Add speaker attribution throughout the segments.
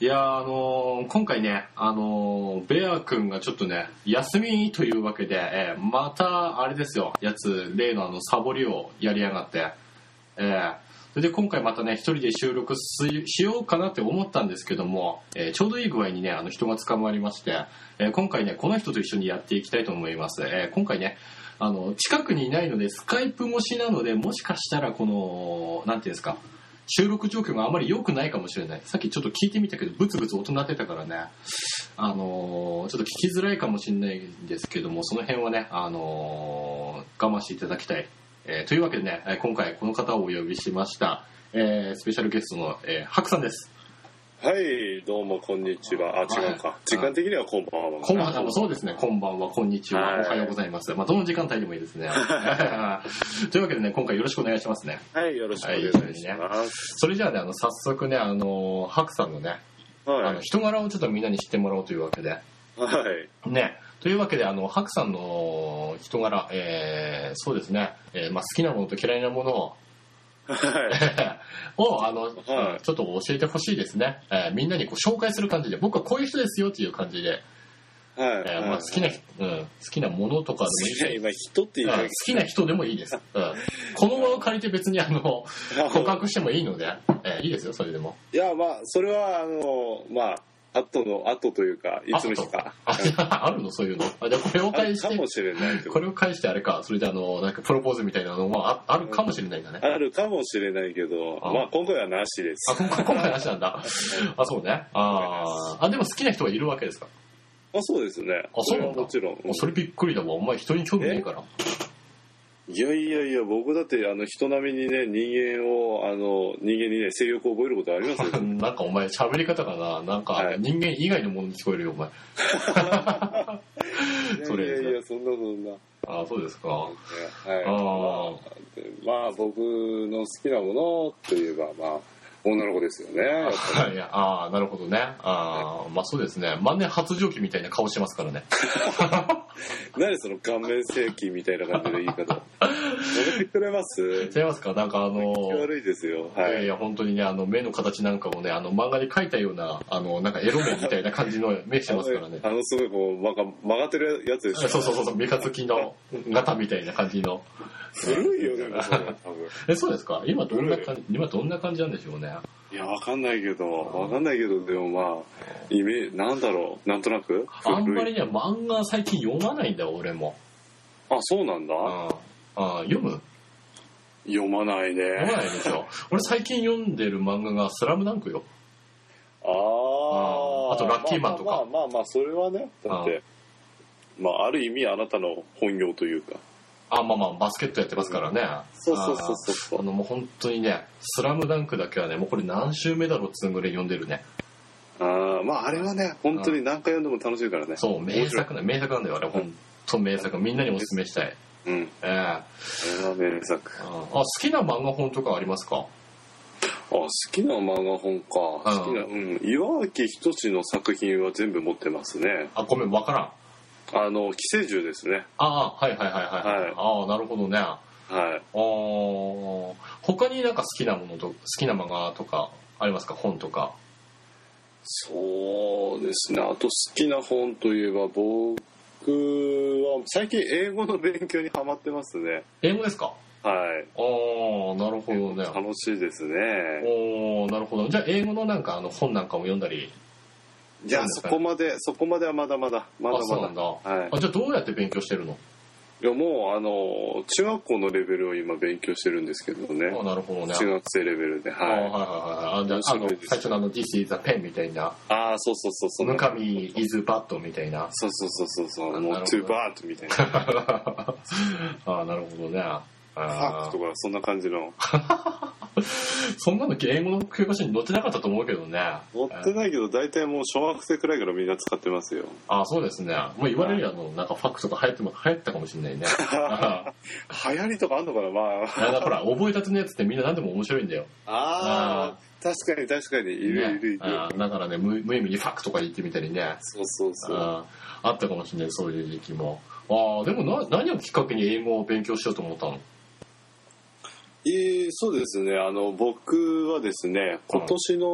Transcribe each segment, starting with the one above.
Speaker 1: いやーあのー今回ね、あのーベア君がちょっとね、休みというわけで、えーまた、あれですよ、やつ、例のあの、サボりをやりやがって、えーそれで今回またね、一人で収録ししようかなって思ったんですけども、えーちょうどいい具合にね、あの人が捕まりまして、えー今回ね、この人と一緒にやっていきたいと思います。えー今回ね、あの、近くにいないので、スカイプ越しなので、もしかしたらこの、なんていうんですか、収録状況があまり良くないかもしれない。さっきちょっと聞いてみたけど、ブツブツ音鳴ってたからね、あのーちょっと聞きづらいかもしれないんですけども、その辺はね、あのー我慢していただきたい。えーというわけでね、えー今回この方をお呼びしました、えースペシャルゲストの、えー、ハクさんです。
Speaker 2: はい、どうもこんにちは。あ、
Speaker 1: はい
Speaker 2: 違うか。時間的にはこんばんは。
Speaker 1: こんばんは、そうですね。こんばんは、こんにちは、
Speaker 2: はい
Speaker 1: おはようございます。まあ、どの時間帯でもいいです ね。というわけでね、今回よろしくお願いしますね。
Speaker 2: はい、よろしくお願いします。
Speaker 1: それじゃあね、あの、早速ね、あの、ハクさんのね、あ
Speaker 2: は
Speaker 1: の、
Speaker 2: い。
Speaker 1: 人柄をちょっとみんなに知ってもらおうというわけで。
Speaker 2: はい。
Speaker 1: ね。というわけで、あの、ハクさんの人柄、えー、そうですね、えーまあ、好きなものと嫌いなものを、
Speaker 2: はい。
Speaker 1: を、あの、
Speaker 2: はい
Speaker 1: ちょっと教えてほしいですね。えーみんなにこう紹介する感じで、僕はこういう人ですよっていう感じで、えー
Speaker 2: はい。
Speaker 1: まあ、好きな、
Speaker 2: 好
Speaker 1: うん、好きなものとかでもいい
Speaker 2: き
Speaker 1: し
Speaker 2: な、今、人って言
Speaker 1: うん
Speaker 2: う
Speaker 1: 好きな人でもいいです。うん、この場を借りて別にあの告白してもいいので、えーいいですよ、それでも。
Speaker 2: いや、まあ、それは、あの、まあ、後の後というか、いつの日か。
Speaker 1: ああるのそういうの。あじゃあこれを
Speaker 2: あ
Speaker 1: 返
Speaker 2: る
Speaker 1: し
Speaker 2: か
Speaker 1: て
Speaker 2: も、しれないけど
Speaker 1: これを返してあれか、それであの、なんかプロポーズみたいなのもああるかもしれないんだね。
Speaker 2: あるかもしれないけど、
Speaker 1: あ
Speaker 2: まあ、今回はなしです
Speaker 1: あ、。こここの話なんだ。あ、そうね。あーあ、でも好きな人がいるわけですか。
Speaker 2: あ、そうですね。
Speaker 1: そうなんだ
Speaker 2: れはもちろん。
Speaker 1: あそれびっくりだわ。お前人に興味ないから。
Speaker 2: いやいやいや、僕だって、あの、人並みにね、人間を、あの、人間にね、性欲を覚えることありますよ。
Speaker 1: なんかお前喋り方がな、なんか
Speaker 2: はい
Speaker 1: 人間以外のものに聞こえるよ、お前。それ
Speaker 2: いやいやいや、そんなそんな。
Speaker 1: あーそうですか。
Speaker 2: はい、
Speaker 1: あ
Speaker 2: まあ僕の好きなものといえばまあ女の子ですよ ね
Speaker 1: はい、ああ、なるほどね。ああ、まあそうですね。万年発情期みたいな顔してますからね。
Speaker 2: 何その顔面正規みたいな感じの言い方やめてくれます
Speaker 1: 違いますかなんかあの
Speaker 2: 気悪いですよ
Speaker 1: い
Speaker 2: は
Speaker 1: やい
Speaker 2: い
Speaker 1: や、本当にね、あの、目の形なんかもね、あの、漫画で描いたような、あの、なんかエロ目みたいな感じの目してますからね
Speaker 2: あ。のすごいこうなんか曲がってるやつでし
Speaker 1: そう
Speaker 2: ょ
Speaker 1: そうそうそう、三日月の型みたいな感じの。
Speaker 2: 古いよね もそれ多分
Speaker 1: え、そうですか今どんな感じ、今どんな感じなんでしょうね。
Speaker 2: いやわかんないけどわかんないけどでもまあイメージなんだろうなんとなく
Speaker 1: あんま
Speaker 2: 古い
Speaker 1: りね、漫画最近読まないんだ、俺も。
Speaker 2: あそうなんだ
Speaker 1: ああ読む
Speaker 2: 読まないね
Speaker 1: 読まないでしょ。俺最近読んでる漫画がスラムダンクよ。
Speaker 2: あ
Speaker 1: あとラッキーマンとか
Speaker 2: まあまあまあまあそれはねだってまあある意味あなたの本業というか
Speaker 1: あ、まあまあ、バスケットやってますからね。
Speaker 2: そうそうそうそうそ
Speaker 1: あのもう本当にね「スラムダンクだけはねもうこれ何週目だろうっつうぐらい読んでるね
Speaker 2: うあーまああれはね本当に何回読んでも楽しいからね
Speaker 1: そう名作な名作なんだよあれ本当名作名作みんなにおすすめしたい
Speaker 2: うん
Speaker 1: ええあ
Speaker 2: あれは名作あ
Speaker 1: 好きな漫画本とかありますか
Speaker 2: 好きな漫画本か好
Speaker 1: うん
Speaker 2: きなうん岩脇仁の作品は全部持ってますね
Speaker 1: あごめんわからん
Speaker 2: あの寄生獣ですね
Speaker 1: ああはいはいはいはい、
Speaker 2: はい
Speaker 1: ああなるほどねあ
Speaker 2: はい
Speaker 1: ー他になんか好きなものと好きな漫画とかありますか本とか
Speaker 2: そうですねあと好きな本といえば僕は最近英語の勉強にハマってますね
Speaker 1: 英語ですか
Speaker 2: はい
Speaker 1: ああなるほどね
Speaker 2: 楽しいですね
Speaker 1: おおなるほどじゃあ英語のなんかあの本なんかも読んだり
Speaker 2: いやそこまでそこまではまだまだまだ
Speaker 1: あそうな
Speaker 2: ま
Speaker 1: ん
Speaker 2: だ
Speaker 1: だ、
Speaker 2: はい
Speaker 1: あじゃあどうやって勉強してるの
Speaker 2: いやもうあの中学校のレベルを今勉強してるんですけどね
Speaker 1: あなるほどね。
Speaker 2: 中学生レベルで
Speaker 1: あはいはいは
Speaker 2: はい
Speaker 1: いはい。あじゃあ、あの
Speaker 2: 面白いです
Speaker 1: 最初のあの、This is a pen みたいな、
Speaker 2: ああそうそうそうそう
Speaker 1: 向上 is bad みたいな。
Speaker 2: そうそうそうそうそ
Speaker 1: あ
Speaker 2: うも
Speaker 1: なる
Speaker 2: う
Speaker 1: ほ
Speaker 2: ト
Speaker 1: ど
Speaker 2: ゥーバート みたいなフ
Speaker 1: ああ、なるほどね。あ
Speaker 2: ァッ
Speaker 1: あ
Speaker 2: クとかそんな感じの
Speaker 1: そんなの英語の教科書に載ってなかったと思うけどね。
Speaker 2: 持ってないけど大体もう小学生くらいからみんな使ってますよ
Speaker 1: あそうですね。もう言われるやの、なんかファックスとか流行っても、流行ったかもしれないね。あ
Speaker 2: 流行りとかあんのかなまあ
Speaker 1: あほら、覚えたてのやつってみんな何でも面白いんだよ。
Speaker 2: あー確かに確かにいるいる
Speaker 1: ね
Speaker 2: いる
Speaker 1: あだからね無、無意味にファックとか言ってみたりね。
Speaker 2: そうそうそう
Speaker 1: あーあったかもしれないそういう時期もああでもな何をきっかけに英語を勉強しようと思ったの
Speaker 2: えーそうですねあの僕はですね今年の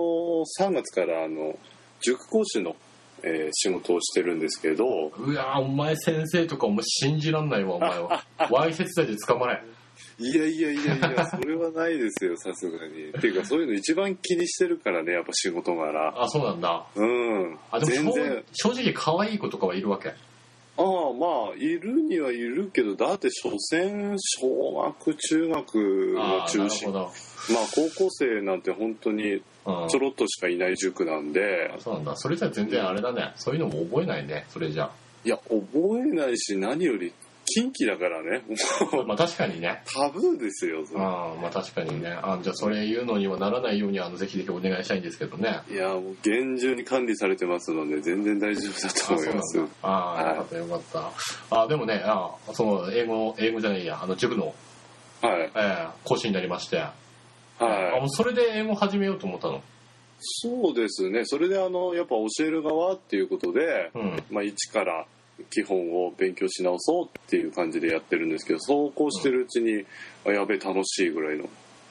Speaker 2: 3月からあの塾講師の、えー仕事をしてるんですけど
Speaker 1: うわーお前先生とかお前信じらんないわお前 はわいせつ罪で捕まれ
Speaker 2: いやいやいやい やそれはないですよさすがにっていうかそういうの一番気にしてるからねやっぱ仕事柄
Speaker 1: あそうなんだ
Speaker 2: うん
Speaker 1: あで
Speaker 2: 全
Speaker 1: も
Speaker 2: 然
Speaker 1: 正正直可愛い子とかはいるわけ
Speaker 2: ああまあいるにはいるけどだって所詮小学中学
Speaker 1: あ
Speaker 2: の
Speaker 1: あな
Speaker 2: 中
Speaker 1: るほ
Speaker 2: 心
Speaker 1: ど、
Speaker 2: まあ高校生なんて本当に
Speaker 1: うん
Speaker 2: ちょろっとしかいない塾なんで
Speaker 1: そうなんだそれじゃ全然あれだねそういうのも覚えないねそれじゃ
Speaker 2: いや覚えないし何より近畿だからね
Speaker 1: まあ確かにね
Speaker 2: タブーですよそれ
Speaker 1: あーまあ確かにねあじゃあそれ言うのにはならないようにあのぜひぜひお願いしたいんですけどね
Speaker 2: いやもう厳重に管理されてますので全然大丈夫だと思います
Speaker 1: ああよかったよかったあでもねあその英語英語じゃないやあの塾の、
Speaker 2: はい
Speaker 1: えー講師になりまして、あ
Speaker 2: はい
Speaker 1: もうそれで英語始めようと思ったの
Speaker 2: そうですねそれであのやっぱ教える側っていうことで、
Speaker 1: うん
Speaker 2: まあ、一から基本を勉強し直そうっていう感じでやってるんですけどそうこうしてるうちに、あやべえ楽しいぐらいの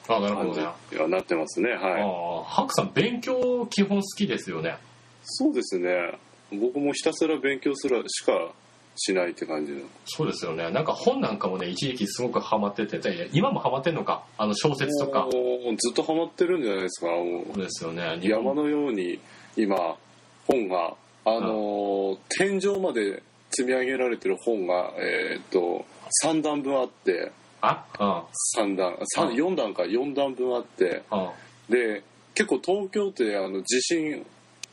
Speaker 1: あなるほ
Speaker 2: 感
Speaker 1: ど
Speaker 2: じ
Speaker 1: ね
Speaker 2: に
Speaker 1: あ
Speaker 2: はなってますねはい
Speaker 1: あハクさん勉強基本好きですよね
Speaker 2: そうですね僕もひたすら勉強するしかしないって感じの
Speaker 1: そうですよねなんか本なんかもね一時期すごくハマっててで今もハマってんのかあの小説とか
Speaker 2: もうずっとハマってるんじゃないですかもう
Speaker 1: そうですよね日
Speaker 2: 山
Speaker 1: 本
Speaker 2: のように今本があのー天井まで積み上げられてる本がえーっと3段分あって
Speaker 1: あうん
Speaker 2: 3
Speaker 1: う
Speaker 2: 段
Speaker 1: ん
Speaker 2: 三4段か4段分あって
Speaker 1: あ
Speaker 2: で結構東京ってあの地震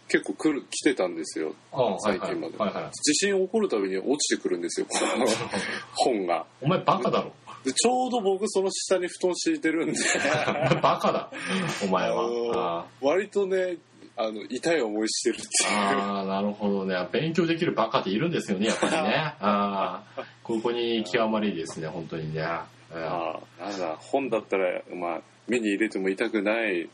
Speaker 2: 結構来る来てたんですよ
Speaker 1: あはい
Speaker 2: 最
Speaker 1: はい
Speaker 2: 近まで
Speaker 1: はいはい
Speaker 2: 地震起こるたびに落ちてくるんですよこの本が
Speaker 1: お前バカだろ
Speaker 2: でちょうど僕その下に布団敷いてるんで
Speaker 1: お前バカだお前
Speaker 2: あの
Speaker 1: は
Speaker 2: 割とねあの痛い思いしてるっていう
Speaker 1: ああーなるほどね勉強できるバカっているんですよねやっぱりねああここに極まりですね本当にねえー
Speaker 2: ああなんだ本だったら、まあ、目に入れても痛くない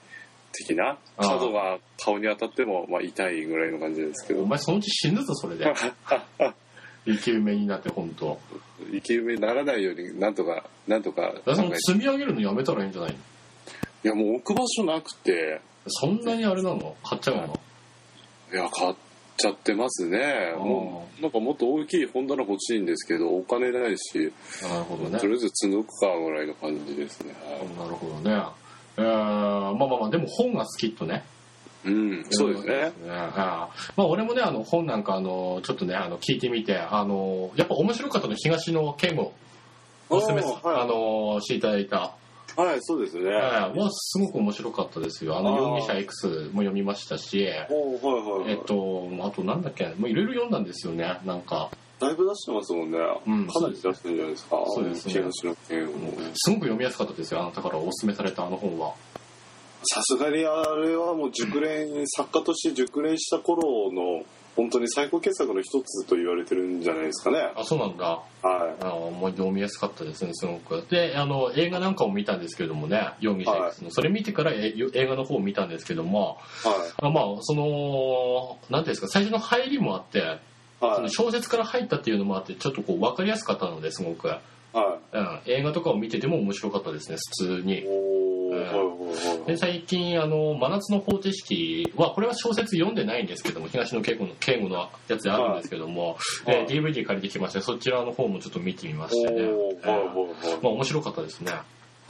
Speaker 2: 的な
Speaker 1: あー
Speaker 2: 角が顔に当たっても、まあ、痛いぐらいの感じですけ
Speaker 1: お
Speaker 2: ど
Speaker 1: 前そのうち死ぬぞそれで生き埋めになって本当
Speaker 2: 生き埋めにならないようになんとかなんと
Speaker 1: だ
Speaker 2: か
Speaker 1: から
Speaker 2: 考
Speaker 1: その
Speaker 2: え
Speaker 1: 積み上げるのやめたらいいんじゃないの
Speaker 2: いやもう置く場所なくて
Speaker 1: そんなにあれなの買っちゃうの
Speaker 2: いや買っちゃってますね
Speaker 1: あー
Speaker 2: もうなんかもっと大きい本棚欲しいんですけどお金ないし、
Speaker 1: なるほどね
Speaker 2: とりあえず積んどくかぐらいの感じですね、
Speaker 1: なるほどね。えー、まあまあまあ、でも本が好きとね。
Speaker 2: うんそうですね。
Speaker 1: えーまあ俺もね、あの本なんかあの、ちょっとね、あの、聞いてみて、あの、やっぱ面白かったの東野健吾おすすめ、
Speaker 2: おーはい
Speaker 1: あの、していただいた。
Speaker 2: はいそうですね
Speaker 1: えーはすごく面白かったですよ。あの、
Speaker 2: あー
Speaker 1: 容疑者 X も読みましたし、
Speaker 2: おーはいはい、
Speaker 1: え
Speaker 2: はい
Speaker 1: っと、あとなんだっけ、もういろいろ読んだんですよね、なんか。
Speaker 2: だいぶ出してますもんね、
Speaker 1: うん
Speaker 2: かなり出してるんじゃないですか
Speaker 1: そうですね
Speaker 2: 東野圭吾も
Speaker 1: すごく読みやすかったですよ、あなたからお勧めされたあの本は。
Speaker 2: さすがにあれはもう熟練作家として熟練した頃の本当に最高傑作の一つと言われてるんじゃないですかね
Speaker 1: あ、そうなんだ。
Speaker 2: は
Speaker 1: あのもう読みやすかったですねすごくであの映画なんかも見たんですけれどもね容疑者 X の、それ見てからえ映画の方を見たんですけども
Speaker 2: いは
Speaker 1: あまあその何ていうんですか最初の入りもあって
Speaker 2: い
Speaker 1: そ
Speaker 2: は
Speaker 1: の
Speaker 2: い
Speaker 1: 小説から入ったっていうのもあってちょっとこう分かりやすかったのですごく、うん、
Speaker 2: は
Speaker 1: 映画とかを見てても面白かったですね普通
Speaker 2: い
Speaker 1: に
Speaker 2: お
Speaker 1: う
Speaker 2: お、
Speaker 1: ん
Speaker 2: はいはいは
Speaker 1: で
Speaker 2: い
Speaker 1: 最近あの「真夏の方程式は」これは小説読んでないんですけども東野圭吾の圭吾のやつであるんですけども、
Speaker 2: はい
Speaker 1: で DVD 借りてきましてそちらの方もちょっと見てみまし
Speaker 2: お
Speaker 1: て
Speaker 2: ー
Speaker 1: ね、
Speaker 2: はいはいはい
Speaker 1: まあ面白かったですね。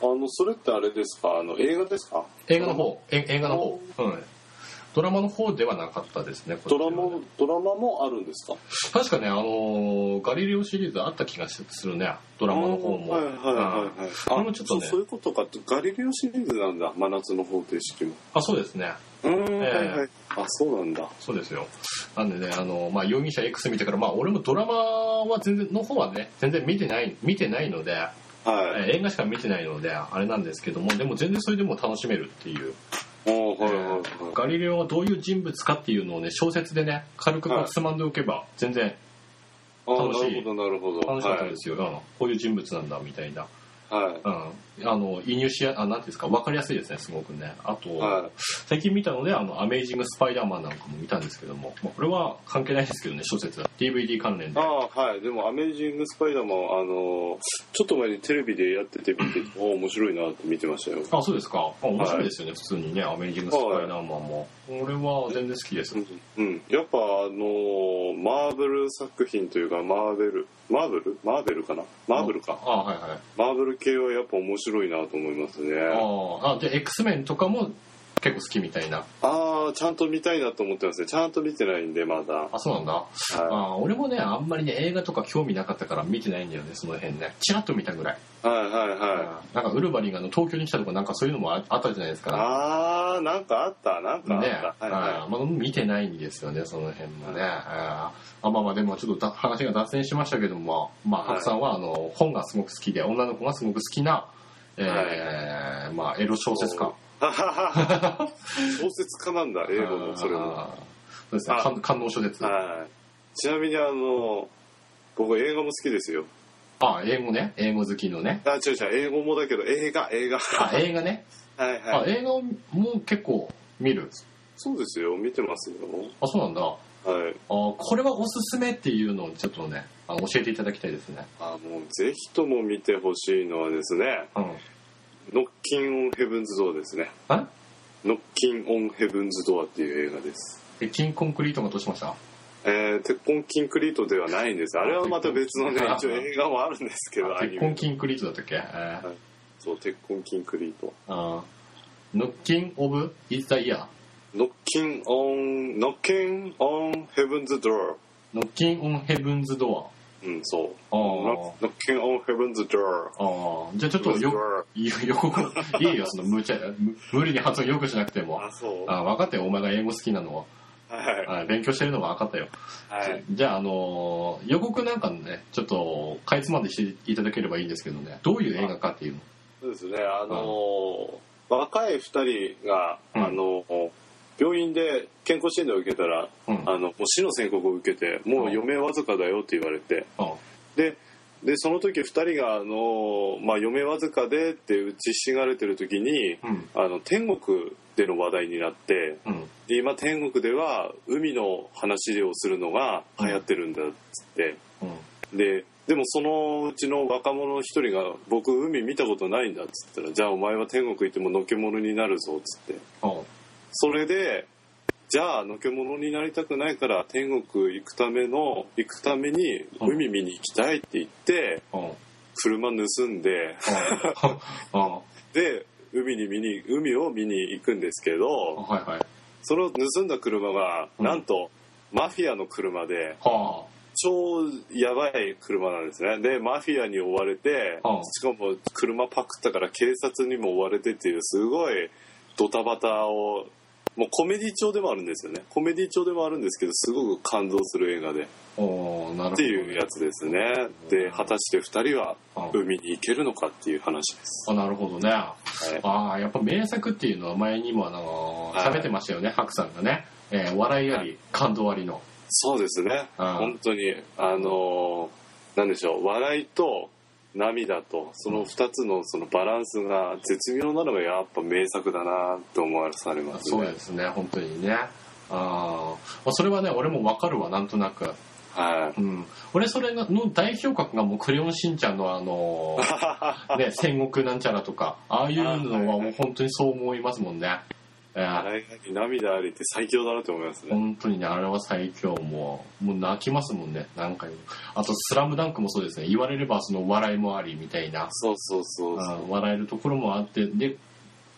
Speaker 2: あのそれってあれですかあの映画ですか
Speaker 1: 映画の方、え映画の方、うん。ドラマの方ではなかったですね。こっち
Speaker 2: ド
Speaker 1: は
Speaker 2: ラマドラマもあるんですか
Speaker 1: 確かね、あのーガリレオシリーズあった気がするね。ドラマの方も。
Speaker 2: はいはいはいはい
Speaker 1: これもちょっとね
Speaker 2: そうそういうことかガリレオシリーズなんだ真夏の方程式も
Speaker 1: あ、そうですね。
Speaker 2: うん、
Speaker 1: え
Speaker 2: はいはいあそうなんだ
Speaker 1: そうですよ。なんでね、あのーまあ容疑者 X 見てから、まあ俺もドラマは全然の方はね、全然見てない見てないので、え
Speaker 2: はい
Speaker 1: ー映画しか見てないのであれなんですけども、でも全然それでも楽しめるっていう。
Speaker 2: おーはいはいはい
Speaker 1: ガリレオはどういう人物かっていうのをね、小説でね、軽くこうつまんでおけば全然
Speaker 2: あー
Speaker 1: 楽しい
Speaker 2: なるほどなるほど
Speaker 1: 楽しかった
Speaker 2: は
Speaker 1: で
Speaker 2: い
Speaker 1: すよ、うんこういう人物なんだみたいな、
Speaker 2: は
Speaker 1: う
Speaker 2: い
Speaker 1: ん、あの移入しやあなんていうんですか分かりやすいですねすごくねあと、
Speaker 2: はい
Speaker 1: 最近見たのであの「アメイジング・スパイダーマン」なんかも見たんですけども、まあ、これは関係ないですけどね小説 DVD 関連で
Speaker 2: ああはいでも「アメージング・スパイダーマン」あのちょっと前にテレビでやってて見てお面白いなって見てましたよ
Speaker 1: あそうですかあ面白いですよね、普通にね「アメイジング・スパイダーマンも」俺は全然好きです、
Speaker 2: うん、やっぱあのマーブル作品というかマーベルマーブルマーベルかなマーブルか
Speaker 1: あはいはい
Speaker 2: マーブル系はやっぱ面白いなと思いますね
Speaker 1: ああじゃあ X メンとかも結構好きみたいな
Speaker 2: ああちゃんと見たいなと思ってますねちゃんと見てないんでまだ
Speaker 1: あそうなんだ
Speaker 2: は
Speaker 1: あー俺もねあんまりね映画とか興味なかったから見てないんだよねその辺ねチラッと見たぐらい、
Speaker 2: いはいはいはい
Speaker 1: なんかウルヴァリンがあの東京に来たとかなんかそういうのもああったじゃないですか
Speaker 2: ああなんかあったなんかあっ
Speaker 1: ね
Speaker 2: た、はい
Speaker 1: あー
Speaker 2: は
Speaker 1: まあ、見てないんですよねその辺もね、あーあまあまあでもちょっとだ話が脱線しましたけどもまあ
Speaker 2: は
Speaker 1: 白
Speaker 2: い
Speaker 1: さんはあの本がすごく好きで女の子がすごく好きな、えーまあ、エロ小説家
Speaker 2: い小説家なんだ英語もそれも
Speaker 1: あーそうですね
Speaker 2: あ
Speaker 1: 観観音小説あ
Speaker 2: はいちなみにあの僕映画も好きですよ
Speaker 1: あー英語ね英語好きのね
Speaker 2: あ違う違う英語もだけど映画映画
Speaker 1: あ
Speaker 2: は
Speaker 1: 映画ね、
Speaker 2: いはい
Speaker 1: あ映画も結構見る
Speaker 2: そうですよ見てますよ
Speaker 1: あそうなんだあ
Speaker 2: はい
Speaker 1: ーこれはおすすめっていうのをちょっとねあの教えていただきたいですね
Speaker 2: あもうぜひとも見てほしいのはですね
Speaker 1: うん
Speaker 2: ノッキンオンヘブンズドアですね
Speaker 1: あ
Speaker 2: ノッキンオンヘブンズドアっていう映画です
Speaker 1: えキンコンクリートがどうしました
Speaker 2: えー、鉄痕キンクリートではないんですあれはまた別のね
Speaker 1: あ
Speaker 2: 一応映画もあるんですけどアニ
Speaker 1: 結
Speaker 2: メ
Speaker 1: 婚
Speaker 2: の
Speaker 1: キンクリートだったっけ、えー
Speaker 2: そう鉄痕キンクリート
Speaker 1: あーノッキンオブイズダイヤー
Speaker 2: ノッキンオンノッキンオンヘブンズドア
Speaker 1: ノッキンオンヘブンズド
Speaker 2: うんそう
Speaker 1: ア
Speaker 2: ノ
Speaker 1: あ
Speaker 2: ッキンオンヘブンズドア
Speaker 1: ああーじゃあちょっとよよくいいよその無茶無無理に発音よくしなくても
Speaker 2: あそうは
Speaker 1: あー分かったよお前が英語好きなのはい
Speaker 2: はい
Speaker 1: あー勉強してるのは分かったよ
Speaker 2: はい
Speaker 1: じゃあ、あのー予告なんかのねちょっとかいつまでしていただければいいんですけどねどういう映画かっていうの
Speaker 2: そうですねあのー若い2人が、
Speaker 1: うん
Speaker 2: あのー病院で健康診断を受けたら、
Speaker 1: うん
Speaker 2: あのもう死の宣告を受けてもう余命わずかだよって言われて
Speaker 1: あ
Speaker 2: ででその時2人が、あのーまあ、余命わずかでって打ちひしがれてる時に
Speaker 1: うん
Speaker 2: あの天国での話題になって
Speaker 1: うん
Speaker 2: で今天国では海の話をするのが流行ってるんだっつって。
Speaker 1: うん
Speaker 2: ででもそのうちの若者一人が「僕海見たことないんだ」っつったら「じゃあお前は天国行ってものけ者になるぞ」っつって
Speaker 1: あ
Speaker 2: それで「じゃあのけ者になりたくないから天国行くための行くために海見に行きたい」って言って
Speaker 1: あ
Speaker 2: 車盗んで
Speaker 1: ああ
Speaker 2: で海に見に海を見に行くんですけ
Speaker 1: あ
Speaker 2: ど
Speaker 1: はいはい
Speaker 2: その盗んだ車が
Speaker 1: うん
Speaker 2: なんとマフィアの車で
Speaker 1: は
Speaker 2: 超やばい車なんですねでマフィアに追われて
Speaker 1: うん
Speaker 2: しかも車パクったから警察にも追われてっていうすごいドタバタをもうコメディ調でもあるんですよねコメディ調でもあるんですけどすごく感動する映画でっ
Speaker 1: あおーなるほど
Speaker 2: ていうやつですねで果たして2人は
Speaker 1: あ
Speaker 2: 海に行けるのかっていう話です、
Speaker 1: あなるほどねあ
Speaker 2: はい、
Speaker 1: あやっぱ名作っていうのは前にもあのー
Speaker 2: はい
Speaker 1: 喋ってましたよね白さんがね、えー笑いあり感動ありの
Speaker 2: そうですね
Speaker 1: うん
Speaker 2: 本当にあのーなんでしょう笑いと涙とその2つのそのバランスが絶妙なのがやっぱ名作だなと思わされます
Speaker 1: そう
Speaker 2: ね
Speaker 1: ですね本当にねあーまあそれはね俺もわかるわなんとなく
Speaker 2: は
Speaker 1: うん、俺それの代表格がもう「クレヨンしんちゃん」のあの ーね、戦国なんちゃらとかああいうのはもう本当にそう思いますもんね、え
Speaker 2: い
Speaker 1: ー
Speaker 2: 笑いあり涙ありって最強だなと思いますね
Speaker 1: 本当にねあれは最強もうもう泣きますもんね何回もあと「スラムダンクもそうですね言われればその笑いもありみたいな、
Speaker 2: そうそうそうそう
Speaker 1: うん笑えるところもあってで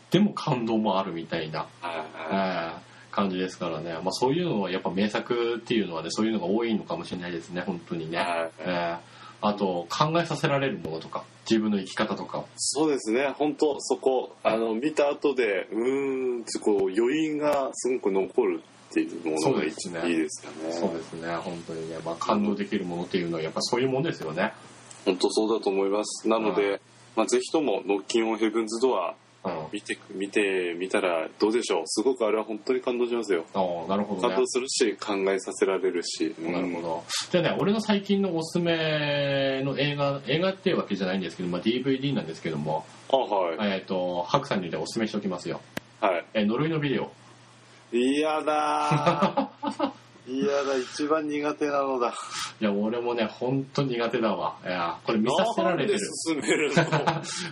Speaker 1: でも感動もあるみたいな、
Speaker 2: はい
Speaker 1: え
Speaker 2: はい
Speaker 1: ー感じですからね、まあ、そういうのはやっぱ名作っていうのはねそういうのが多いのかもしれないですね本当にね、
Speaker 2: はい
Speaker 1: えーあと考えさせられるものとか自分の生き方とか
Speaker 2: そうですね本当そこあの見た後でうーんってこう余韻がすごく残るっていうものがいい
Speaker 1: そうですね
Speaker 2: ですよ
Speaker 1: そう
Speaker 2: ね
Speaker 1: ですね本当にね、まあ、感動できるものっていうのはやっぱそういうもんですよね
Speaker 2: 本当そうだと思いますなので、まあ、ぜひとも「ノッキンオンヘブンズ・ドア」
Speaker 1: うん
Speaker 2: 見て見てみたらどうでしょうすごくあれは本当に感動しますよ
Speaker 1: ああなるほどね
Speaker 2: 感動するし考えさせられるし、
Speaker 1: なるほどじゃあね俺の最近のおすすめの映画映画っていうわけじゃないんですけど、まあ、DVD なんですけども、
Speaker 2: どあはい
Speaker 1: えっと白さんにでおすすめしておきますよ、
Speaker 2: はい
Speaker 1: えー呪いのビデオ
Speaker 2: 嫌だ ー嫌だ一番苦手なのだ
Speaker 1: いや俺もね本当苦手だわいやこれ見させられて
Speaker 2: な
Speaker 1: る
Speaker 2: んで進めるの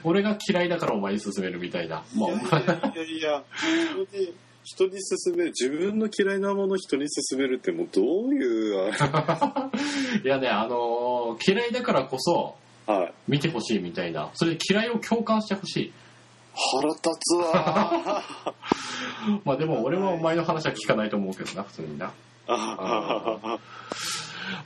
Speaker 1: 俺が嫌いだからお前に勧めるみたいな、まあお前、
Speaker 2: いやいやいや人に人に勧める自分の嫌いなものを人に勧めるってもうどういうあ
Speaker 1: いやねあのー嫌いだからこそ
Speaker 2: れはい
Speaker 1: 見てほしいみたいなそれで嫌いを共感してほしい
Speaker 2: 腹立 つわー
Speaker 1: まあでも俺はお前の話は聞かないと思うけどな普通にな
Speaker 2: あ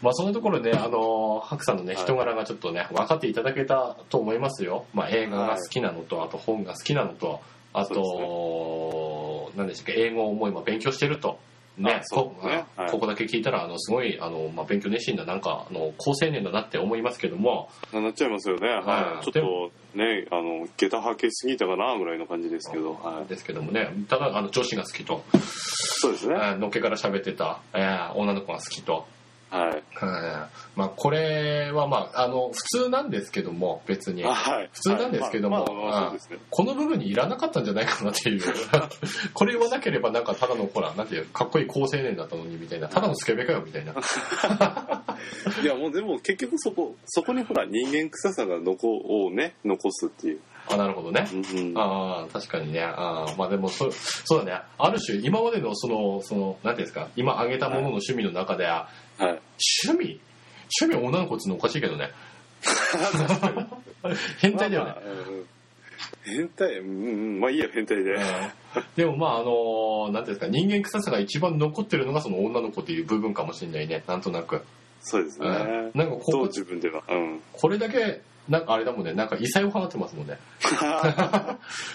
Speaker 1: まあそのところで、あの白さんのね
Speaker 2: はい
Speaker 1: 人柄がちょっとね分かっていただけたと思いますよ、まあ、映画が好きなのとあと本が好きなのとあと、何でしたっけ英語をもう今勉強してると。ね
Speaker 2: あ、そうね
Speaker 1: こ
Speaker 2: はい
Speaker 1: ここだけ聞いたらあのすごいあの、まあ、勉強熱心ななんかあの高青年だなって思いますけども
Speaker 2: あなっちゃいますよね、
Speaker 1: は
Speaker 2: はいい、ちょっとねあの下駄履けすぎたかなぐらいの感じですけど、はい、
Speaker 1: ですけどもねただあの女子が好きと、
Speaker 2: そうですね、
Speaker 1: え
Speaker 2: はい
Speaker 1: ーのっけから喋ってた、えー女の子が好きと、うんまあ、これは、まあ、あの普通なんですけども別に
Speaker 2: あはい、
Speaker 1: 普通なんですけども
Speaker 2: はいまあまあまあ
Speaker 1: う
Speaker 2: そうんですね
Speaker 1: この部分にいらなかったんじゃないかなって いうこれ言わなければなんかただのほらなんていうかっこいい高青年だったのにみたいなただのスケベかよみたい ない
Speaker 2: やもうでも結局そこそこにほら人間臭さが残をね残すっていう、
Speaker 1: あなるほどね
Speaker 2: うんうん
Speaker 1: ああ確かにねあーまあでもそそうだねある種今までのそのそのなんていうんですか今挙げたものの趣味の中で、
Speaker 2: はい、
Speaker 1: 趣味趣味女の子っつうのおかしいけど ね変態だよね
Speaker 2: まあまあうん変態うんうんまあいいや変態で、
Speaker 1: うんでもまああのなんていうんですか人間臭さが一番残ってるのがその女の子っていう部分かもしれないねなんとなく、
Speaker 2: そうです
Speaker 1: う
Speaker 2: ね、
Speaker 1: ん、なんかこ
Speaker 2: どう
Speaker 1: こ
Speaker 2: 自分では うん
Speaker 1: これだけなんかあれだもんねなんか異彩を放ってますもんね、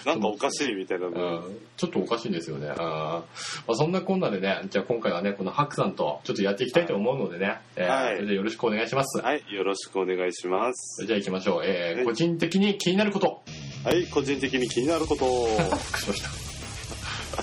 Speaker 2: なんかおかしいみたいな
Speaker 1: う
Speaker 2: のが
Speaker 1: ん、ちょっとおかしいんですよね、うんまあ、そんなこんなでねじゃあ今回はねこのハクさんとちょっとやっていきたいと思うのでね、えー
Speaker 2: はい
Speaker 1: それでよろしくお願いします、
Speaker 2: はいよろしくお願いします
Speaker 1: じゃあ行きましょう、えー
Speaker 2: はい
Speaker 1: 個人的に気になること
Speaker 2: はい個人的に気になること
Speaker 1: 復唱した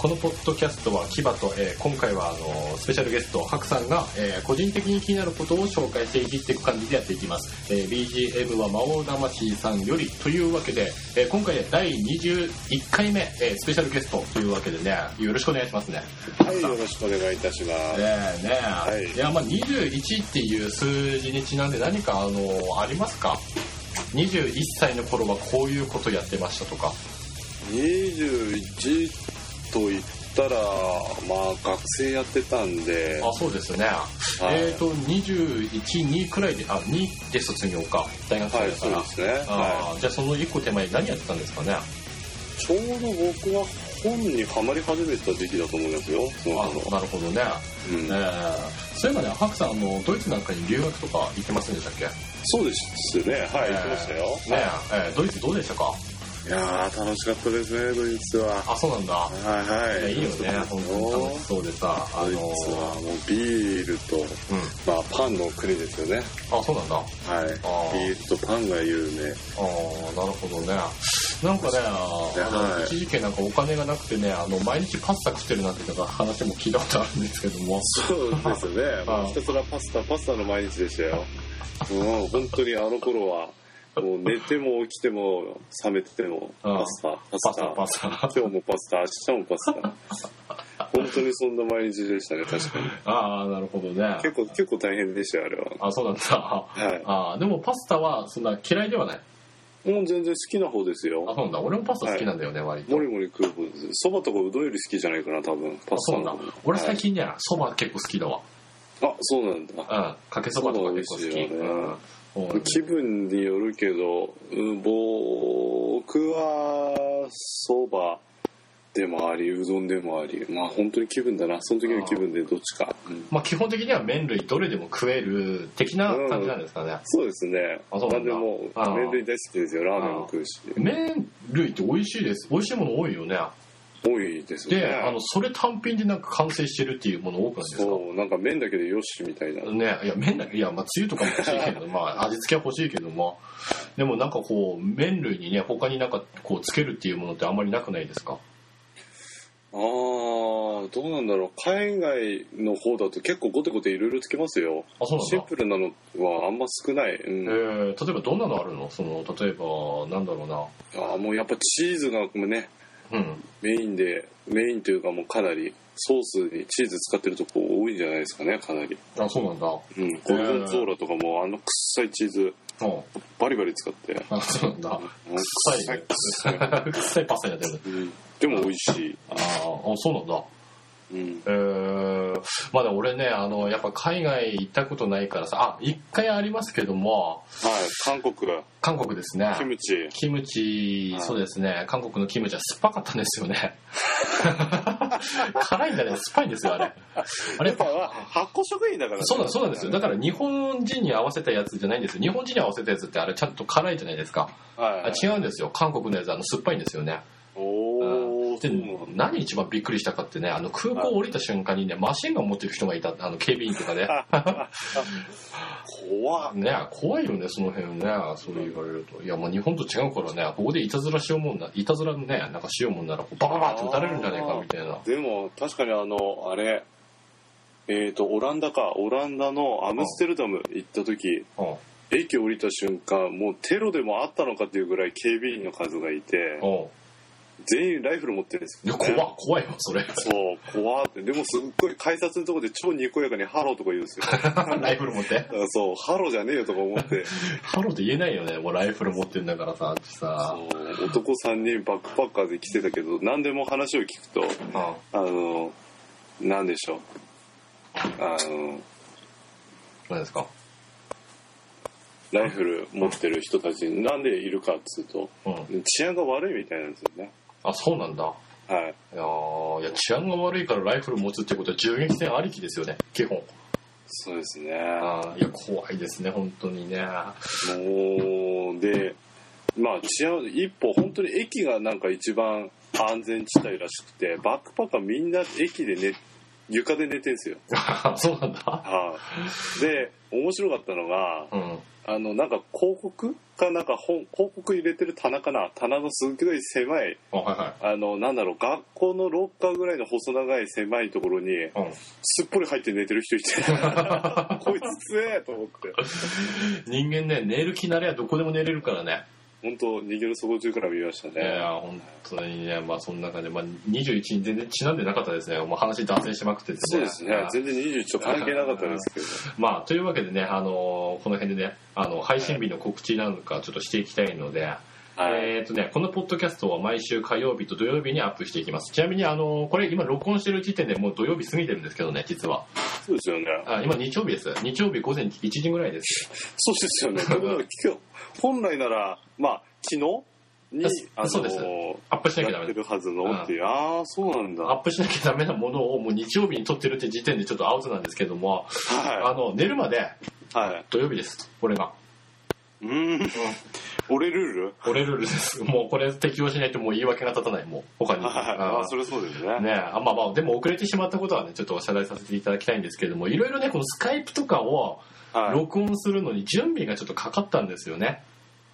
Speaker 1: このポッドキャストは牙と、えー今回はあのスペシャルゲストハクさんが、えー個人的に気になることを紹介していじっていく感じでやっていきます、えー BGM は魔王魂さんよりというわけで、えー今回で第21回目、えースペシャルゲストというわけでねよろしくお願いしますね
Speaker 2: はいよろしくお願いいたします
Speaker 1: ねえねえ、
Speaker 2: い
Speaker 1: い、やまあ21っていう数字にちなんで何かあのありますか21歳の頃はこういうことやってましたとか
Speaker 2: 21と言ったらまあ学生やってたんで
Speaker 1: あそうですね
Speaker 2: はい
Speaker 1: えっ、と212くらいであ2で卒業か大学生
Speaker 2: はい
Speaker 1: だか
Speaker 2: そう
Speaker 1: ら、
Speaker 2: ですね
Speaker 1: あ
Speaker 2: は
Speaker 1: ーじゃあその1個手前何やってたんですかね
Speaker 2: いちょうど僕は本にはまり始めた時期だと思いますよその
Speaker 1: あ
Speaker 2: 頃
Speaker 1: なるほどね、
Speaker 2: うん
Speaker 1: えーそういえばねハクさんあのドイツなんかに留学とか行ってませんでしたっけね
Speaker 2: そうですねはい
Speaker 1: えー
Speaker 2: 行きましたよ
Speaker 1: ええードイツどうでしたか
Speaker 2: いやー楽しかったですねドイツは
Speaker 1: あそうなんだ、
Speaker 2: はい
Speaker 1: いや
Speaker 2: はい
Speaker 1: いよね本当に楽しそうでさあの
Speaker 2: ドイツはもうビールと、
Speaker 1: うん
Speaker 2: まあ、パンの国ですよね
Speaker 1: あそうなんだ
Speaker 2: はい
Speaker 1: あー
Speaker 2: ビールとパンが有名
Speaker 1: あーなるほどねなんかねあの、
Speaker 2: はい
Speaker 1: 一時期なんかお金がなくてねあの毎日パスタ食ってるなんてなんか話も聞いたことあるんですけども。
Speaker 2: そうですよ ねもうひたすらパスタ、パスタの毎日でしたよ。もう本当にあの頃は、もう寝ても起きても、冷めてても、
Speaker 1: うん
Speaker 2: パスタ、パ
Speaker 1: パ
Speaker 2: ス
Speaker 1: スタ
Speaker 2: タ。
Speaker 1: パスタ
Speaker 2: 今日もパスタ、明日もパス タ。本当にそんな毎日でしたね、確かに。
Speaker 1: ああなるほどね
Speaker 2: 結構、結構大変でしたよ、あれは。
Speaker 1: あそうなんだ
Speaker 2: は
Speaker 1: あーでもパスタはそんな嫌いではない
Speaker 2: い。もう全然好きな方です
Speaker 1: あ
Speaker 2: よ。
Speaker 1: そうなんだ俺もパスタ好きなんだよね、割と
Speaker 2: もりもり食う方です。そばとかうどんより好きじゃないかな、多分。
Speaker 1: あ
Speaker 2: パス
Speaker 1: そ
Speaker 2: タ
Speaker 1: うな
Speaker 2: の
Speaker 1: んだ
Speaker 2: 方。
Speaker 1: 俺
Speaker 2: は
Speaker 1: 最
Speaker 2: い
Speaker 1: 近ねそば結構好きだわ
Speaker 2: あ、そうなんだ。
Speaker 1: うんかけそばとか結構好
Speaker 2: そば
Speaker 1: き
Speaker 2: 美味しいよね
Speaker 1: うんそうなんだ
Speaker 2: 気分によるけど、うん僕はそばでもありうどんでもありまあ本当に気分だなその時の気分でどっちか、うん
Speaker 1: まあ基本的には麺類どれでも食える的な感じなんですかね、
Speaker 2: そうですね
Speaker 1: あそうなん
Speaker 2: 何
Speaker 1: だ
Speaker 2: でも
Speaker 1: あー
Speaker 2: 麺類大好きですよラーメンも食うし
Speaker 1: 麺類って美味しいです美味しいもの多いよね
Speaker 2: 多いですね
Speaker 1: で、あの、それ単品でなんか完成してるっていうもの多くないですか
Speaker 2: そうなんか麺だけでよしみたいな、
Speaker 1: ね、いや麺だけいやまあつゆとかも欲しい けどまあ味付けは欲しいけどもでもなんかこう麺類にね他になんかこうつけるっていうものってあんまりなくないですか
Speaker 2: ああどうなんだろう海外の方だと結構ゴテゴテいろいろつけますよ
Speaker 1: あそうなん
Speaker 2: シ
Speaker 1: だ
Speaker 2: ンプルなのはあんま少ない、う
Speaker 1: え
Speaker 2: ん
Speaker 1: ー例えばどんなのあるのその例えばなんだろう
Speaker 2: あーもうやっぱチーズがね
Speaker 1: なうん
Speaker 2: メインでメインというかもうかなりソースにチーズ使ってるとこ多いんじゃないですかねかなり、
Speaker 1: あそうなんだ
Speaker 2: うん、ゴルゴンゾーラとかもあの臭いチーズ
Speaker 1: うん
Speaker 2: バリバリ使って
Speaker 1: あそうなんだ臭いね
Speaker 2: 臭 い
Speaker 1: 臭いパスタやってる
Speaker 2: うんでも美味しい、
Speaker 1: あーあそうなんだ
Speaker 2: うん、
Speaker 1: えーまだ俺ねあのやっぱ海外行ったことないからさあ一回ありますけども
Speaker 2: はい韓国
Speaker 1: 韓国ですね
Speaker 2: キムチ
Speaker 1: キムチ、
Speaker 2: はい
Speaker 1: そうですね、韓国のキムチは酸っぱかったんですよね。 辛いんだね、酸っぱいんですよ、あれ。あれ
Speaker 2: やっぱ発酵食品だからね
Speaker 1: そうなんそうなんですよ。だから日本人に合わせたやつじゃないんですよ。日本人に合わせたやつってあれちゃんと辛いじゃないですか。
Speaker 2: は
Speaker 1: あ
Speaker 2: い、
Speaker 1: 違うんですよ。韓国のやつあの酸っぱいんですよね。
Speaker 2: おお
Speaker 1: で、何一番びっくりしたかってね、あの空港降りた瞬間にね、マシンガン持ってる人がいた、あの警備員とかで。
Speaker 2: 怖っ
Speaker 1: ね、怖いよね、その辺ね。そう言われると。いや、もう日本と違うからね、ここでいたずらしようもんな、いたずらね、なんかしようもんなら、こうバカバカって撃たれるんじゃないか、みたいな。
Speaker 2: でも確かにあのあれえっ、とオランダかオランダのアムステルダム行った時
Speaker 1: うん
Speaker 2: 駅降りた瞬間もうテロでもあったのかっていうぐらい警備員の数がいて
Speaker 1: うん
Speaker 2: 全員ライフル持ってるんです
Speaker 1: いや、
Speaker 2: ね
Speaker 1: 怖っ怖いよ、それ。
Speaker 2: そう怖ってでもすっごい改札のとこで超にこやかにハローとか言うん ですよだか
Speaker 1: ライフル持って。
Speaker 2: らそうハローじゃねえよとか思 って
Speaker 1: ハローって言えないよね、もうライフル持ってんだからさ、さ。
Speaker 2: そう男3人バックパッカーで来てたけど何でも話を聞くと
Speaker 1: うん
Speaker 2: あのなんでしょうあの
Speaker 1: 何ですか
Speaker 2: ライフル持ってる人たちなんでいるかっつうと
Speaker 1: うん。
Speaker 2: 治安が悪いみたいなんですよね
Speaker 1: あ、そうなんだ。
Speaker 2: はい
Speaker 1: いやーいや、治安が悪いからライフル持つってことは銃撃戦ありきですよね、基本。
Speaker 2: そうですね
Speaker 1: あーいや、怖いですね、本当にね。
Speaker 2: もうでまあ治安一歩本当に駅がなんか一番安全地帯らしくてバックパッカーみんな駅で寝床で寝てんすよ
Speaker 1: そうなんだ。
Speaker 2: はいで面白かったのが
Speaker 1: うん。
Speaker 2: あのなんか広告かなんか本広告入れてる棚かな棚のすっごい狭い
Speaker 1: あ、は
Speaker 2: あのなんだろう学校のロッカーぐらいの細長い狭いところに
Speaker 1: いはい。うん。
Speaker 2: すっぽり入って寝てる人いて こいつ強えと思って
Speaker 1: 人間ね寝る気なればどこでも寝れるからね
Speaker 2: 本当逃げる底中から見ました
Speaker 1: いや
Speaker 2: ね
Speaker 1: 本当にねまあそんな感じで、まあ、21に全然ちなんでなかったですねもう話脱線しまくってて、
Speaker 2: そうですね全然21と関係なかったですけど
Speaker 1: まあというわけでね、あのーこの辺でねあの配信日の告知なんかちょっとしていきたいので、
Speaker 2: はい
Speaker 1: えっ、とねこのポッドキャストは毎週火曜日と土曜日にアップしていきますちなみにあのーこれ今録音してる時点でもう土曜日過ぎてるんですけどね実は
Speaker 2: そうですよね
Speaker 1: あ今日曜日です日曜日午前1時ぐらいです
Speaker 2: そうですよねということで今日本来ならまあ昨日に
Speaker 1: あそうですアップしなきゃダ
Speaker 2: やっ
Speaker 1: メ
Speaker 2: て
Speaker 1: です
Speaker 2: るはずのっていうああそうなんだ
Speaker 1: ア
Speaker 2: は
Speaker 1: ップしなきゃダメなものをもう日曜日に撮ってるって時点でちょっとアウトなんですけどもあの寝るまで
Speaker 2: いはい
Speaker 1: 土曜日ですこれが
Speaker 2: うーん俺ル
Speaker 1: 俺ルールですもうこれ適用しないともう言い訳が立たないもう他
Speaker 2: ー
Speaker 1: に
Speaker 2: ルはい
Speaker 1: あ
Speaker 2: あ
Speaker 1: ー
Speaker 2: それそうですね
Speaker 1: ねあまあまあでも遅れてしまったことはねちょっとお謝罪させていただきたいんですけれどもいろいろねこのスカイプとかを
Speaker 2: はい
Speaker 1: 録音するのに準備がちょっとかかったんですよね、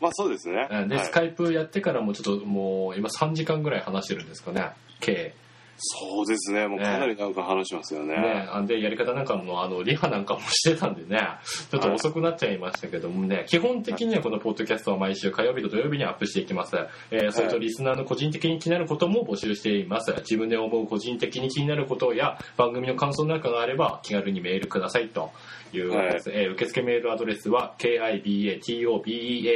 Speaker 2: まあそうですね
Speaker 1: うんで、
Speaker 2: はい
Speaker 1: スカイプやってからもちょっともう今3時間ぐらい話してるんですかね計
Speaker 2: そうですね、もうかなりなんか話しますよね。
Speaker 1: ね、あんでやり方なんかもあのリハなんかもしてたんでねちょっと遅くなっちゃいましたけどもね、基本的にはこのポッドキャストは毎週火曜日と土曜日にアップしていきます、えーそれとリスナーの個人的に気になることも募集しています自分で思う個人的に気になることや番組の感想なんかがあれば気軽にメールくださいというわけです、えー受付メールアドレスは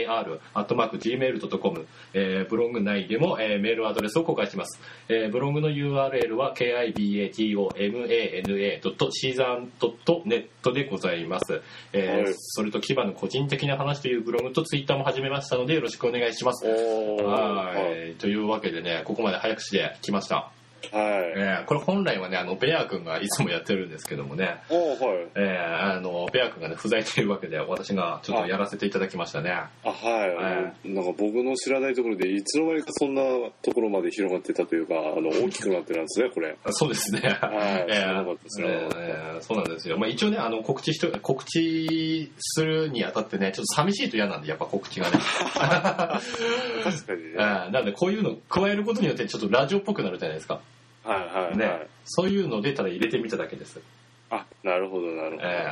Speaker 1: kibatobear.gmail.com、えーブログ内でも、えーメールアドレスを公開します、えーブログの URL は kibatomana.caesar.net でございます、えー
Speaker 2: はい
Speaker 1: それと牙の個人的な話というブログとツイッターも始めましたのでよろしくお願いします
Speaker 2: おー
Speaker 1: はいというわけでねここまで早口で来ました
Speaker 2: はい。
Speaker 1: えーこれ本来はね、あの、ベア君がいつもやってるんですけどもね、
Speaker 2: おーはい。
Speaker 1: えーあの、ベア君がね、不在というわけで、私がちょっとやらせていただきましたね。
Speaker 2: あ、はい。
Speaker 1: は
Speaker 2: なんか僕の知らないところで、いつの間にかそんなところまで広がってたというか、あ の、大きくなってたんですね、これ。
Speaker 1: そうですね。
Speaker 2: はい
Speaker 1: えー
Speaker 2: 知らなかった知らなかっ
Speaker 1: え
Speaker 2: た
Speaker 1: ーえーそうなんですよ。まあ一応ね、あの、告知しと、告知するにあたってね、ちょっと寂しいと嫌なんで、やっぱ告知がね。
Speaker 2: 確かにね。
Speaker 1: えーなので、こういうのを加えることによって、ちょっとラジオっぽくなるじゃないですか。
Speaker 2: はいはいはい。
Speaker 1: ね。そういうので、ただ入れてみただけです。
Speaker 2: あ、なるほど、なるほど。
Speaker 1: え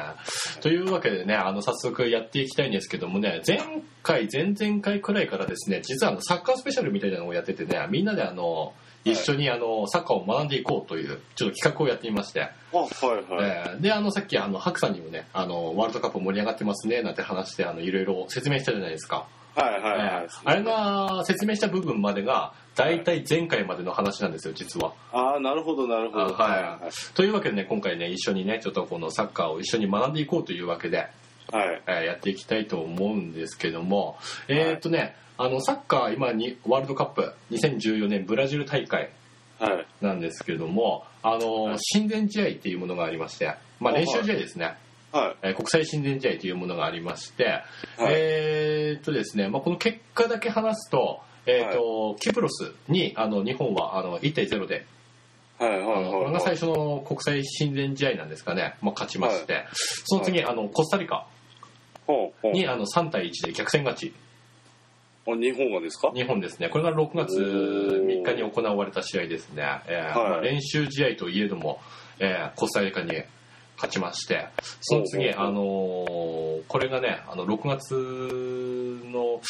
Speaker 1: ーというわけでね、あの、早速やっていきたいんですけどもね、前回、前々回くらいからですね、実はあの、サッカースペシャルみたいなのをやっててね、みんなであの、一緒にあの、サッカーを学んでいこうという、ちょっと企画をやってみまして、
Speaker 2: あ、はいはい。
Speaker 1: えーであのさっきあのハクさんにもねあのワールドカップ盛り上がってますねなんて話してあのいろいろ説明したじゃないですか、
Speaker 2: はいはいはい。
Speaker 1: えーあれが説明した部分までが大体前回までの話なんですよ実は
Speaker 2: ああ、なるほど、なるほど。
Speaker 1: あはというわけでね今回ね一緒にねちょっとこのサッカーを一緒に学んでいこうというわけで、
Speaker 2: い。はい。
Speaker 1: えーやっていきたいと思うんですけどもえーっとねあのサッカー今にワールドカップ2014年ブラジル大会
Speaker 2: はい。
Speaker 1: なんですけどもあ
Speaker 2: は
Speaker 1: の
Speaker 2: い
Speaker 1: 親善試合っていうものがありまして、まあ、練習試合ですね、
Speaker 2: はい。
Speaker 1: えー国際親善試合というものがありまして、
Speaker 2: はい
Speaker 1: えーっとですね、まあ、この結果だけ話すと,、えーっとキプロスにあの日本はあの1.0で、
Speaker 2: はい。はい。
Speaker 1: あのこれが
Speaker 2: は
Speaker 1: 最
Speaker 2: い。
Speaker 1: 初の国際親善試合なんですかね、まあ、勝ちまして、その次あのコスタリカ
Speaker 2: ほうほう
Speaker 1: にあの3対1で逆転勝ち
Speaker 2: あ日本がですか
Speaker 1: 日本ですねこれが6月3日に行われた試合ですね、えー
Speaker 2: はい
Speaker 1: まあ練習試合といえども、えーコスタリカに勝ちましてその次、
Speaker 2: おうおうおう
Speaker 1: あのーこれがねあの6月の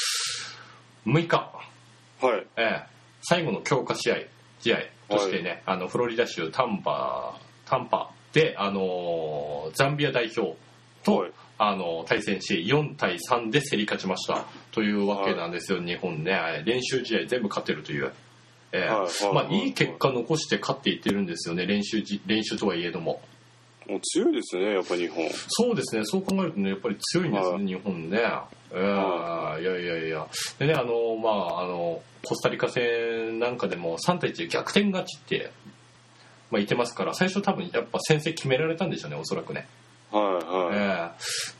Speaker 1: 6日、
Speaker 2: はい。
Speaker 1: えー最後の強化試合試合としてね、あのフロリダ州タンパタンパで、あのーザンビア代表と、
Speaker 2: はい
Speaker 1: あの対戦し4対3で競り勝ちましたというわけなんですよ、日本ね練習試合全部勝てるという、えー
Speaker 2: はいはい
Speaker 1: ま
Speaker 2: は
Speaker 1: あ、
Speaker 2: い
Speaker 1: いい結果残して勝っていってるんですよね練習じ練習とはいえども
Speaker 2: もう強いですね、やっぱ日本。
Speaker 1: そうですねそう考えるとねやっぱり強いんですね、
Speaker 2: は
Speaker 1: 日本ね、えーいやいやいやでねあのまああのコスタリカ戦なんかでも3対1で逆転勝ちって、まあ、言ってますから最初多分やっぱ先制決められたんでしょうねおそらくね
Speaker 2: はいはい。
Speaker 1: えー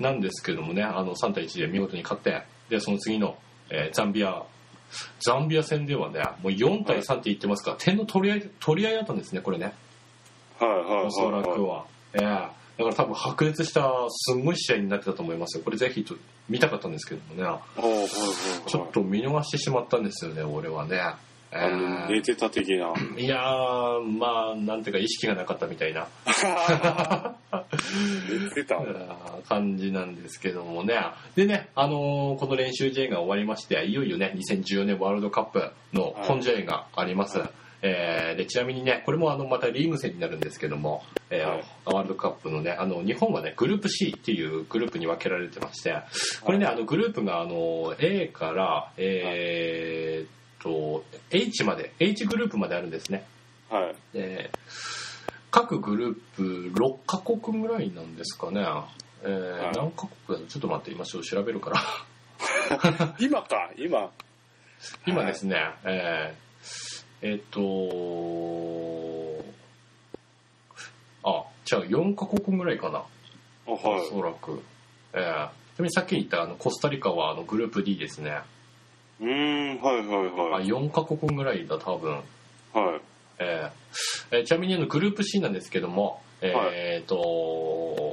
Speaker 1: なんですけどもねあの3対1で見事に勝ってでその次の、えーザンビアザンビア戦ではねもう4対3って言ってますから、点の取り合い取り合いだったんですねこれね
Speaker 2: はいはい
Speaker 1: おそらく
Speaker 2: は
Speaker 1: は、えーだから多分白熱したすんごい試合になってたと思いますよこれぜひと見たかったんですけどもね
Speaker 2: い。はいはいはい。
Speaker 1: ちょっと見逃してしまったんですよね俺はね、え
Speaker 2: あの、寝
Speaker 1: ー
Speaker 2: てた的な。
Speaker 1: いやーまあなんていうか意識がなかったみたいな
Speaker 2: 寝てた。はい
Speaker 1: あー感じなんですけどもね。でね、あのーこの練習試合が終わりまして、いよいよね、2014年ワールドカップの本試合があります。
Speaker 2: は
Speaker 1: えーでちなみにね、これもあのまたリーグ戦になるんですけども、えー
Speaker 2: はい
Speaker 1: ワールドカップのね、あの日本はね、グループ C っていうグループに分けられてまして、これね、あのグループがあの A から、えーっと、H まで、H グループまであるんですね。
Speaker 2: はい。
Speaker 1: えー各グループ6カ国ぐらいなんですかね、えー
Speaker 2: はい
Speaker 1: 何カ国だろうちょっと待って今ちょっと調べるから
Speaker 2: 今か、今。
Speaker 1: 今ですね、えーえーっとあじゃあ4カ国ぐらいかな、
Speaker 2: あは
Speaker 1: おそらく、えーちなみにさっき言ったあのコスタリカはあのグループ D ですね、
Speaker 2: い。うーん、はいは
Speaker 1: あ
Speaker 2: いはい。
Speaker 1: 4カ国ぐらいだ多分
Speaker 2: はい。
Speaker 1: えーえーちなみにあのグループ C なんですけども、えー
Speaker 2: はい
Speaker 1: えー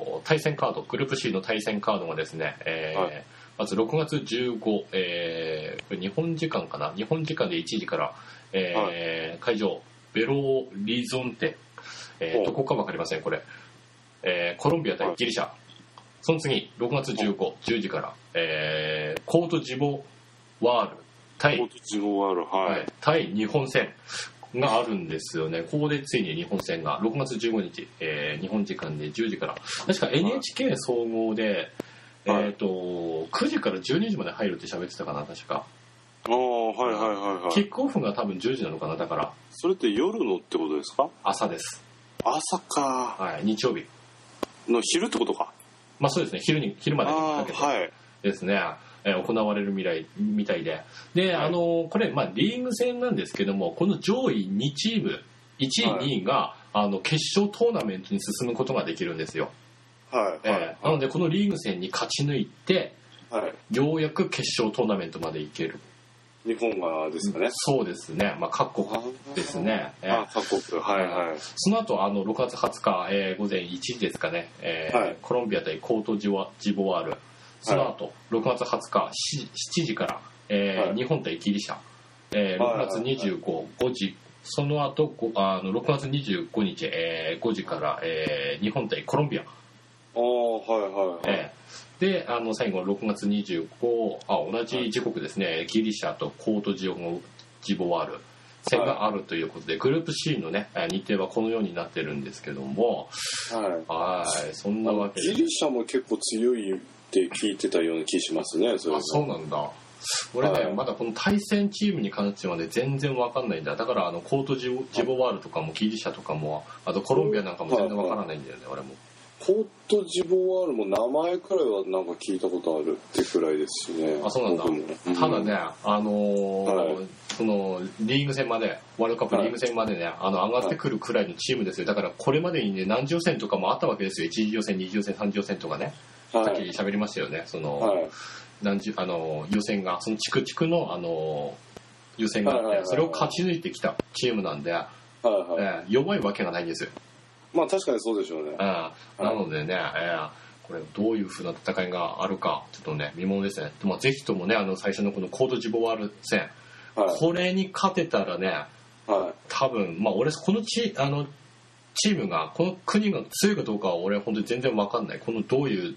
Speaker 1: と対戦カードグループ C の対戦カードがですね、えー
Speaker 2: はい
Speaker 1: まず6月15、えーこれ日本時間かな日本時間で1時から、えー会場ベロリゾンテ、えー
Speaker 2: ほう
Speaker 1: どこか分かりませんこれ、えーコロンビア対ギリシャ、その次6月1510時から、えーコートジボワール対
Speaker 2: もっと自分はある。は
Speaker 1: はいい。、対日本戦があるんですよね、ここでついに日本戦が6月15日、えー日本時間で10時から、確か NHK 総合で、
Speaker 2: はい
Speaker 1: えー、と9時から12時まで入るって喋ってたかな、確か、
Speaker 2: ああ、はいはいはいは
Speaker 1: キ
Speaker 2: い。
Speaker 1: ックオフが多分10時なのかな、だから
Speaker 2: それって夜のってことですか
Speaker 1: 朝です、
Speaker 2: 朝か。
Speaker 1: はい、日曜日、
Speaker 2: の昼ってことか。
Speaker 1: まあ、そうですね昼に昼までに
Speaker 2: あ
Speaker 1: か
Speaker 2: あ
Speaker 1: けて。
Speaker 2: ー、はい。
Speaker 1: ですね、えー行われる未来みたいで、で、
Speaker 2: はい
Speaker 1: あのーこれ、まあ、リーグ戦なんですけども、この上位2チーム1位、
Speaker 2: はい
Speaker 1: 2位があの決勝トーナメントに進むことができるんですよ、
Speaker 2: はいはい
Speaker 1: えーなのでこのリーグ戦に勝ち抜いて
Speaker 2: はい
Speaker 1: ようやく決勝トーナメントまで行ける
Speaker 2: 日本がですかね
Speaker 1: そうですね、まあ、各国ですね、えー
Speaker 2: あ各国はいはい
Speaker 1: その後あの6月20日、えー午前1時ですかね、えー
Speaker 2: はい
Speaker 1: コロンビア対コートジボワジボワール、その後6月20日 7, 7時から、えー
Speaker 2: はい
Speaker 1: 日本対ギリシャ、えー
Speaker 2: はいは
Speaker 1: 6
Speaker 2: い
Speaker 1: 月25、5時、その後ごあの6月25日、えー5時から、えー日本対コロンビア、
Speaker 2: ああはいはいはい
Speaker 1: えーであの最後6月25あ同じ時刻ですね、ギリシャとコートジオジボワール戦があるということで、グループ C のねえー日程はこのようになってるんですけどもは
Speaker 2: はい
Speaker 1: いそんな
Speaker 2: あ
Speaker 1: わ
Speaker 2: の
Speaker 1: けで
Speaker 2: ギリシャも結構強いって聞いてたような気しますねそれ
Speaker 1: あそうなんだ俺ね、
Speaker 2: はい
Speaker 1: まだこの対戦チームに関してはね全然わかんないんだだからあのコートジボジボワールとかもギリシャとかもあとコロンビアなんかも全然わからないんだよね俺も
Speaker 2: コートジボワールも名前くらいはなんか聞いたことあるってくらいですしね
Speaker 1: あそうなんだ
Speaker 2: 僕もね
Speaker 1: ただね、あのー
Speaker 2: はい
Speaker 1: そのリーグ戦までワールドカップリーグ戦までね、あの上がってくるくらいのチームですよだからこれまでにね何次予選とかもあったわけですよ1次予選2次予選3次予選とかね
Speaker 2: は
Speaker 1: さっき
Speaker 2: い
Speaker 1: 喋りましたよねその、
Speaker 2: はい
Speaker 1: 何次あの予選がその地区地区のあの予選があって、
Speaker 2: はいはいはいはい
Speaker 1: それを勝ち抜いてきたチームなんで、
Speaker 2: はいはい
Speaker 1: えー弱いわけがないんですよ、
Speaker 2: まあ確かにそうでしょうね
Speaker 1: うんなのでね、えーこれどういう風な戦いがあるかちょっとね見ものですねでもぜひともねあの最初のこのコートジボワール戦
Speaker 2: はい
Speaker 1: これに勝てたらね
Speaker 2: はい
Speaker 1: 多分まあ俺このチあのチームがこの国が強いかどうかは俺本当に全然わかんないこのどういう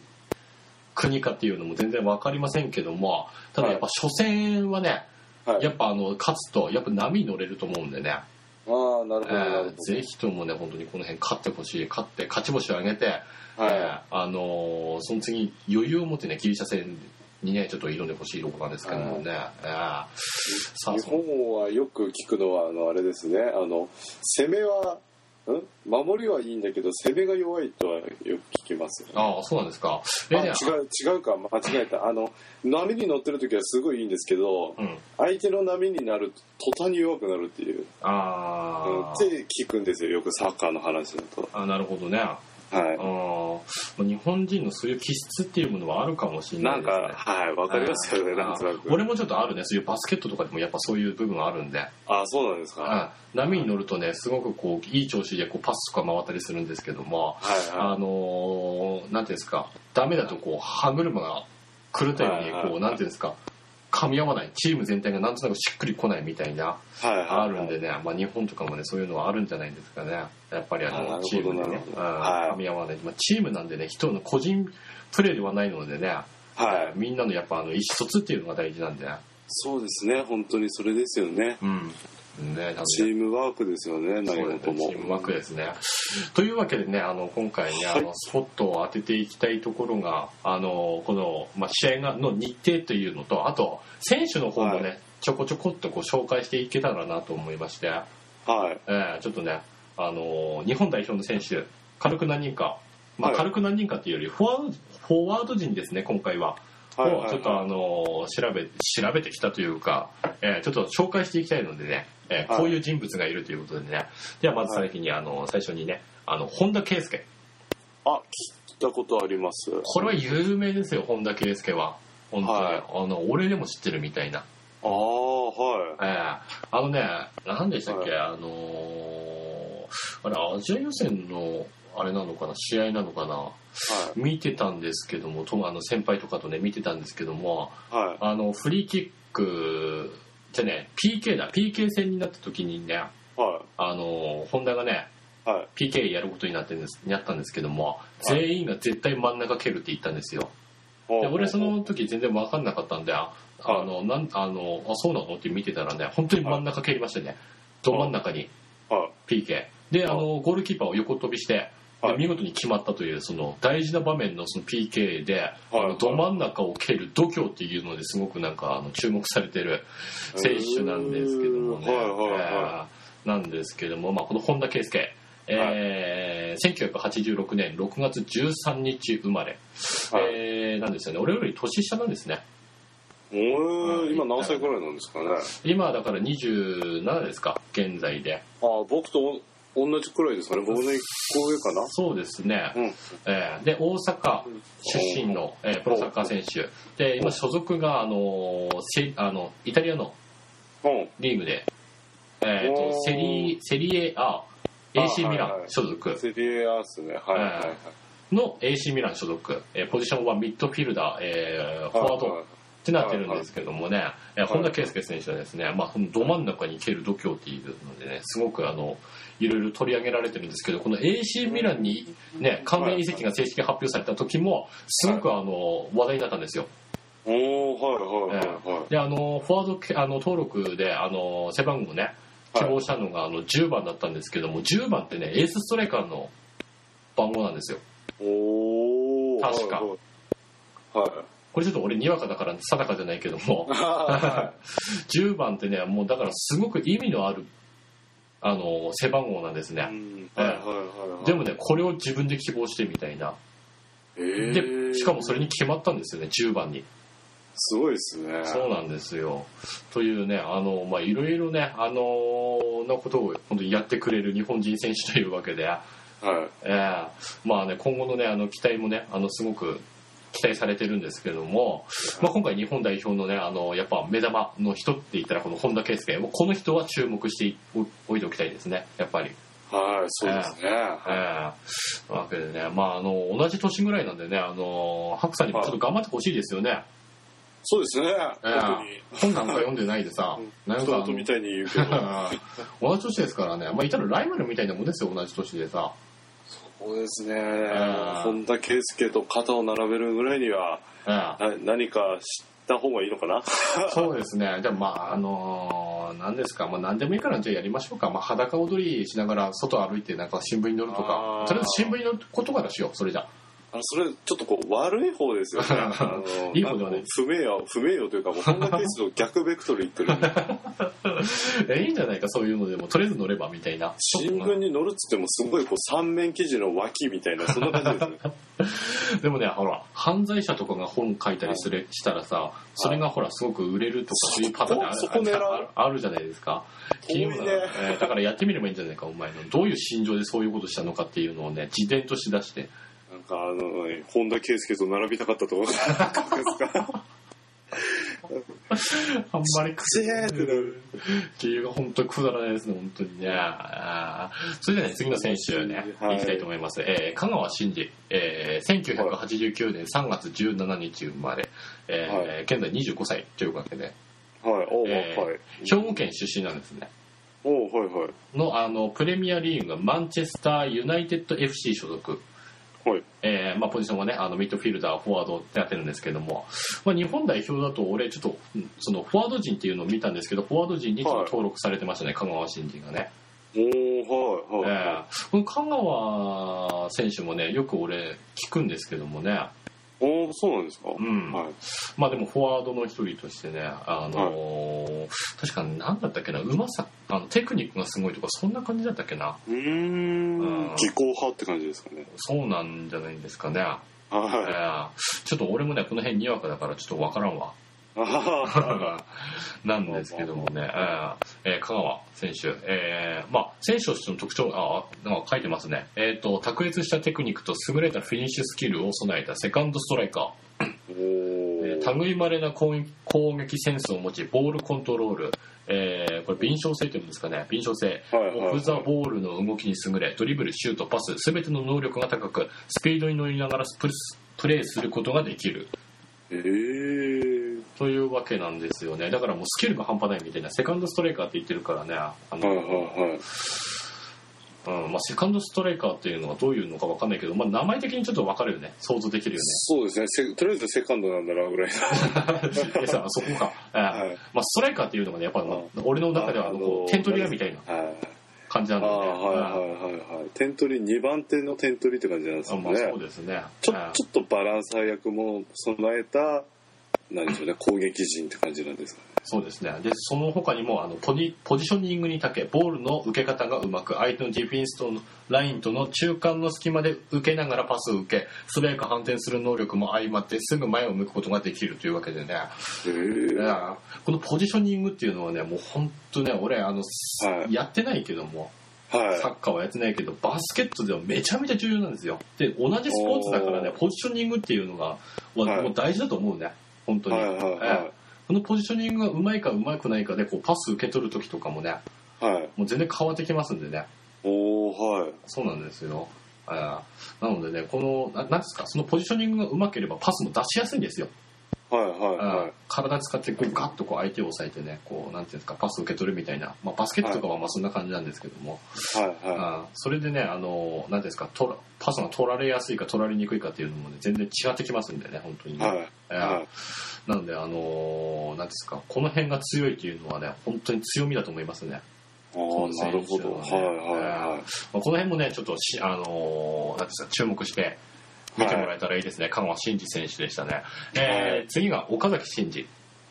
Speaker 1: 国かっていうのも全然わかりませんけどもただやっぱ初戦はね、
Speaker 2: はい
Speaker 1: やっぱあの勝つとやっぱ波に乗れると思うんでね、
Speaker 2: ああなるほど
Speaker 1: え
Speaker 2: なるほ
Speaker 1: ーぜひともね本当にこの辺勝ってほしい勝って勝ち星を挙げて、
Speaker 2: どはい
Speaker 1: えーあのーその次余裕を持ってねギリシャ戦にねちょっと挑んでほしいところなんですけどもね、えーさあ
Speaker 2: 日
Speaker 1: その
Speaker 2: 本はよく聞くのはあのあれですねあの攻めはん守りはいいんだけど攻めが弱いとはよく聞きますよね
Speaker 1: ああそうなんですかえ
Speaker 2: あ
Speaker 1: じゃあ
Speaker 2: 違う違うか間違えたあの波に乗ってる時はすごいいいんですけど
Speaker 1: うん
Speaker 2: 相手の波になると途端に弱くなるっていううん
Speaker 1: あ
Speaker 2: っ
Speaker 1: ー
Speaker 2: て聞くんですよよくサッカーの話だと
Speaker 1: あなるほどねあ
Speaker 2: はい
Speaker 1: ー日本人のそういう気質っていうものはあるかもしれな
Speaker 2: ないん
Speaker 1: ですね
Speaker 2: かはいわかりますよね
Speaker 1: あー
Speaker 2: なんとなく
Speaker 1: 俺もちょっとあるねそういうバスケットとかでもやっぱそういう部分はあるんで、
Speaker 2: あそうなんですか
Speaker 1: う
Speaker 2: は
Speaker 1: ん波に乗るとねすごくこういい調子でこうパスとか回ったりするんですけども、
Speaker 2: いはい
Speaker 1: あのーなんていうんですかダメだとこう歯車が狂ったように
Speaker 2: はいはい
Speaker 1: こ
Speaker 2: は
Speaker 1: う
Speaker 2: い
Speaker 1: なんていうんですか噛み合わないチーム全体がなんとなくしっくりこないみたいな
Speaker 2: はいはい
Speaker 1: あるんでね、まあ、日本とかもねそういうのはあるんじゃないですかねやっぱりあ
Speaker 2: あなるほ
Speaker 1: の
Speaker 2: ど
Speaker 1: チームでね
Speaker 2: なるほど
Speaker 1: うん
Speaker 2: はい
Speaker 1: 噛み合わない、まあ、チームなんでね人の個人プレーではないのでね、
Speaker 2: はい
Speaker 1: みんなのやっぱあの意思疎通っていうのが大事なんでね,、
Speaker 2: そうですね本当にそれですよね
Speaker 1: うん、ねなんで
Speaker 2: チームワークですよね、何
Speaker 1: そうです
Speaker 2: 事
Speaker 1: ね、
Speaker 2: も。
Speaker 1: チームワークですね。というわけでね、あの今回ね、
Speaker 2: はい
Speaker 1: あのスポットを当てていきたいところが、あのこの、まあ、試合がの日程というのと、あと選手の方もね、
Speaker 2: は
Speaker 1: ちょこちょこっとこう紹介していけたらなと思いまして、
Speaker 2: はい。
Speaker 1: えーちょっとね、あの日本代表の選手、軽く何人か、まあ、
Speaker 2: はい
Speaker 1: 軽く何人かというよりフォワード、フォワード陣ですね、今回は。
Speaker 2: はい
Speaker 1: をちょっとあ
Speaker 2: は
Speaker 1: の調べ調べてきたというか、えーちょっと紹介していきたいのでね、えーこういう人物がいるということでね、ではまず最初にあの最初にねあの本田圭佑
Speaker 2: い、あ、聞いたことあります。
Speaker 1: これは有名ですよ本田圭佑は本当に、
Speaker 2: はい
Speaker 1: あの俺でも知ってるみたいな、
Speaker 2: ああ、はい。
Speaker 1: えーあのね何でしたっけ、あのーあれアジア予選のあれなのかな試合なのかな見てたんですけどもとあの先輩とかとね見てたんですけども、
Speaker 2: はい。はい。
Speaker 1: あのフリーキックじゃね PK だ PK 戦になった時にね
Speaker 2: は
Speaker 1: あの本田がね
Speaker 2: い。はい。
Speaker 1: PK やることになってんですやったんですけども全員が絶対真ん中蹴るって言ったんですよで
Speaker 2: で
Speaker 1: 俺そ、の時全然分かんなかったんでああのなんあのあそうなのって見てたらね本当に真ん中蹴りましたねど真ん中に
Speaker 2: は
Speaker 1: PK であのゴールキーパーを横飛びしてで
Speaker 2: はい
Speaker 1: 見事に決まったというその大事な場面のその PK であ
Speaker 2: は
Speaker 1: の
Speaker 2: い
Speaker 1: ど真ん中を蹴る度胸っていうのですごくなんかあの注目されてる選手なんですけどもね
Speaker 2: うーんはいはいは
Speaker 1: えーなんですけども、まあ、この本田圭佑、えー1986年6月13日生まれ、
Speaker 2: はい
Speaker 1: えーなんですよね俺より年下なんですね
Speaker 2: お
Speaker 1: う
Speaker 2: ー
Speaker 1: ん
Speaker 2: 今何歳くらいなんですかね
Speaker 1: 今だから27ですか現在で
Speaker 2: ああ僕とお同じくらいですかね僕の1個上かな
Speaker 1: そうですね、
Speaker 2: うん
Speaker 1: えーで大阪出身の、えープロサッカー選手で今所属が、あのーセあのイタリアの
Speaker 2: うん
Speaker 1: リーグで、えーと
Speaker 2: おー
Speaker 1: セリセリエ A
Speaker 2: あ
Speaker 1: AC ミラ
Speaker 2: はい
Speaker 1: ン
Speaker 2: はい
Speaker 1: 所属
Speaker 2: セリエアースねはいはいはい
Speaker 1: の AC ミラン所属、えーポジションはミッドフィルダー、えーフォワー
Speaker 2: はいは
Speaker 1: ド
Speaker 2: い
Speaker 1: ってなってるんですけどもね、えー本田圭佑選手はですね、まあ、そのど真ん中に蹴る度胸っていうのでねすごくあのいろいろ取り上げられてるんですけどこの AC ミランに、ね、完全移籍が正式発表された時もすごくあの話題になったんですよ。
Speaker 2: おおはいはいはいはい
Speaker 1: であのフォワードけあの登録であの背番号ね希望したのがあの10番だったんですけども10番ってねエースストライカーの番号なんですよ
Speaker 2: おお
Speaker 1: 確か
Speaker 2: は
Speaker 1: これちょっと俺にわかだから定かじゃないけども
Speaker 2: いは
Speaker 1: 10番ってねもうだからすごく意味のあるあの背番号なんです
Speaker 2: い
Speaker 1: ね、
Speaker 2: うんはいはいはいはい
Speaker 1: でもねこれを自分で希望してみたいなでしかもそれ
Speaker 2: に
Speaker 1: に決まったんですよね10番に
Speaker 2: すごいですね
Speaker 1: そうなんですよ。というね、あの、まあ、いろいろね、あのなことを本当にやってくれる日本人選手というわけで、
Speaker 2: はい
Speaker 1: えーまあね、今後のね、あの、期待もね、あの、すごく期待されてるんですけれども、まあ、今回日本代表のね、あの、やっぱ目玉の人って言ったら、この本田圭佑、この人は注目しておおいておきたいですね、やっぱり。
Speaker 2: はいそうですね
Speaker 1: えーわけでね、まあ、あの、同じ年ぐらいなんでね、あの、白さんにもちょっと頑張ってほしいですよね。
Speaker 2: そうですね
Speaker 1: え
Speaker 2: 本当に
Speaker 1: ー本なんか読んでないでさ、なん
Speaker 2: 人
Speaker 1: かあ
Speaker 2: 々
Speaker 1: の
Speaker 2: みたいに言うけど
Speaker 1: 同じ年ですからね、まあ、いたらライバルみたいなもんですよ、同じ年でさ。
Speaker 2: そうですね
Speaker 1: ん
Speaker 2: 本田圭佑と肩を並べるぐらいには
Speaker 1: え
Speaker 2: な何か知った方がいいのかな
Speaker 1: えそうですね、じゃあ、まあ、あのー、なんですか、まあ、なんでもいいから、じゃあやりましょうか、まあ、裸踊りしながら、外歩いて、なんか新聞に載ると
Speaker 2: あ
Speaker 1: か、
Speaker 2: ー
Speaker 1: とりあえず新聞に載ることからしよう、それじゃ。
Speaker 2: あのそれちょっとこう悪い方です よねあの
Speaker 1: いい方ではない
Speaker 2: んかこう不名誉不名誉というかもう本田圭佑と逆ベクトルいってる
Speaker 1: えいいんじゃないか、そういうのでも、とりあえず乗ればみたいな。
Speaker 2: 新聞に載るっつってもすごいこう三面記事の脇みたいなそんな感じです ね
Speaker 1: でもね、ほら、犯罪者とかが本書いたりする、したらさ、それがほら、すごく売れるとか、そういうパターンある
Speaker 2: そこ狙う
Speaker 1: あるあるじゃないですか。
Speaker 2: 遠いね
Speaker 1: 企業なえーだからやってみればいいんじゃないか、お前の。どういう心情でそういうことしたのかっていうのをね、自伝として出 して。
Speaker 2: なんかあの本田圭佑と並びたかったとこ
Speaker 1: あんまりく
Speaker 2: せーってなる
Speaker 1: っていう、本当にくだらないですね、本当にね。あーそれではね、次の選手ね、
Speaker 2: はい
Speaker 1: いきたいと思います。えー香川真司、えー1989年3月17日生まれ、えー現在25歳というわけで、
Speaker 2: はいおう、
Speaker 1: えー
Speaker 2: はい
Speaker 1: 兵庫県出身なんですね。
Speaker 2: おうはいはい
Speaker 1: のあのプレミアリーグがマンチェスター・ユナイテッド FC 所属、
Speaker 2: はい
Speaker 1: えーまあ、ポジションはねあのミッドフィルダー、フォワードってなってるんですけども、まあ、日本代表だと俺、ちょっとうんそのフォワード陣っていうのを見たんですけどフォワード陣にちょっと登録されてましたね、香川真司がね、
Speaker 2: おう
Speaker 1: え
Speaker 2: はいはい、
Speaker 1: ーこの香川選手もねよく俺、聞くんですけどもね、
Speaker 2: おおそうなんですか、
Speaker 1: うん
Speaker 2: はい
Speaker 1: まあ、でもフォワードの一人としてね、あのー確か何だったっけなうまさあのテクニックがすごいとかそんな感じだったっけな。
Speaker 2: うー
Speaker 1: うんん
Speaker 2: 技巧派って感じですかね
Speaker 1: そうなんじゃないんですかね。え
Speaker 2: は
Speaker 1: ーちょっと俺もねこの辺にわかだからちょっとわからんわ
Speaker 2: いあはは
Speaker 1: なんですけどもね、えーえー香川選手、えーまあ、選手としての特徴ああなんか書いてますね、えー、と卓越したテクニックと優れたフィニッシュスキルを備えたセカンドストライカ
Speaker 2: お
Speaker 1: ー、え
Speaker 2: ー
Speaker 1: ー、類いまれな攻撃攻撃センスを持ちボールコントロール、えーこれ敏捷性というんですかね敏捷性
Speaker 2: はいはい
Speaker 1: オ
Speaker 2: は
Speaker 1: フ・
Speaker 2: い
Speaker 1: ザ・ボールの動きに優れドリブル、シュート、パス全ての能力が高くスピードに乗りながらプレスプレーすることができる
Speaker 2: えー
Speaker 1: というわけなんですよねだからもうスキルが半端ないみたいなセカンドストライカーって言ってるからねあ
Speaker 2: はい
Speaker 1: の、
Speaker 2: はいはい
Speaker 1: うんまあ、セカンドストライカーっていうのはどういうのか分かんないけど、まあ、名前的にちょっと分かるよね想像で きるよ
Speaker 2: そうですねせとりあえずセカンドなんだなぐらい
Speaker 1: ねえさそこか、え
Speaker 2: はい
Speaker 1: まあ、ストライカーっていうのがねやっぱ、まあ
Speaker 2: うん
Speaker 1: 俺の中ではあのこう
Speaker 2: あ
Speaker 1: 点取り屋みたいな
Speaker 2: はい
Speaker 1: 感じなん
Speaker 2: あ
Speaker 1: だ
Speaker 2: あ
Speaker 1: よね
Speaker 2: はいはいはいはい点取り2番手の点取りって感じなんです
Speaker 1: うん
Speaker 2: よ
Speaker 1: あまあ、
Speaker 2: ね
Speaker 1: そうですね
Speaker 2: ちょ
Speaker 1: うん
Speaker 2: ちょっとバランス配役も備えたなんでしょうね攻撃陣って感じなんですかね
Speaker 1: そうですね。で、その他にも、あの、ポジ、ポジショニングに長け、ボールの受け方がうまく、相手のディフェンスとのラインとの中間の隙間で受けながらパスを受け、素早く反転する能力も相まって、すぐ前を向くことができるというわけでね。い
Speaker 2: へ
Speaker 1: やこのポジショニングっていうのはね、もう本当ね、俺、あの、
Speaker 2: はい
Speaker 1: やってないけども、
Speaker 2: えはい
Speaker 1: サッカーはやってないけど、バスケットではめちゃめちゃ重要なんですよ。で、同じスポーツだからね
Speaker 2: お、ー
Speaker 1: ポジショニングっていうのが、
Speaker 2: はい
Speaker 1: もう大事だと思うね、本当に。
Speaker 2: はいはい
Speaker 1: ええこのポジショニングがうまいかうまくないかで、こう、パス受け取る時とかもね、
Speaker 2: はいはい
Speaker 1: もう全然変わってきますんでね。
Speaker 2: おおはい
Speaker 1: そうなんですよ。ええなのでね、この、ななんですか、そのポジショニングがうまければパスも出しやすいんですよ。
Speaker 2: はいはいは
Speaker 1: 体使ってこうガッとこう相手を抑えてねこうなんていうんですかパスを受け取るみたいな、まあ、バスケットとかはまあそんな感じなんですけども、
Speaker 2: いはいは
Speaker 1: あーそれでねあのなんていうんですか取らパスが取られやすいか取られにくいかっていうのもね全然違ってきますんでね本当に
Speaker 2: い
Speaker 1: ね、
Speaker 2: はい
Speaker 1: えー
Speaker 2: は
Speaker 1: なのであのーなんていうんですかこの辺が強いというのはね本当に強みだと思いますね、
Speaker 2: いああなるほどはいは
Speaker 1: まあ、この辺もねちょっとしあのーなんていうんですか注目して見てもらえたらいいですね、香川真司選手でしたね、
Speaker 2: は
Speaker 1: え
Speaker 2: い
Speaker 1: ー、次が岡崎真司
Speaker 2: い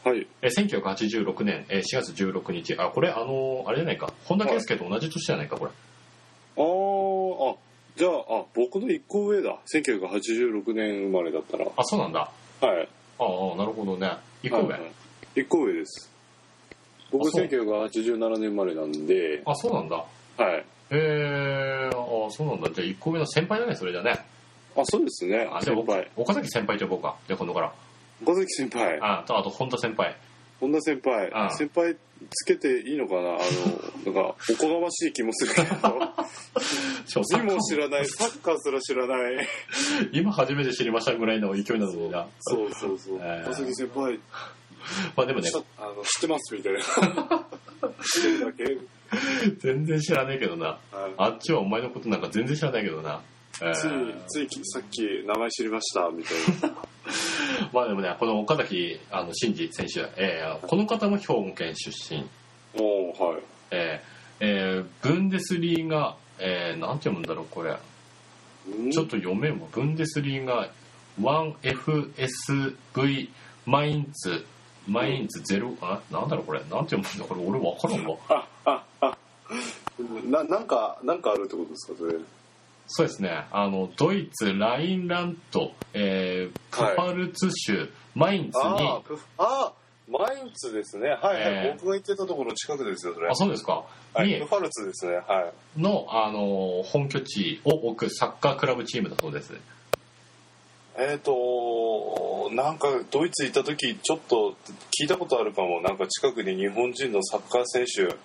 Speaker 2: はい
Speaker 1: えー1986年えー4月16日あこれあのーあれじゃないか本田圭佑と同じ年じゃないかこれ
Speaker 2: あーあじゃああ僕の一個上だ1986年生まれだったら
Speaker 1: あそうなんだ
Speaker 2: はい
Speaker 1: ああなるほどね行こう
Speaker 2: はいは
Speaker 1: べ
Speaker 2: い一個上です僕
Speaker 1: あそう
Speaker 2: 1987年生まれなんで
Speaker 1: あそうなんだ
Speaker 2: はい
Speaker 1: えー、あそうなんだじゃあ1個目の先輩だねそれじゃね
Speaker 2: あそうですね
Speaker 1: あじゃあ
Speaker 2: 先輩
Speaker 1: 岡崎先輩と呼ぼうかじゃあ今度から
Speaker 2: 岡崎先輩
Speaker 1: あとあと本田先輩
Speaker 2: 本田先輩
Speaker 1: ああ
Speaker 2: 先輩つけていいのかな あのなんかおこがましい気もするけど
Speaker 1: そう
Speaker 2: 字も知らないサッカーすら知らない
Speaker 1: 今初めて知りましたぐらいの勢いなのにな
Speaker 2: そうそうそう
Speaker 1: ええ
Speaker 2: 岡崎先輩
Speaker 1: まあでもね
Speaker 2: ちょあの知ってますみたいな知ってるだけ
Speaker 1: 全然知らねえけどな
Speaker 2: はい
Speaker 1: あっちはお前のことなんか全然知らないけどなえ
Speaker 2: つい
Speaker 1: ー
Speaker 2: ついさっき名前知りましたみ たいな
Speaker 1: まあでもね、この岡崎あの真司選手、えーこの方も兵庫県出身、
Speaker 2: おおはい
Speaker 1: えーえーブンデスリーガ、えーなんて読むんだろう、これ、
Speaker 2: うん
Speaker 1: ちょっと読めんも、ブンデスリーガ 1FSV マインツ、マインツゼロ、あ、なんだろう、これ、なんて読むんだ、これ、俺、わからんわ。
Speaker 2: ななんかなんかあるってことですかそれ
Speaker 1: そうですね、あのドイツ、ラインラント、えー、
Speaker 2: は
Speaker 1: プ
Speaker 2: い
Speaker 1: パルツ州、マインツに、
Speaker 2: あープあーマインツですねはいはい、
Speaker 1: ええ
Speaker 2: 僕が行ってたところの近くですよそれ
Speaker 1: あそうですか、
Speaker 2: はい、
Speaker 1: に
Speaker 2: プファルツですねはい
Speaker 1: の、あの本拠地を置くサッカークラブチームだそうです。
Speaker 2: えっ、となんかドイツ行った時ちょっと聞いたことあるかもなんか近くに日本人のサッカー選手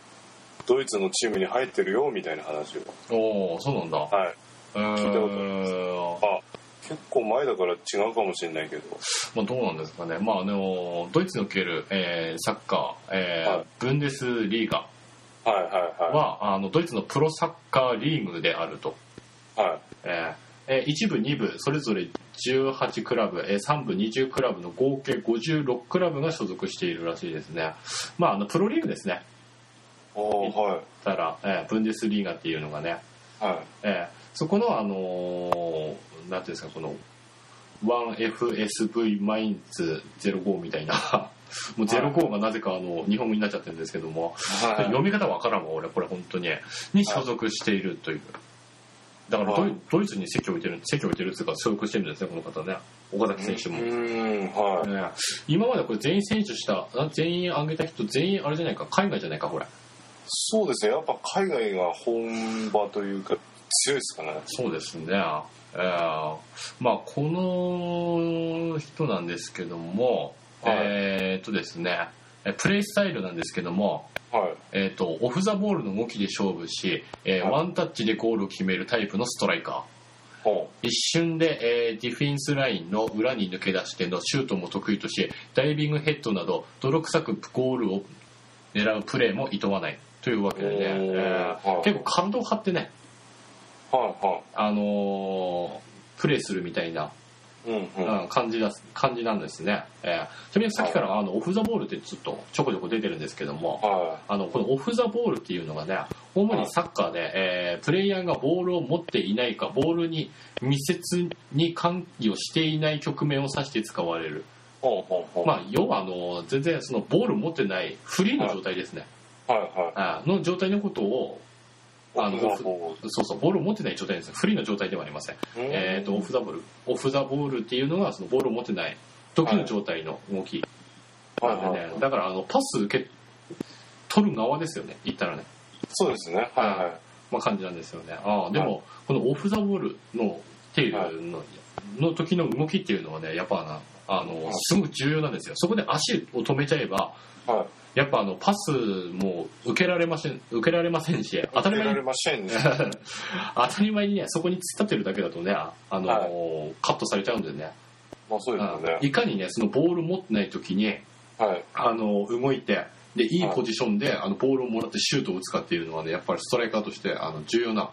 Speaker 2: ドイツのチームに入ってるよみたいな話を
Speaker 1: おお、そうなんだ。
Speaker 2: はい
Speaker 1: 聞
Speaker 2: いたことありあ結構前だから違うかもしれないけど
Speaker 1: まあ、どうなんですかね。まあ、あのドイツにおける、えーサッカー、えー
Speaker 2: はい
Speaker 1: ブンデスリーガ
Speaker 2: はいはいは
Speaker 1: は、あのドイツのプロサッカーリーグであると。
Speaker 2: いはい
Speaker 1: えーえー、1部、2部、それぞれ18クラブ、えー、3部、20クラブの合計56クラブが所属しているらしいですね。まあ、あのプロリーグですね。
Speaker 2: おーはい
Speaker 1: たら、えーブンデスリーガっていうのがね、
Speaker 2: は
Speaker 1: ええそこの、あのーなんていうんですか、この、1FSV マインツ05みたいな、 もう05がなぜかあの日本語になっちゃってるんですけども、
Speaker 2: い
Speaker 1: 読み方わからんわ、俺、これ本当に、に所属しているという。だからドイ
Speaker 2: はい
Speaker 1: ドイツに席を置いてる、席を置いてるっていうか、所属してるんですね、この方ね。岡崎選手も。
Speaker 2: うーんはい
Speaker 1: ね今までこれ全員選手した、あ全員挙げた人、全員あれじゃないか、海外じゃないか、これ。
Speaker 2: そうですねやっぱ海外が本場というか強いですかね
Speaker 1: そうですね。えーまあ、この人なんですけども、
Speaker 2: はい
Speaker 1: えーっとですね、えプレイスタイルなんですけども、
Speaker 2: はい
Speaker 1: えーっと、オフザボールの動きで勝負し、えー
Speaker 2: はい
Speaker 1: ワンタッチでゴールを決めるタイプのストライカー。
Speaker 2: ほ
Speaker 1: 一瞬で、えーディフェンスラインの裏に抜け出してのシュートも得意としダイビングヘッドなど泥臭くゴールを狙うプレーも厭わないというわけでね、
Speaker 2: おー
Speaker 1: えー
Speaker 2: はい
Speaker 1: 結構感動を張ってね、
Speaker 2: うはいは
Speaker 1: あのープレーするみたいな、
Speaker 2: いうんうん
Speaker 1: うん感じだ感じなんですね、えーちなみにさっきからあのオフ・ザ・ボールってちょっとちょこちょこ出てるんですけども、
Speaker 2: は
Speaker 1: あのこのオフ・ザ・ボールっていうのがね主にサッカーで、えープレイヤーがボールを持っていないかボールに密接に関与していない局面を指して使われる、
Speaker 2: ほうほうほう。
Speaker 1: まあ、要はあの全然そのボール持ってないフリーの状態ですね、
Speaker 2: はいは
Speaker 1: あの状態のことを
Speaker 2: い。
Speaker 1: あの
Speaker 2: ほうほ
Speaker 1: そうそうボールを持ってない状態ですねフリーの状態ではありません、
Speaker 2: ううん
Speaker 1: えー、とオフ・ザ・ボールオフ・ザ・ボールっていうのはそのボールを持ってない時の状態の動き
Speaker 2: は
Speaker 1: ないんで
Speaker 2: はい
Speaker 1: ね、だからあのパス受け取る側ですよね言ったらね、
Speaker 2: そうですね。はいはい。
Speaker 1: まあ、感じなんですよねああでも、このオフ・ザ・ボールのテールの,、の時の動きっていうのはねやっぱなあのすごく重要なんですよそこで足を止めちゃえば
Speaker 2: はい。
Speaker 1: やっぱあのパスも受けられません受けられませんし当たり
Speaker 2: 受け
Speaker 1: 前
Speaker 2: ら
Speaker 1: に
Speaker 2: れませ んね。
Speaker 1: 当たり前にねそこに突っ立ってるだけだとねあの、
Speaker 2: は
Speaker 1: カットされちゃうんだよね
Speaker 2: まあそうですよね
Speaker 1: う。んいかにねそのボール持ってない時に
Speaker 2: はい。
Speaker 1: あの動いてでいいポジションで、あのボールをもらってシュートを打つかっていうのはねやっぱりストライカーとしてあの重要な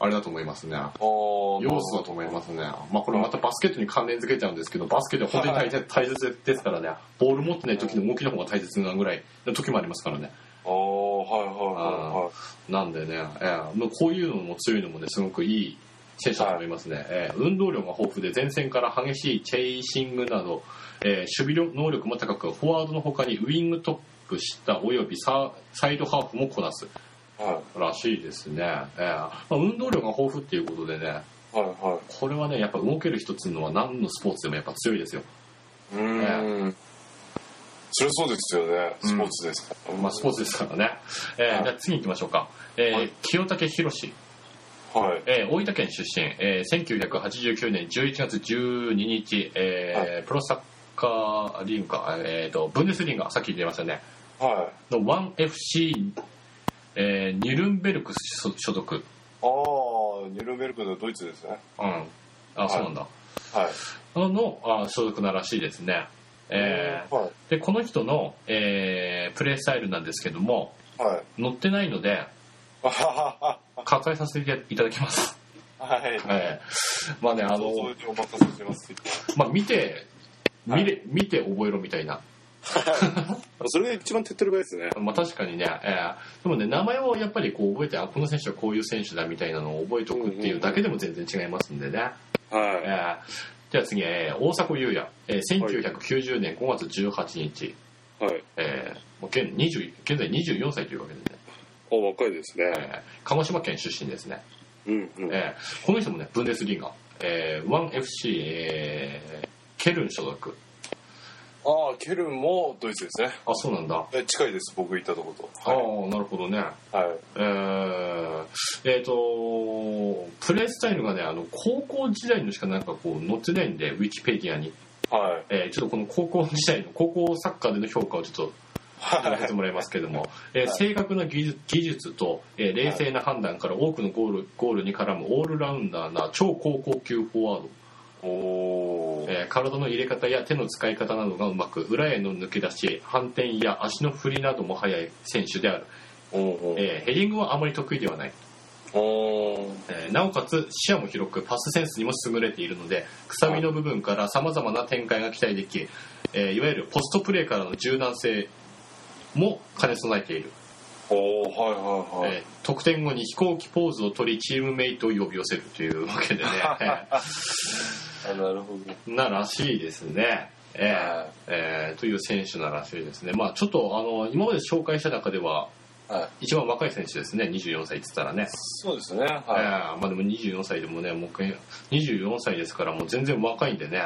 Speaker 1: あれだと思いますね
Speaker 2: お
Speaker 1: 要素だと思いますね、まあ、これまたバスケットに関連づけちゃうんですけどバスケでは本当に大切大切ですからねボール持ってない時の動きの方が大切なぐらいの時もありますからね
Speaker 2: ああ、はいはいはいはい。
Speaker 1: なんでね、ええもうこういうのも強いのもね、すごくいい選手だと思いますね、ええ運動量が豊富で、前線から激しいチェイシングなど、ええ守備能力も高く、フォワードの他にウイングトップ下およびササイドハーフもこなす
Speaker 2: はい
Speaker 1: らしいですね、ええまあ、運動量が豊富っていうことでね、
Speaker 2: はいは
Speaker 1: これはね、やっぱ動ける人っていうのは、何のスポーツでもやっぱ強いですよ。
Speaker 2: い。うーん。それそうですよね。スポーツですから。
Speaker 1: まあ、スポーツですからね。ええ
Speaker 2: はい
Speaker 1: じゃあ次行きましょうか。ええ
Speaker 2: はい
Speaker 1: 清武宏
Speaker 2: はい。
Speaker 1: えー大分県出身、えー1989年11月12日、えープロサッカーリーグか、えー、とブンデスリーガさっき出ましたね
Speaker 2: はい。
Speaker 1: の 1FC、えーニュルンベルク所所属、
Speaker 2: ああ、ニュルンベルクのドイツですね。
Speaker 1: うん、あそうなんだ、
Speaker 2: はい。
Speaker 1: ののあ所属ならしいですね、え
Speaker 2: はい。
Speaker 1: ーでこの人の、えープレースタイルなんですけども
Speaker 2: はい。
Speaker 1: 乗ってないので
Speaker 2: あは
Speaker 1: 割愛させていただきます、
Speaker 2: はは はい。
Speaker 1: はい、まあねあ
Speaker 2: あ
Speaker 1: の
Speaker 2: の、それでお任せしますって言って。
Speaker 1: まあ見て
Speaker 2: はい
Speaker 1: 見れ見て覚えろみたいな
Speaker 2: それが一番手っ取り早いですね。
Speaker 1: まあ、確かにね、えーでもね名前をやっぱりこう覚えてあこの選手はこういう選手だみたいなのを覚えておくっていうだけでも全然違いますんでね、え
Speaker 2: は
Speaker 1: ーじゃあ次、えー大迫勇也、えー1990年5月18日、
Speaker 2: い。はい。
Speaker 1: えーもう現20現在24歳というわけでね、
Speaker 2: あ、若いですね。
Speaker 1: えー鹿児島県出身ですね、
Speaker 2: うんうん。
Speaker 1: えーこの人もねブンデスリーガ、えー 1FC、えーケルン所属
Speaker 2: ああ、ケルンもドイツですね。
Speaker 1: あそうなんだ、
Speaker 2: え近いです、僕行ったとこと。
Speaker 1: ああなるほどね
Speaker 2: はい。はい。
Speaker 1: えーえーとプレースタイルがねあの高校時代のしかなんかこう載ってないんでウィキペディアに、
Speaker 2: はい。
Speaker 1: えーちょっとこの高校時代の高校サッカーでの評価をちょっと
Speaker 2: は
Speaker 1: させてもらいますけども、えー正確な技術技術と、えー冷静な判断から多くのゴールゴールに絡むオールラウンダーな超高校級フォワード、
Speaker 2: おー。
Speaker 1: えー体の入れ方や手の使い方などがうまく裏への抜け出し反転や足の振りなども速い選手である、
Speaker 2: おー。
Speaker 1: えーヘディングはあまり得意ではない
Speaker 2: おー。
Speaker 1: えーなおかつ視野も広くパスセンスにも優れているのでくさみの部分からさまざまな展開が期待でき、えーいわゆるポストプレーからの柔軟性も兼ね備えている、
Speaker 2: おー、はいはいはい。
Speaker 1: えー得点後に飛行機ポーズを取りチームメイトを呼び寄せるというわ けでね、え
Speaker 2: あ、なるほど。
Speaker 1: ーならしいですね。えー
Speaker 2: は。
Speaker 1: えーという選手ならしいですね、まあ、ちょっとあの今まで紹介した中ではい
Speaker 2: はい。
Speaker 1: 一番若い選手ですね、24歳って言ったらね。
Speaker 2: そうですね。
Speaker 1: え
Speaker 2: は
Speaker 1: ーまあでも24歳でもね、もう24歳ですから、もう全然若いんでね、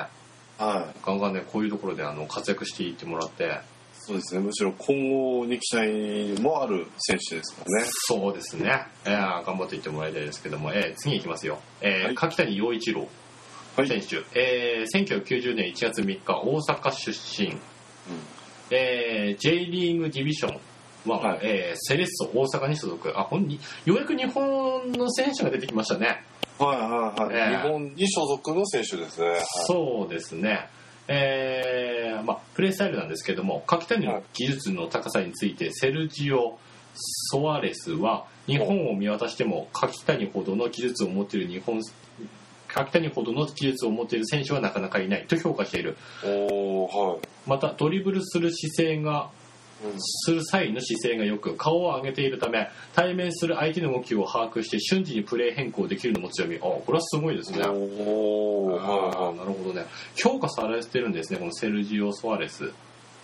Speaker 2: い。はい。
Speaker 1: ガンガンね、こういうところであの活躍していってもらって、
Speaker 2: そうですね。むしろ今後に期待もある選手ですからね。
Speaker 1: そうですね、えー頑張っていってもらいたいですけども、えー次いきますよ、えー
Speaker 2: はい
Speaker 1: 柿谷陽一郎
Speaker 2: はい。
Speaker 1: 選手、えー1990年1月3日、大阪出身、えー J リーグディビジョン1、
Speaker 2: はい
Speaker 1: えーセレッソ大阪に所属あほんに、ようやく日本の選手が出てきましたね。
Speaker 2: はいはいはい。
Speaker 1: ええ
Speaker 2: 日本に所属の選手ですね。はい
Speaker 1: そうですね、えーまあ、プレースタイルなんですけども柿谷の技術の高さについてセルジオ・ソアレスは日本を見渡しても柿谷ほどの技術を持っている日本柿谷ほどの技術を持っている選手はなかなかいないと評価している
Speaker 2: おー、はい。
Speaker 1: またドリブルする姿勢がする際の姿勢がよく顔を上げているため対面する相手の動きを把握して瞬時にプレー変更できるのも強みあこれはすごいですね
Speaker 2: おお
Speaker 1: あー
Speaker 2: は
Speaker 1: なるほどね評価されてるんですねこのセルジオ・ソアレス、
Speaker 2: い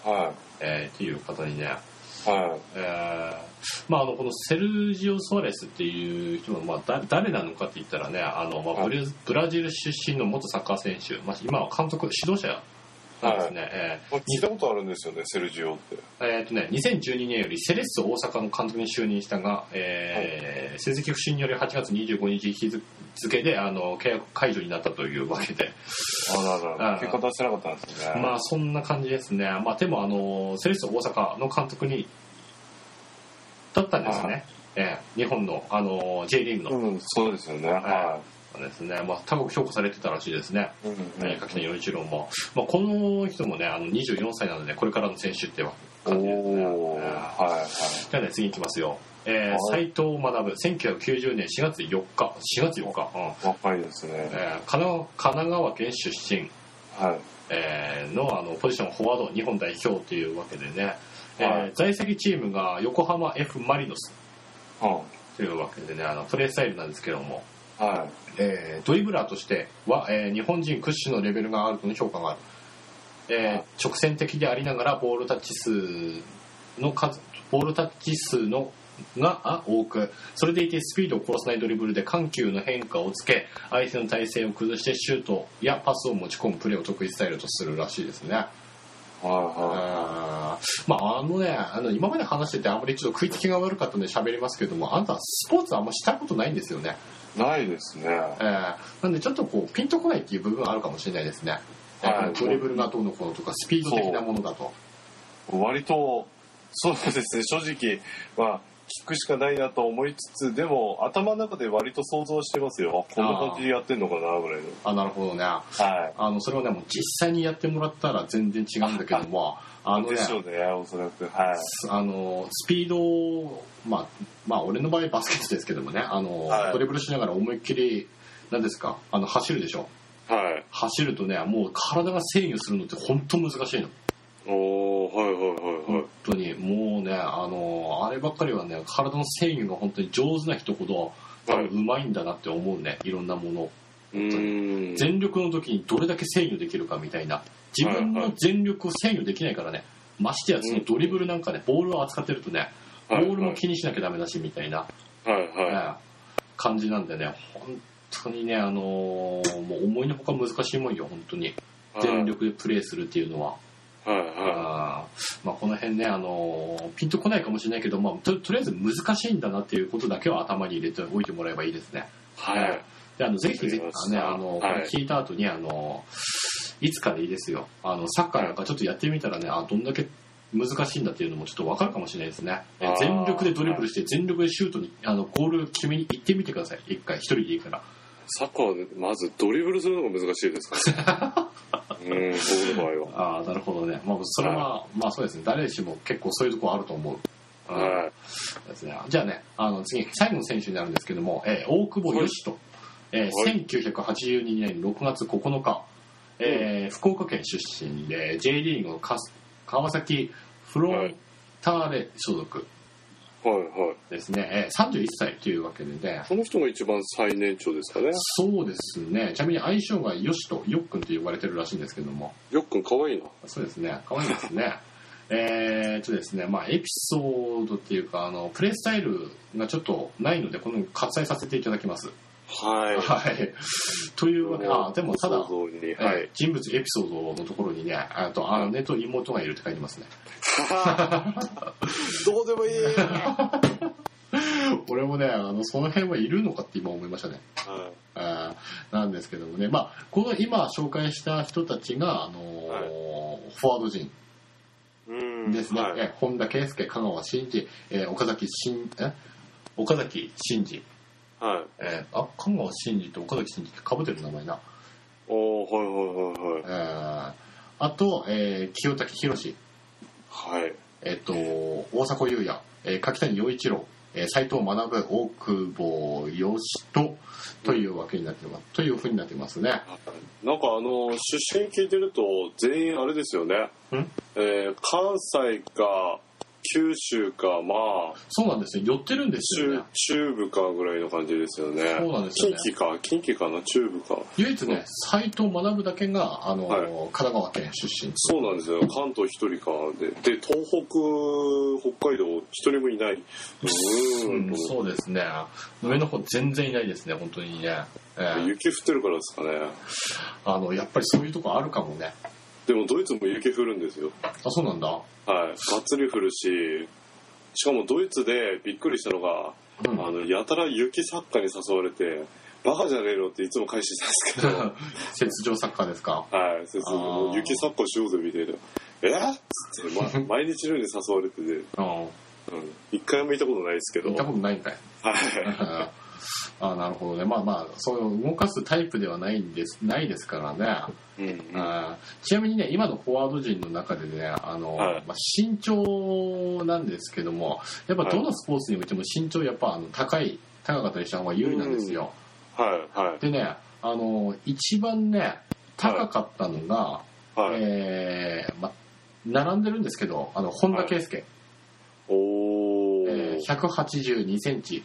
Speaker 2: は
Speaker 1: えーっていう方にね、
Speaker 2: いは
Speaker 1: えーまあ、あのこのセルジオ・ソアレスっていう人は、まあ、だ誰なのかって言ったらねあの、まあ、ブルブラジル出身の元サッカー選手、まあ、今は監督指導者なんですね、え
Speaker 2: い聞いたことあるんですよねセルジオって
Speaker 1: ーえーとね、2012年よりセレッソ大阪の監督に就任したが、えー成績不振により8月25日日付であの契約解除になったというわけで、
Speaker 2: あら
Speaker 1: あー
Speaker 2: ら結果出せなかったんですね
Speaker 1: まあそんな感じですね、まあ、でもあのセレッソ大阪の監督にだったんですね、ええ日本のあの J リーグの、
Speaker 2: うんそうですよねは
Speaker 1: ですね、まあ、高く評価されてたらしいですね、
Speaker 2: いうん
Speaker 1: ええ垣根洋一郎も、まあ、この人もねあの24歳なのでこれからの選手って感じですね
Speaker 2: おお
Speaker 1: ええ
Speaker 2: は
Speaker 1: じゃあね、次いきますよ。えー、
Speaker 2: は
Speaker 1: 斎藤学、1990年4月4日、4月4日、うん
Speaker 2: いはい若いですね
Speaker 1: えー神奈川神奈川県出身、
Speaker 2: はい
Speaker 1: えーのあのポジションフォワード日本代表というわけでね、えー
Speaker 2: はい
Speaker 1: 在籍チームが横浜 F ・マリノス
Speaker 2: う
Speaker 1: というわけでね、あのプレースタイルなんですけども、
Speaker 2: んはい
Speaker 1: えードリブラーとしては、えー日本人屈指のレベルがあるとの評価がある、えー
Speaker 2: はい
Speaker 1: 直線的でありながらボールタッチ数の数ボールタッチ数のがあ多くそれでいてスピードを殺さないドリブルで緩急の変化をつけ相手の体勢を崩してシュートやパスを持ち込むプレーを得意スタイルとするらしいですね。
Speaker 2: は
Speaker 1: あーまああのねあの今まで話しててあんまりちょっと食いつきが悪かったんで喋りますけどもあんたスポーツあんましたことないんですよね。
Speaker 2: いはいないですね
Speaker 1: えーなんでちょっとこうピンとこないっていう部分はあるかもしれないですね、
Speaker 2: はい
Speaker 1: えードリブルがどうのこうのとかスピード的なものだと
Speaker 2: 割とそうですね正直まあ聞くしかないなと思いつつでも頭の中で割と想像してますよあこんな感じでやってんのかなぐらいの
Speaker 1: あなるほどねあ
Speaker 2: はい
Speaker 1: のそれはねもう実際にやってもらったら全然違うんだけど もあの
Speaker 2: で
Speaker 1: ね
Speaker 2: しょうねおそらくはい
Speaker 1: あのスピードをまあまあ俺の場合バスケットですけどもねあの、
Speaker 2: はい
Speaker 1: ドリブルしながら思いっきり何ですかあの走るでしょ
Speaker 2: はい
Speaker 1: 走るとねもう体が制御するのって本当難しいの
Speaker 2: おおはいはい
Speaker 1: 本当にもうねあのあればっかりはね体の制御が本当に上手な人ほど多分うまいんだなって思うねいろんなものを
Speaker 2: うん
Speaker 1: 全力の時にどれだけ制御できるかみたいな自分
Speaker 2: はい
Speaker 1: の
Speaker 2: はい
Speaker 1: 全力を制御できないからねましてやそのドリブルなんかねボールを扱ってるとねボールも気にしなきゃダメだしみたいな、
Speaker 2: はいは
Speaker 1: ね感じなんでね本当にねあのーもう思いのほか難しいもんよ本当に全力でプレーするっていうのは。
Speaker 2: はいは
Speaker 1: あーまあ、この辺ね、あのーピンとこないかもしれないけど、まあ、ととりあえず難しいんだなっていうことだけは頭に入れておいてもらえばいいですね。であのぜひぜ
Speaker 2: わかりま
Speaker 1: ひ、
Speaker 2: し
Speaker 1: ね、
Speaker 2: た
Speaker 1: あの、
Speaker 2: はい
Speaker 1: これ聞いた後にあのいつかでいいですよあのサッカーなんかちょっとやってみたらねあどんだけ難しいんだっていうのもちょっと分かるかもしれないですねえ
Speaker 2: あー
Speaker 1: 全力でドリブルして全力でシュートにあのゴール決めに行ってみてください一回一人でいいから
Speaker 3: サッカーはねまずドリブルするのが難しいです から。うん、僕の場
Speaker 1: ああなるほどね、まあ、それは、まあそうですね誰しも結構そういうところあると思う、
Speaker 3: 合は。はい。
Speaker 1: ですね。じゃあね、あの次、最後の選手になるんですけども、えー大久保嘉人、えー
Speaker 3: はい
Speaker 1: 1982年6月9日、えー福岡県出身で、J リーグのかす川崎フロンターレ所属
Speaker 3: はいはい。
Speaker 1: ですね、えー31歳というわけでね、
Speaker 3: この人が一番最年長ですかね。
Speaker 1: そうですね、ちなみに愛称がよしとよっくんと呼ばれてるらしいんですけども、
Speaker 3: よっくん可愛いな。
Speaker 1: そうですね、可愛いですね。 えーっとですね、まあエピソードっていうか、あの、プレイスタイルがちょっとないので、この割愛させていただきます。
Speaker 3: はい。
Speaker 1: はい。というわけあでもただ、
Speaker 3: 想像に。
Speaker 1: えー
Speaker 3: はい。
Speaker 1: 人物エピソードのところにね、あと姉と妹がいるって書いてますね。
Speaker 3: どうでもいい。
Speaker 1: 俺もね、あのその辺はいるのかって今思いましたね。あーなんですけどもね、まあこの今紹介した人たちがあのー
Speaker 3: はい
Speaker 1: フォワード陣
Speaker 3: うん。
Speaker 1: ですね。
Speaker 3: はい
Speaker 1: えー本田圭佑、香川真司、えー岡崎真え岡崎真司、
Speaker 3: はい。
Speaker 1: えーあ香川真司と岡崎真司って被ってる名前な。
Speaker 3: おー、はいはい
Speaker 1: えーあと、えー清武博史。
Speaker 3: はいはい。はい。
Speaker 1: えっと、大迫勇也、えー柿谷陽一郎、えー斉藤学、大久保嘉人というわけになってます。というふうになってますね。
Speaker 3: なんかあの出身聞いてると全員あれですよね
Speaker 1: ん、
Speaker 3: えー関西か
Speaker 2: 九州か、まあ、
Speaker 1: そうなんですよ寄ってるんですよ
Speaker 2: 中
Speaker 1: ね
Speaker 2: 中部かぐらいの感じですよね。
Speaker 1: そうなんですよね
Speaker 2: 近畿か、近畿かな、中部か。
Speaker 1: 唯一ね斎藤学だけがあの、
Speaker 2: はい
Speaker 1: 神奈川県出身
Speaker 2: そうなんですよ。関東一人か。で、で東北、北海道、一人もいない。うー、
Speaker 1: うんん、そうですね上の方全然いないですね本当にね、えー
Speaker 2: 雪降ってるからですかね。
Speaker 1: あのやっぱりそういうとこあるかもね
Speaker 2: でも、ドイツも雪降るんですよ。
Speaker 1: あそうなん だ、
Speaker 2: はい。がっつり降るし、しかもドイツでびっくりしたのが、
Speaker 1: うん
Speaker 2: あの、やたら雪作家に誘われて、バカじゃねえのっていつも返してたんですけど、
Speaker 1: 雪上サッカーですか
Speaker 2: はい、先生、
Speaker 1: あー
Speaker 2: もう雪作家しようぜみたいな。えっつって、 ま、毎日のように誘われてて、
Speaker 1: うん
Speaker 2: うん一回も行ったことないですけど
Speaker 1: 行っ、たことないんかい
Speaker 2: はい。
Speaker 1: あーなるほどねまあまあそう動かすタイプではないんですないですからね、
Speaker 2: うん
Speaker 1: あーちなみにね今のフォワード陣の中でねあの、
Speaker 2: はい
Speaker 1: まあ、身長なんですけどもやっぱどのスポーツにおいても身長やっぱあの高い高かったりした方が有利なんですよ、
Speaker 2: はい、はい、
Speaker 1: でね、あの一番ね高かったのが、
Speaker 2: はい。
Speaker 1: えーま、並んでるんですけどあの本田圭佑、
Speaker 2: おー。
Speaker 1: えー、182センチ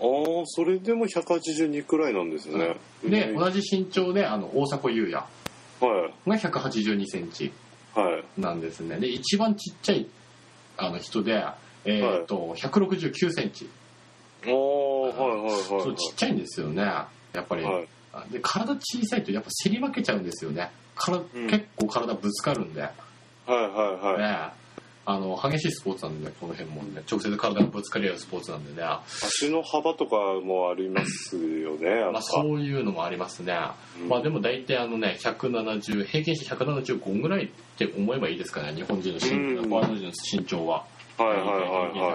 Speaker 2: ああ、それでも182くらいなんですね。
Speaker 1: で、
Speaker 2: うんは
Speaker 1: 同じ身長であの大迫勇也
Speaker 2: い、
Speaker 1: が182センチ
Speaker 2: はい。
Speaker 1: なんですねで一番ちっちゃいあの人で、えーっと169センチ
Speaker 2: ああ、はい、はい、はい。
Speaker 1: そうちっちゃいんですよねやっぱり、
Speaker 2: はい、
Speaker 1: で体小さいとやっぱ競り負けちゃうんですよねから、
Speaker 2: うん
Speaker 1: 結構体ぶつかるんで
Speaker 2: はい、はい、はい。
Speaker 1: ね、あの激しいスポーツなんでねこの辺もね直接体がぶつかり合うスポーツなんでね、ま
Speaker 2: 足の幅とかもありますよね。やっぱ
Speaker 1: あ、そういうのもありますね、
Speaker 2: うん
Speaker 1: まあ、でも大体あのね170平均して175ぐらいって思えばいいですかね日本人の身
Speaker 2: うん
Speaker 1: フォワード人の身長は、
Speaker 2: はい、はい、は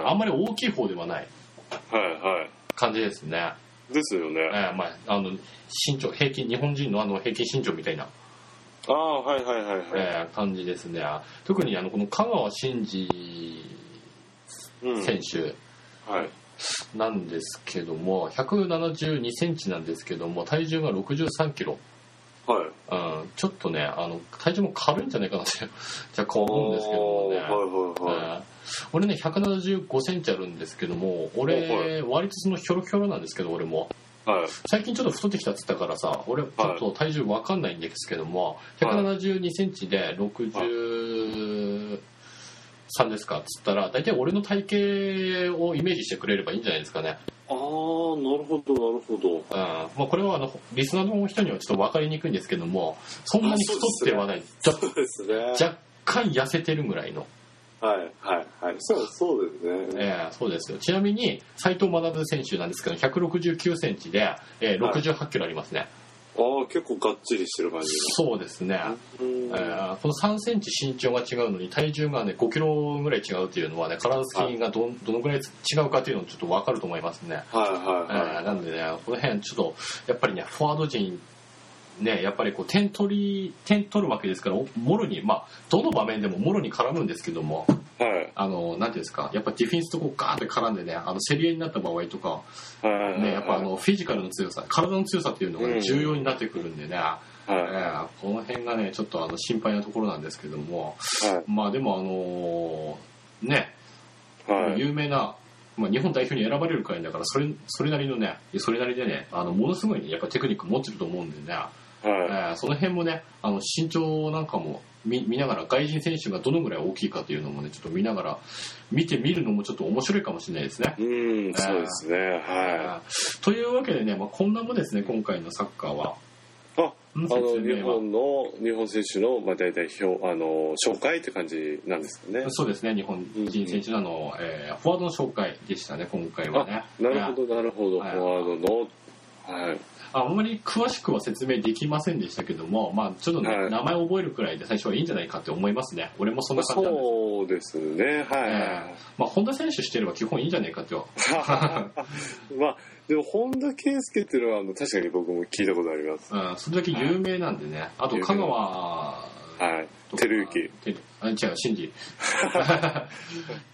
Speaker 2: い、
Speaker 1: あ
Speaker 2: は
Speaker 1: んまり大きい方ではない
Speaker 2: い。はい、は
Speaker 1: 感じですね、
Speaker 2: い。ですよね。
Speaker 1: ええまあ、あの身長平均日本人のあの平均身長みたいな、
Speaker 2: ああ、はい、はい、はい、はい。
Speaker 1: ええ感じですね特にあのこの香川真司
Speaker 2: うん。
Speaker 1: 選手、
Speaker 2: はい。
Speaker 1: なんですけども172センチなんですけども体重が63キロ、
Speaker 2: はい。
Speaker 1: うん、ちょっとねあの体重も軽いんじゃないかなって若干思うんですけどもね、
Speaker 2: おーはいはいはい。
Speaker 1: うん俺ね175センチあるんですけども俺割とそのヒョロヒョロなんですけど俺も
Speaker 2: はい。
Speaker 1: 最近ちょっと太ってきたっつったからさ俺ちょっと体重わかんないんですけども172センチで63ですかっつったら大体俺の体型をイメージしてくれればいいんじゃないですかね
Speaker 2: ああ、なるほど、なるほど。
Speaker 1: うんまあ、これはあのリスナーの人にはちょっと分かりにくいんですけどもそんなに太ってはない、
Speaker 2: そうですね。
Speaker 1: 若若干痩せてるぐらいの、
Speaker 2: はい、はい、はい。そう、そうですね。
Speaker 1: えーそうですよちなみに斎藤学選手なんですけど1 6 9センチで、えー
Speaker 2: はい
Speaker 1: 68キロありますね、
Speaker 2: ああ、結構がっちりしてる感じ
Speaker 1: そうですね、
Speaker 2: が。うん
Speaker 1: えーこの3センチ身長が違うのに体重がね5キロぐらい違うっていうのはね体つきがどんどのぐらい違うかっていうのちょっと分かると思いますね
Speaker 2: はいはい
Speaker 1: えー
Speaker 2: はい。
Speaker 1: なんでね、この辺ちょっと、やっぱりね、フォワード陣、ね、やっぱりこう点取り、点取るわけですから、おもろに、まあ、どの場面でももろに絡むんですけども、
Speaker 2: はい
Speaker 1: あの、なんていうんですか、やっぱディフェンスとこうガーって絡んでね、あの、競り合いになった場合とか、
Speaker 2: はいはい。
Speaker 1: ね、やっぱあ、の、フィジカルの強さ、体の強さっていうのがね、
Speaker 2: うん
Speaker 1: 重要になってくるんでね、
Speaker 2: はい
Speaker 1: えーこの辺がね、ちょっとあの、心配なところなんですけども、
Speaker 2: は
Speaker 1: まあでもあのーね、
Speaker 2: いはい。
Speaker 1: 有名な、まあ、日本代表に選ばれるくらいだからそれそれなりのねそれなりでねあのものすごい、ね、やっぱテクニック持ってると思うんでね、え
Speaker 2: はい。
Speaker 1: ーその辺もねあの身長なんかも見見ながら外人選手がどのぐらい大きいかというのもねちょっと見ながら見てみるのもちょっと面白いかもしれないですね。
Speaker 2: うん、そうですね。は
Speaker 1: というわけでね、まあ、こんなもんですね今回のサッカーは。
Speaker 2: い。あ、
Speaker 1: あ
Speaker 2: あの日本の日本選手のまあ大体表あの紹介って感じなんですかね。
Speaker 1: そうですね日本人選手のあの、えーフォワードの紹介でしたね今回はね。
Speaker 2: なるほどなるほどフ
Speaker 1: はい
Speaker 2: ォワードのはい
Speaker 1: あんまり詳しくは説明できませんでしたけども、まあ、ちょっとね、
Speaker 2: はい
Speaker 1: 名前を覚えるくらいで最初はいいんじゃないかって思いますね。俺もそんな感じなんです。
Speaker 2: そうですねはいはいは
Speaker 1: えまあ、本田選手してれば基本いいんじゃないかって。
Speaker 2: い。まあでも本田圭佑っていうのはあの確かに僕も聞いたことあります。
Speaker 1: うん、それだけ有名なんでね。あと、香川
Speaker 2: はい
Speaker 1: とか。
Speaker 2: 照之。
Speaker 1: てあ違う、新次。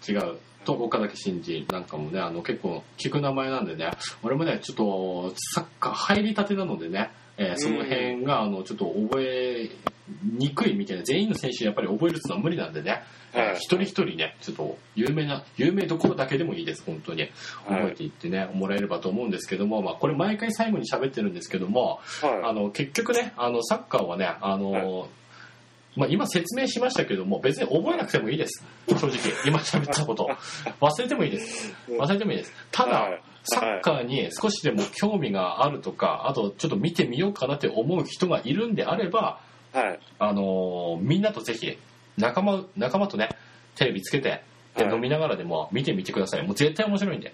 Speaker 1: 違う。と、岡崎新次なんかもね、あの、結構聞く名前なんでね。俺もね、ちょっと、サッカー入りたてなのでね、えーその辺があのちょっと覚えにくいみたいな全員の選手やっぱり覚えるっていうのは無理なんでね、
Speaker 4: はい
Speaker 1: えー一人一人ねちょっと有名な有名どころだけでもいいです本当に覚えていってね、もらえればと思うんですけども、まあ、これ毎回最後に喋ってるんですけども、あ
Speaker 4: は
Speaker 1: の結局ねあのサッカーはねあの、
Speaker 4: は
Speaker 1: まあ、今説明しましたけども別に覚えなくてもいいです正直今喋っ たこと忘れてもいいです忘れてもいいですただ、
Speaker 4: はい
Speaker 1: サッカーに少しでも興味があるとかあとちょっと見てみようかなって思う人がいるんであれば
Speaker 4: いはい
Speaker 1: あのみんなとぜひ仲間仲間とねテレビつけてで
Speaker 4: はい
Speaker 1: 飲みながらでも見てみてくださいもう絶対面白いんで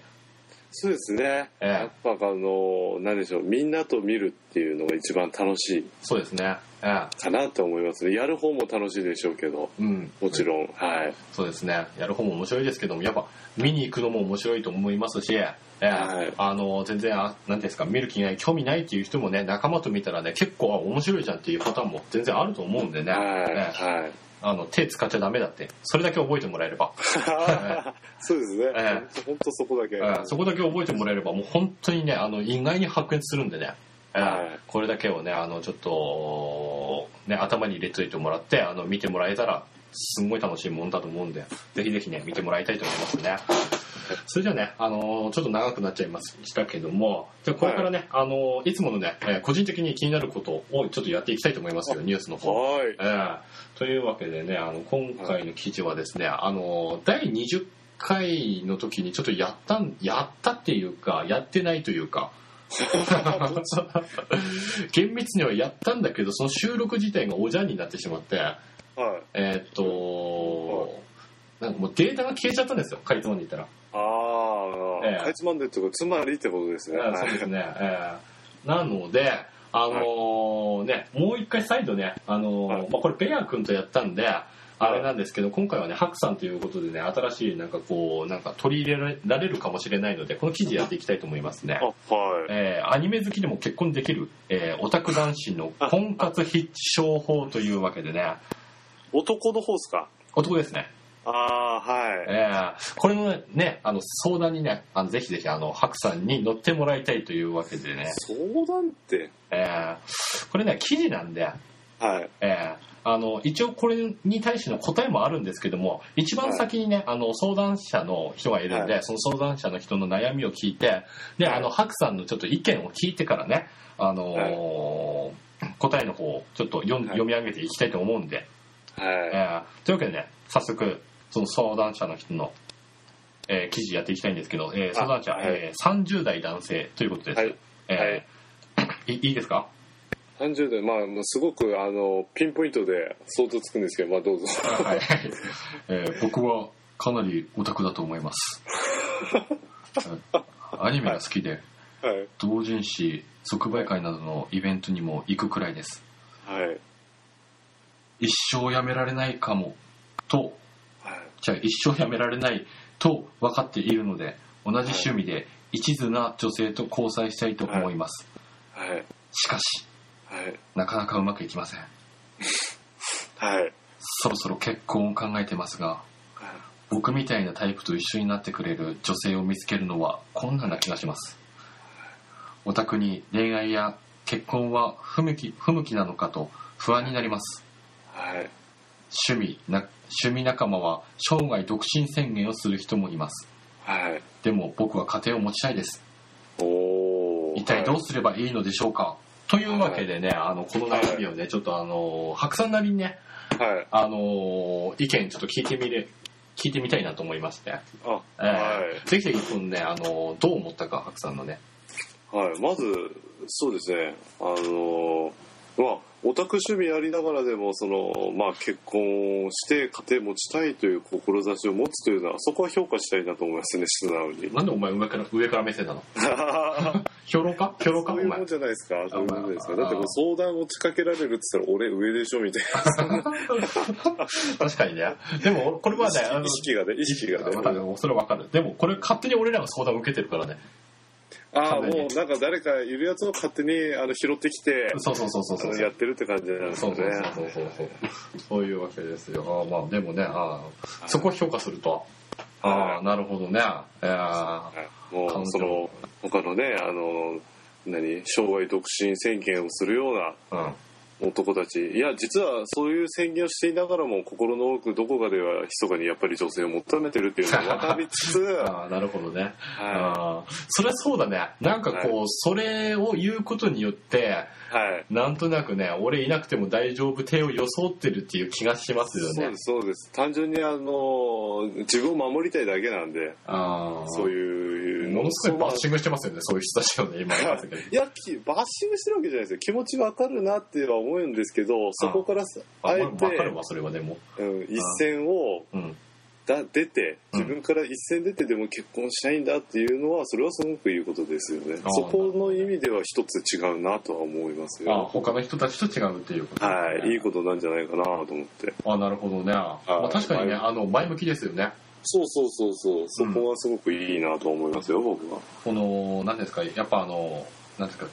Speaker 2: そうですね、
Speaker 1: ええ
Speaker 2: やっぱあの何でしょうみんなと見るっていうのが一番楽しい
Speaker 1: そうですねえ
Speaker 2: かなと思いますねやる方も楽しいでしょうけど
Speaker 1: えうん
Speaker 2: もちろんはい、
Speaker 1: そうですね。やる方も面白いですけども、やっぱ見に行くのも面白いと思いますし、ええ
Speaker 2: はい
Speaker 1: あの全然あなんていうんですか見る気ない興味ないっていう人もね仲間と見たらね結構あ面白いじゃんっていうパターンも全然あると思うんでね。
Speaker 2: はい、
Speaker 1: ええ
Speaker 2: はい
Speaker 1: あの手使っちゃダメだってそれだけ覚えてもらえれば、
Speaker 2: そうですね、
Speaker 1: ええ
Speaker 2: 本当ほんとそこだけ、
Speaker 1: ええそこだけ覚えてもらえればもう本当にねあの意外に白熱するんでね。ええ
Speaker 2: はい
Speaker 1: これだけをねあのちょっとね頭に入れといてもらってあの見てもらえたらすんごい楽しいもんだと思うんでぜひぜひね見てもらいたいと思いますねそれじゃあね、あのーちょっと長くなっちゃいましたけどもじゃあこれからね、いあのーいつものね、えー個人的に気になることをちょっとやっていきたいと思いますよニュースの方
Speaker 2: はい
Speaker 1: えーというわけでねあの今回の記事はですね、あのー第20回の時にちょっとやったんやったっていうかやってないという か厳密にはやったんだけどその収録自体がおじゃんになってしまって
Speaker 2: はい
Speaker 1: えーっとなんかもうデータが消えちゃったんですよかいつまんでいったら。
Speaker 2: ああ、
Speaker 1: ええ
Speaker 2: かいつまんでってことつまりってことですね、
Speaker 1: ええそうですね、ええなのであのーねもう一回再度ね、あのー
Speaker 2: はい
Speaker 1: まあ、これペア君とやったんであれなんですけど今回はねハクさんということでね新しいなんかこうなんか取り入れられるかもしれないのでこの記事やっていきたいと思いますね
Speaker 2: あ、はい
Speaker 1: えーアニメ好きでも結婚できる、えーオタク男子の婚活必勝法というわけでね
Speaker 2: 男の方ですか
Speaker 1: 男ですね、
Speaker 2: ああはい、
Speaker 1: えーこれのねあの相談にねあのぜひぜひあのハクさんに乗ってもらいたいというわけでね
Speaker 2: 相談って
Speaker 1: えーこれね記事なんで、
Speaker 2: はい
Speaker 1: えーあの一応これに対しての答えもあるんですけども一番先にね、あの相談者の人がいるんで、その相談者の人の悩みを聞いてで、
Speaker 2: はい
Speaker 1: あのハクさんのちょっと意見を聞いてからね、あのー答えの方をちょっと読,、
Speaker 2: はい
Speaker 1: 読み上げていきたいと思うんで、え
Speaker 2: はい
Speaker 1: ーというわけでね早速その相談者の人の、えー記事やっていきたいんですけど、えー相談者、
Speaker 2: はい
Speaker 1: えー30代男性ということです、
Speaker 2: はい
Speaker 1: えーいいいですか
Speaker 2: 30代まあもうすごくあのピンポイントで相当つくんですけどまあどうぞ
Speaker 1: はい、えー僕はかなりオタクだと思い ます。アニメが好きで、
Speaker 2: はい
Speaker 1: 同人誌、即売会などのイベントにも行くくらいです。
Speaker 2: はい
Speaker 1: 一生やめられないかも、と、
Speaker 2: はい
Speaker 1: じゃあ一生やめられないと分かっているので、同じ趣味で一途な女性と交際したいと思います。
Speaker 2: はい
Speaker 1: しかし、
Speaker 2: はい
Speaker 1: なかなかうまくいきません。
Speaker 2: はい
Speaker 1: そろそろ結婚を考えてますが、僕みたいなタイプと一緒になってくれる女性を見つけるのは困難な気がしますオタクに恋愛や結婚は不向き不向きなのかと不安になります
Speaker 2: はい
Speaker 1: 趣味な趣味仲間は生涯独身宣言をする人もいます
Speaker 2: はい
Speaker 1: でも僕は家庭を持ちたいです
Speaker 2: おお
Speaker 1: 一体どうすればいいのでしょうか、というわけでね、あの、この悩みをね、ちょっとあの、白さんなりにね、
Speaker 2: はい
Speaker 1: あの、意見ちょっと聞いてみれ、聞いてみたいなと思いまして。
Speaker 2: あは
Speaker 1: ええぜひぜひこのね、あの、どう思ったか、白さんのね。
Speaker 2: いはいまずそうですねあのまあオタク趣味ありながらでもその、まあ、結婚をして家庭持ちたいという志を持つというのはそこは評価したいなと思いますね素直に
Speaker 1: なんでお前上から、上から目線な の
Speaker 2: そ
Speaker 1: 評論家評論家お
Speaker 2: ういうも
Speaker 1: 前
Speaker 2: ん。じゃないですかそういうもんじゃないですか
Speaker 1: まあ
Speaker 2: だってこう相談を仕掛けられるって言ったら俺上でしょみたいな
Speaker 1: 確かにね。でも、俺これはね、あの
Speaker 2: 意、識がね意識がね
Speaker 1: またねそれわかる。でも、これ勝手に俺らが相談を受けてるからね。
Speaker 2: ああ
Speaker 1: 完全
Speaker 2: も
Speaker 1: に
Speaker 2: うなんか誰かいるやつを勝手にあの拾ってきて
Speaker 1: そうそうそうそう
Speaker 2: あ
Speaker 1: そう
Speaker 2: の。やってるって感じなんです
Speaker 1: そ
Speaker 2: よ
Speaker 1: うそう
Speaker 2: ね
Speaker 1: そうそうそう。そういうわけですよ。ああまあ、でもね、ああそこを評価すると。ああ、なるほどね。ええ
Speaker 2: はいもうその他のねあの何生涯独身宣言をするよう
Speaker 1: う
Speaker 2: な
Speaker 1: ん
Speaker 2: 男たちいや実はそういう宣言をしていながらも心の奥どこかでは密かにやっぱり女性を求めてるっていうのを分かりつつ、
Speaker 1: ああなるほどね
Speaker 2: は
Speaker 1: あーそれそうだねなんかこう、それを言うことによって
Speaker 2: いはい、
Speaker 1: なんとなくね俺いなくても大丈夫体を装ってるっていう気がしますよ
Speaker 2: そう
Speaker 1: ね
Speaker 2: ですそうです単純にあの自分を守りたいだけなんで
Speaker 1: ああ
Speaker 2: そういう
Speaker 1: ものすごいバッシ
Speaker 2: ン
Speaker 1: ングしてますよねそういう人たちをね今言いますけど
Speaker 2: いやきバッシングしてるわけじゃないですよ気持ち分かるなっては思うんですけどそこからさ
Speaker 1: あ
Speaker 2: あえ
Speaker 1: わかる
Speaker 2: て、
Speaker 1: わそれはでも
Speaker 2: うん、一線を
Speaker 1: うん
Speaker 2: だ出て
Speaker 1: うん
Speaker 2: 自分から一線出てでも結婚しないんだっていうのはそれはすごくいいことですよね
Speaker 1: あー
Speaker 2: そこの意味では一つ違うなとは思います
Speaker 1: あ
Speaker 2: よ
Speaker 1: 他の人たちと違うっていうことですね、
Speaker 2: はいいいことなんじゃないかなと思って
Speaker 1: あなるほどね、まあ、確かにねあの前向きですよね
Speaker 2: そうそうそうそうそこはすごくいいなと思いますよ僕は
Speaker 1: この何ですかやっぱあの何ですか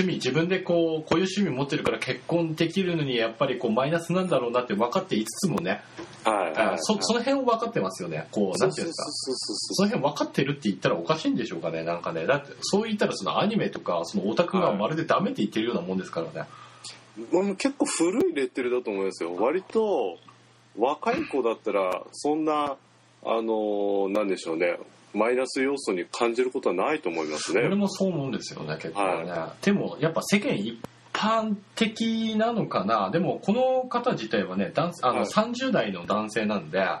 Speaker 1: 趣味自分でこうこういう趣味持ってるから結婚できるのにやっぱりこうマイナスなんだろうなって分かっていつつもね、
Speaker 2: はいはいはい
Speaker 1: そその辺を分かってますよねこう
Speaker 2: そ
Speaker 1: 何
Speaker 2: う
Speaker 1: て
Speaker 2: そ
Speaker 1: いう
Speaker 2: そうん
Speaker 1: ですか
Speaker 2: そ
Speaker 1: その辺分かってるって言ったらおかしいんでしょうかねなんかねだってそう言ったらそのアニメとかそのオタクがまるでダメって言ってるようなもんですからね、
Speaker 2: うそうもう結構古いレッテルだと思いますよ割と若い子だったらそんなあのーなんでしょうねマイナス要素に感じることはないと思いますね
Speaker 1: 俺もそう思うんですよね結構ね、
Speaker 2: は
Speaker 1: でもやっぱ世間一般的なのかなでもこの方自体はね男あの
Speaker 2: はい
Speaker 1: 30代の男性なんで、
Speaker 2: はい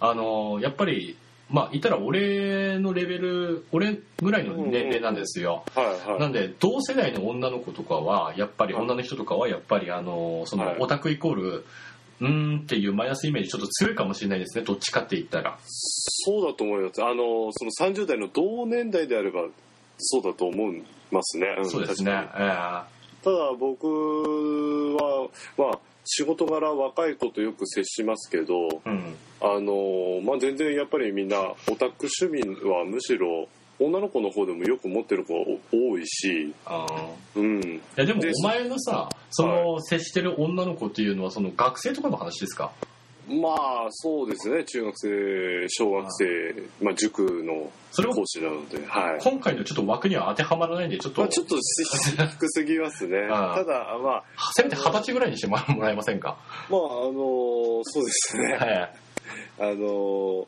Speaker 1: あのやっぱりまあいたら俺のレベル俺ぐらいの年齢なんですよ、
Speaker 2: はいはい
Speaker 1: なんで同世代の女の子とかはやっぱり
Speaker 2: はい
Speaker 1: 女の人とかはやっぱりあのその
Speaker 2: はい
Speaker 1: オタクイコールうーんっていうマイナスイメージちょっと強いかもしれないですねどっちかって言ったら
Speaker 2: そうだと思います。あの、その30代の同年代であれば、そうだと思いますね。ん
Speaker 1: そうですね、。
Speaker 2: 確か
Speaker 1: ええ
Speaker 2: にただ僕は、まあ、仕事柄若い子とよく接しますけど、
Speaker 1: うん
Speaker 2: あの、まあ全然やっぱりみんなオタク趣味はむしろ女の子の方でもよく持ってる子多いし、
Speaker 1: あー
Speaker 2: うん。
Speaker 1: いやでも
Speaker 2: で
Speaker 1: お前のさその接してる女の子っていうのはその学生とかの話ですか
Speaker 2: まあそうですね、中学生、小学生、まあ塾の
Speaker 1: それは
Speaker 2: 講師なので、はい。
Speaker 1: 今回のちょっと枠には当てはまらないんでちょっと、。
Speaker 2: まあ、ちょっと低すぎますね
Speaker 1: ああ
Speaker 2: ただ、まあ、
Speaker 1: せめて二十歳ぐらいにしてもらえませんか
Speaker 2: まあ、あのそうですね。
Speaker 1: はい
Speaker 2: あの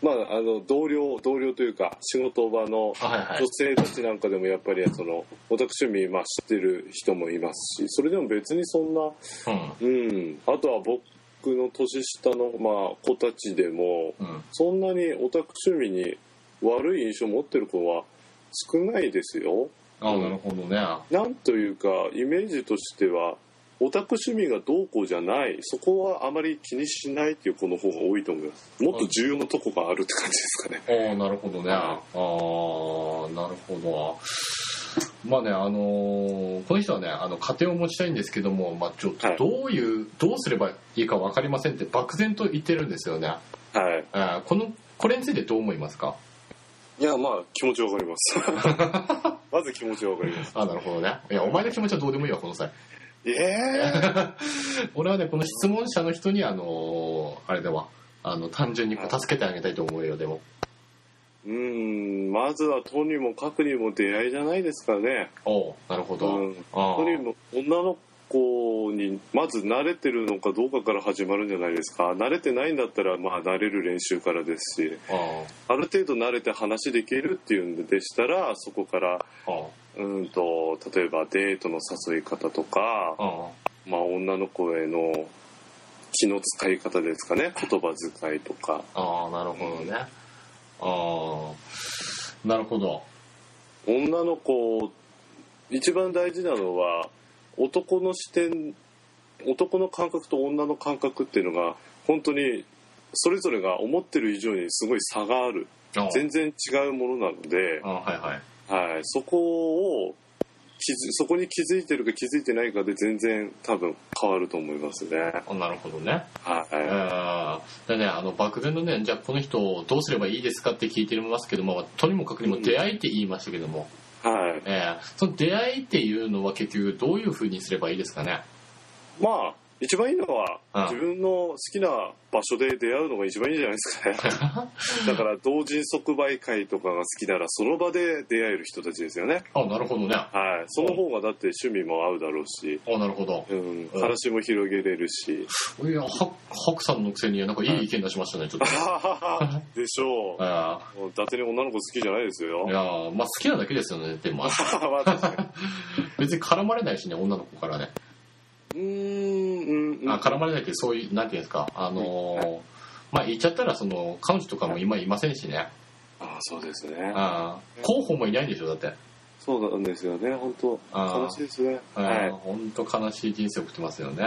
Speaker 2: まあ、あの、同僚、同僚というか、仕事場の
Speaker 1: はいはい
Speaker 2: 女性たちなんかでもやっぱり、その、オタク趣味、まあ、知ってる人もいますし、それでも別にそんな、
Speaker 1: うん
Speaker 2: うん、あとは僕の年下の、まあ、子たちでも、
Speaker 1: うん
Speaker 2: そんなにオタク趣味に悪い印象を持ってる子は少ないですよ。
Speaker 1: あーなるほどね
Speaker 2: なんというかイメージとしてはオタク趣味がどうこうじゃないそこはあまり気にしないっていう子の方が多いと思いますもっと重要なとこがあるって感じですかね
Speaker 1: ああなるほどねああなるほどまあねあのーこの人はねあの家庭を持ちたいんですけども、まあ、ちょっ
Speaker 2: は
Speaker 1: と
Speaker 2: い
Speaker 1: どういう、どうすればいいか分かりませんって漠然と言ってるんですよね、
Speaker 2: はい
Speaker 1: えーこのこれについてどう思いますか
Speaker 2: いやまあ気持ちわかります まず気持ちわかります
Speaker 1: あなるほどねいやお前の気持ちはどうでもいいわこの際
Speaker 2: ええ
Speaker 1: 俺はねこの質問者の人にあのーあれではあの単純にこう助けてあげたいと思うよでも
Speaker 2: うんまずはとにもかくにも出会いじゃないですかね
Speaker 1: おうなるほど、
Speaker 2: うん
Speaker 1: あ
Speaker 2: とにも女の子にまず慣れてるのかどうかから始まるんじゃないですか慣れてないんだったらまあ慣れる練習からですし
Speaker 1: ああ
Speaker 2: ある程度慣れて話できるっていうんでしたらそこから
Speaker 1: あ
Speaker 2: うんと例えばデートの誘い方とか、
Speaker 1: ああ
Speaker 2: まあ、女の子への気の使い方ですかね言葉遣いとか
Speaker 1: ああなるほどね、ああなるほど
Speaker 2: 女の子一番大事なのは男の視点男の感覚と女の感覚っていうのが本当にそれぞれが思ってる以上にすごい差がある
Speaker 1: ああ
Speaker 2: 全然違うものなので。
Speaker 1: ああはいはい
Speaker 2: はい、そこを気づそこに気づいてるか気づいてないかで全然多分変わると思いますね。
Speaker 1: あなるほどね、え
Speaker 2: は
Speaker 1: ーでねあの漠然のねじゃあこの人をどうすればいいですかって聞いてますけどもとにもかくにも出会いって言いましたけども、
Speaker 2: い、はい、
Speaker 1: えーその出会いっていうのは結局どういうふうにすればいいですかね
Speaker 2: まあ一番いいのは、
Speaker 1: うん
Speaker 2: 自分の好きな場所で出会うのが一番いいんじゃないですかねだから同人即売会とかが好きならその場で出会える人たちですよね
Speaker 1: あなるほどねあ
Speaker 2: はいその方がだって趣味も合うだろうし、
Speaker 1: なるほど
Speaker 2: うん、話も広げれるし、
Speaker 1: いやハクさんのくせになんかいい意見出しましたねちょっと
Speaker 2: でしょ
Speaker 1: えー
Speaker 2: うもう伊達に女の子好きじゃないですよ
Speaker 1: い やーまあ好きなだけですよねで も
Speaker 2: まあ確か
Speaker 1: 別に絡まれないしね女の子からね、
Speaker 2: にうーんうんうん
Speaker 1: あ絡まれないってそういうなんていうんですかあのーまあ言っちゃったらその彼女とかも今いませんしね、
Speaker 2: あそうですね
Speaker 1: あー候補もいないんでしょだって
Speaker 2: そうなんですよね本当
Speaker 1: あー
Speaker 2: 悲しいですねはい
Speaker 1: 本当、ほんと悲しい人生送ってますよね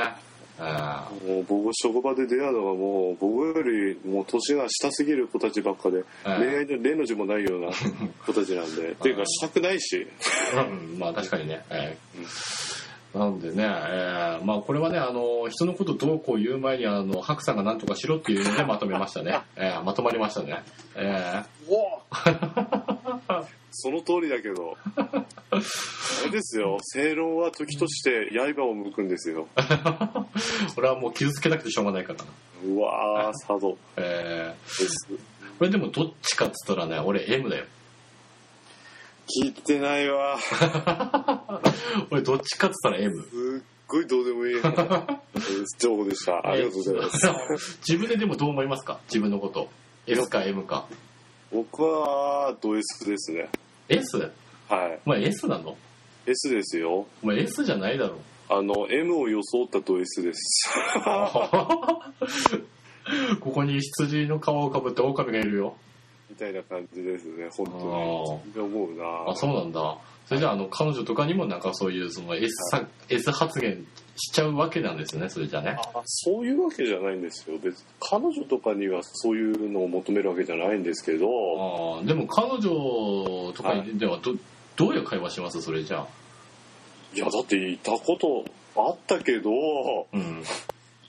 Speaker 1: あ
Speaker 2: もう僕職場で出会うのがもう僕よりもう年が下すぎる子たちばっかで
Speaker 1: ー
Speaker 2: 恋愛の例の字もないよう な子たちなんでっていうかしたくないし
Speaker 1: うんまあ確かにね、えーなんでね、えーまあこれはねあの人のことどうこう言う前にあの白さんが何とかしろっていうのでまとめました ね、えーまとまりましたね、え
Speaker 2: その通りだけどあれですよ正論は時として刃を向くんですよ
Speaker 1: ー、俺はもう傷つけたくてしょうがないからな
Speaker 2: うわー佐渡
Speaker 1: え
Speaker 2: です
Speaker 1: ーこれでもどっちかっつったらね俺 M だよ
Speaker 2: 聞いてないわ
Speaker 1: 俺どっちかっつったら M
Speaker 2: すっごいどうで もいい情報でしたありがとうございます
Speaker 1: 自分ででもどう思いますか自分のこと S か M か
Speaker 2: 僕はド S ですね
Speaker 1: S?
Speaker 2: はい
Speaker 1: お前 S なの
Speaker 2: S ですよ
Speaker 1: お前 S じゃないだろ
Speaker 2: あの M を装ったド S です
Speaker 1: ここに羊の皮をかぶって狼がいるよ
Speaker 2: みたいな感じですね本
Speaker 1: あ
Speaker 2: 当に思うな
Speaker 1: あそうなんだそれじゃああの彼女とかにもなんかそういうその S, さ S 発言しちゃうわけなんですねそれじゃね
Speaker 2: あそういうわけじゃないんですよ別に彼女とかにはそういうのを求めるわけじゃないんですけど
Speaker 1: あーでも彼女とかにではど,、どういう会話しますそれじゃあ
Speaker 2: いやだっていたことあったけど
Speaker 1: うん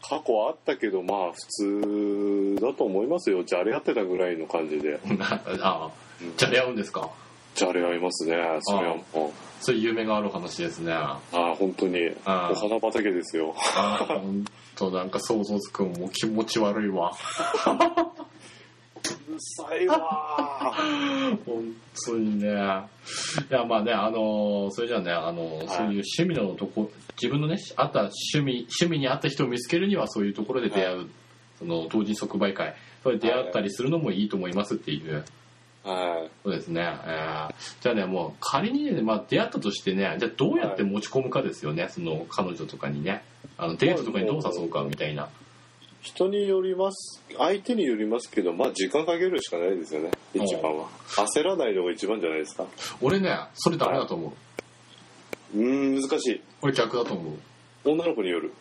Speaker 2: 過去あったけどまあ普通だと思いますよじゃれ合ってたぐらいの感じ で
Speaker 1: なあじゃれ合うんですか
Speaker 2: じゃれ合いますねそれはもう
Speaker 1: そういう夢がある話ですねあ
Speaker 2: ああ本当に
Speaker 1: あ
Speaker 2: お花畑ですよ
Speaker 1: あ本当なんか想像つくんもう気持ち悪いわ
Speaker 2: うるさいわー
Speaker 1: 本当にねいやまあねあのーそれじゃあねあのー、
Speaker 2: い
Speaker 1: そういう趣味のとこ自分のねあった趣味趣味に合った人を見つけるにはそういうところで出会う、その同時即売会それで出会ったりするのもいいと思いますっていう
Speaker 2: はい
Speaker 1: そうですね、えーじゃあねもう仮にね、まあ、出会ったとしてねじゃあどうやって持ち込むかですよね、その彼女とかにねあのデートとかにどう誘うかみたいな
Speaker 2: 人によります相手によりますけどまあ時間かけるしかないですよね一番は焦らないのが一番じゃないですか
Speaker 1: 俺ねそれダメだと思う
Speaker 2: うーん難しい
Speaker 1: 俺逆だと思う
Speaker 2: 女の子による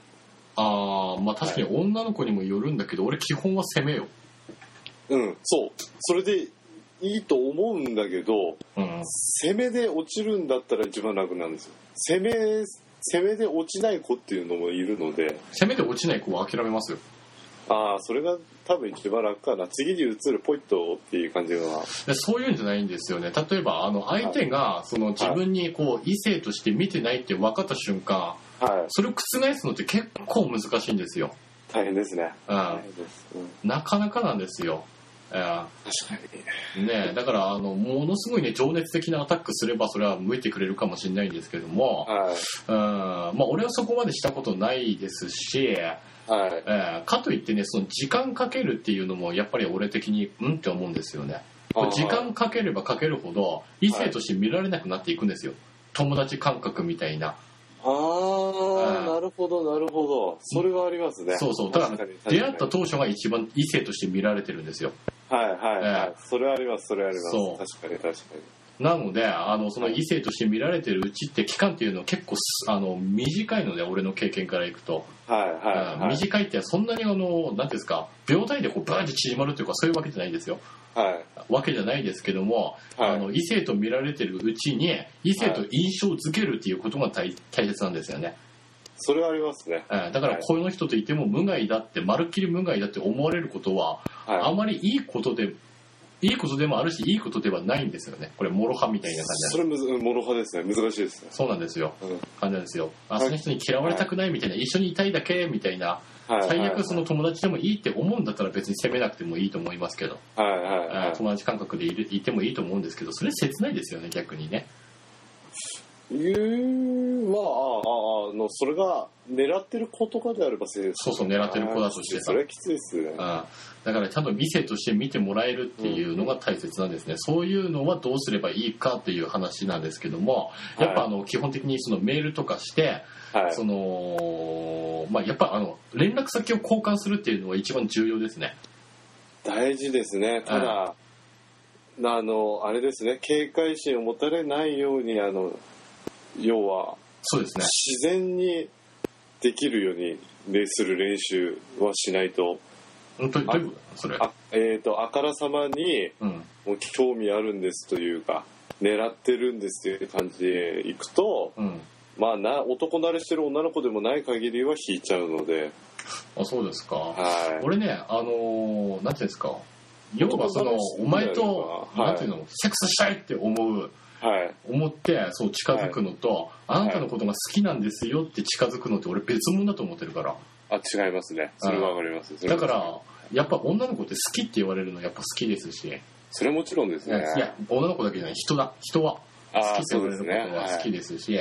Speaker 1: ああまあ確かに女の子にもよるんだけど俺基本は攻めよ
Speaker 2: うんそうそれでいいと思うんだけど
Speaker 1: うん
Speaker 2: 攻めで落ちるんだったら一番楽なんですよ攻め攻めで落ちない子っていうのもいるので
Speaker 1: せめて落ちない子は諦めますよ
Speaker 2: ああそれが多分一番楽かな次に移るポイッとっていう感じが
Speaker 1: でそういうんじゃないんですよね例えばあの相手がその自分にこう異性として見てないって分かった瞬間
Speaker 2: はい
Speaker 1: それを覆すのって結構難しいんですよ、
Speaker 2: 大変ですね
Speaker 1: う
Speaker 2: 大
Speaker 1: ん、
Speaker 2: 変です、うん、
Speaker 1: なかなかなんですよ、えー
Speaker 2: 確かに
Speaker 1: ねえだからあのものすごいね情熱的なアタックすればそれは向いてくれるかもしれないんですけども、
Speaker 2: はい
Speaker 1: うんまあ、俺はそこまでしたことないですし、
Speaker 2: はい
Speaker 1: えーかといってねその時間かけるっていうのもやっぱり俺的にうんって思うんですよね
Speaker 2: あー
Speaker 1: 時間かければかけるほど異性として見られなくなっていくんですよ、友達感覚みたいな、
Speaker 2: あ
Speaker 1: う
Speaker 2: あ
Speaker 1: ん
Speaker 2: なるほどなるほどそれはありますね
Speaker 1: そうそうだから
Speaker 2: 確に
Speaker 1: 出会った
Speaker 2: 確か
Speaker 1: 当初が一番異性として見られてるんですよ
Speaker 2: にはいはいは
Speaker 1: ええ
Speaker 2: いそれはありますそれはあり
Speaker 1: そう
Speaker 2: ます確かに確かに
Speaker 1: なのであのその異性として見られてるうちって期間っていうのは結構すあの短いので俺の経験からいくと、
Speaker 2: はい
Speaker 1: うん
Speaker 2: はいはい
Speaker 1: 短いってそんなにあの何ていうんですか秒単位でこうバーンって縮まるというかそういうわけじゃないですよ
Speaker 2: はい
Speaker 1: わけじゃないですけども、
Speaker 2: はい
Speaker 1: あの異性と見られてるうちに異性と印象付けるっていうことが大大切なんですよね、
Speaker 2: それはありますね
Speaker 1: えーだから
Speaker 2: はい
Speaker 1: この人といても無害だってまるっきり無害だって思われることは
Speaker 2: はい
Speaker 1: あまりいいことでいいことでもあるしいいことではないんですよねこれもろはみたいな感じ
Speaker 3: そ
Speaker 1: で
Speaker 3: れむずもろ派ですね難しいですね、
Speaker 1: そうなんですよ
Speaker 3: うん
Speaker 1: 感じなんですよあ
Speaker 3: はい
Speaker 1: その人に嫌われたくないみたいな一緒にいたいだけみたいな
Speaker 3: はい
Speaker 1: 最悪その友達でもいいって思うんだったら別に責めなくてもいいと思いますけど
Speaker 3: はいはい
Speaker 1: あ
Speaker 3: は
Speaker 1: 友達感覚でいるいてもいいと思うんですけどそれ切ないですよね逆にね
Speaker 3: いいうまああああのそれが狙ってる子とかであればそう
Speaker 1: そうそう狙ってる子だとしてさ
Speaker 3: それはきついですね
Speaker 1: あだからちゃんと見せとして見てもらえるっていうのが大切なんですね、そういうのはどうすればいいかっていう話なんですけどもやっぱあの基本的にそのメールとかして、
Speaker 3: はい
Speaker 1: そのまあ、やっぱあの連絡先を交換するっていうのは一番重要ですね
Speaker 3: 大事ですねただ、あのあれですね警戒心を持たれないようにあの要は
Speaker 1: そうですね
Speaker 3: 自然にできるようにする練習はしないと
Speaker 1: 本当にどういうことそれ
Speaker 3: あ,、えー、とあからさまに
Speaker 1: うん
Speaker 3: もう興味あるんですというか狙ってるんですという感じでいくと、
Speaker 1: うん
Speaker 3: まあ、な男慣れしてる女の子でもない限りは引いちゃうので、
Speaker 1: あそうですか、
Speaker 3: はい、
Speaker 1: 俺ねあのーなんていうんですか要はそのお前と、
Speaker 3: はい
Speaker 1: なんていうのセックスしたいって思う
Speaker 3: はい、
Speaker 1: 思ってそう近づくのと、あなたのことが好きなんですよって近づくのって俺別物だと思ってるから
Speaker 3: あ違いますねそれはわかりますそれ
Speaker 1: だ
Speaker 3: は
Speaker 1: からやっぱ女の子って好きって言われるのやっぱ好きですし、
Speaker 3: それもちろんです
Speaker 1: い
Speaker 3: ね
Speaker 1: や女の子だけじゃない人だ人は
Speaker 3: あー
Speaker 1: 好きって言われることは好きですし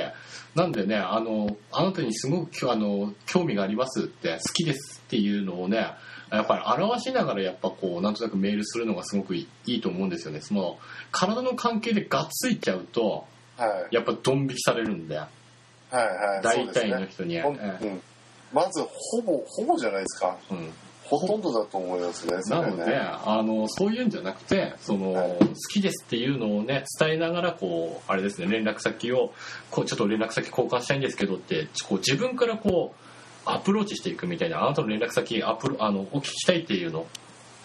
Speaker 1: なんでねあのあなたにすごくきょあの興味がありますって好きですっていうのをねやっぱり表しながらやっぱこうなんとなくメールするのがすごくいいいいと思うんですよねその体の関係でがっついちゃうと
Speaker 5: はい
Speaker 1: やっぱドン引きされるんで
Speaker 5: はいはい
Speaker 1: 大
Speaker 5: そう
Speaker 1: 体
Speaker 5: です
Speaker 1: の
Speaker 5: ね
Speaker 1: 人に、
Speaker 5: ほん
Speaker 1: え
Speaker 5: うんまずほぼほぼじゃないですか
Speaker 1: えうん
Speaker 5: ほとんどだと思いますねそ
Speaker 1: な
Speaker 5: れ
Speaker 1: ので
Speaker 5: ね
Speaker 1: あのそういうんじゃなくてその、
Speaker 5: はい
Speaker 1: 好きですっていうのをね伝えながらこうあれですね連絡先をこうちょっと連絡先交換したいんですけどってこう自分からこうアプローチしていくみたいなあなたの連絡先アプロあのを聞きたいっていうの、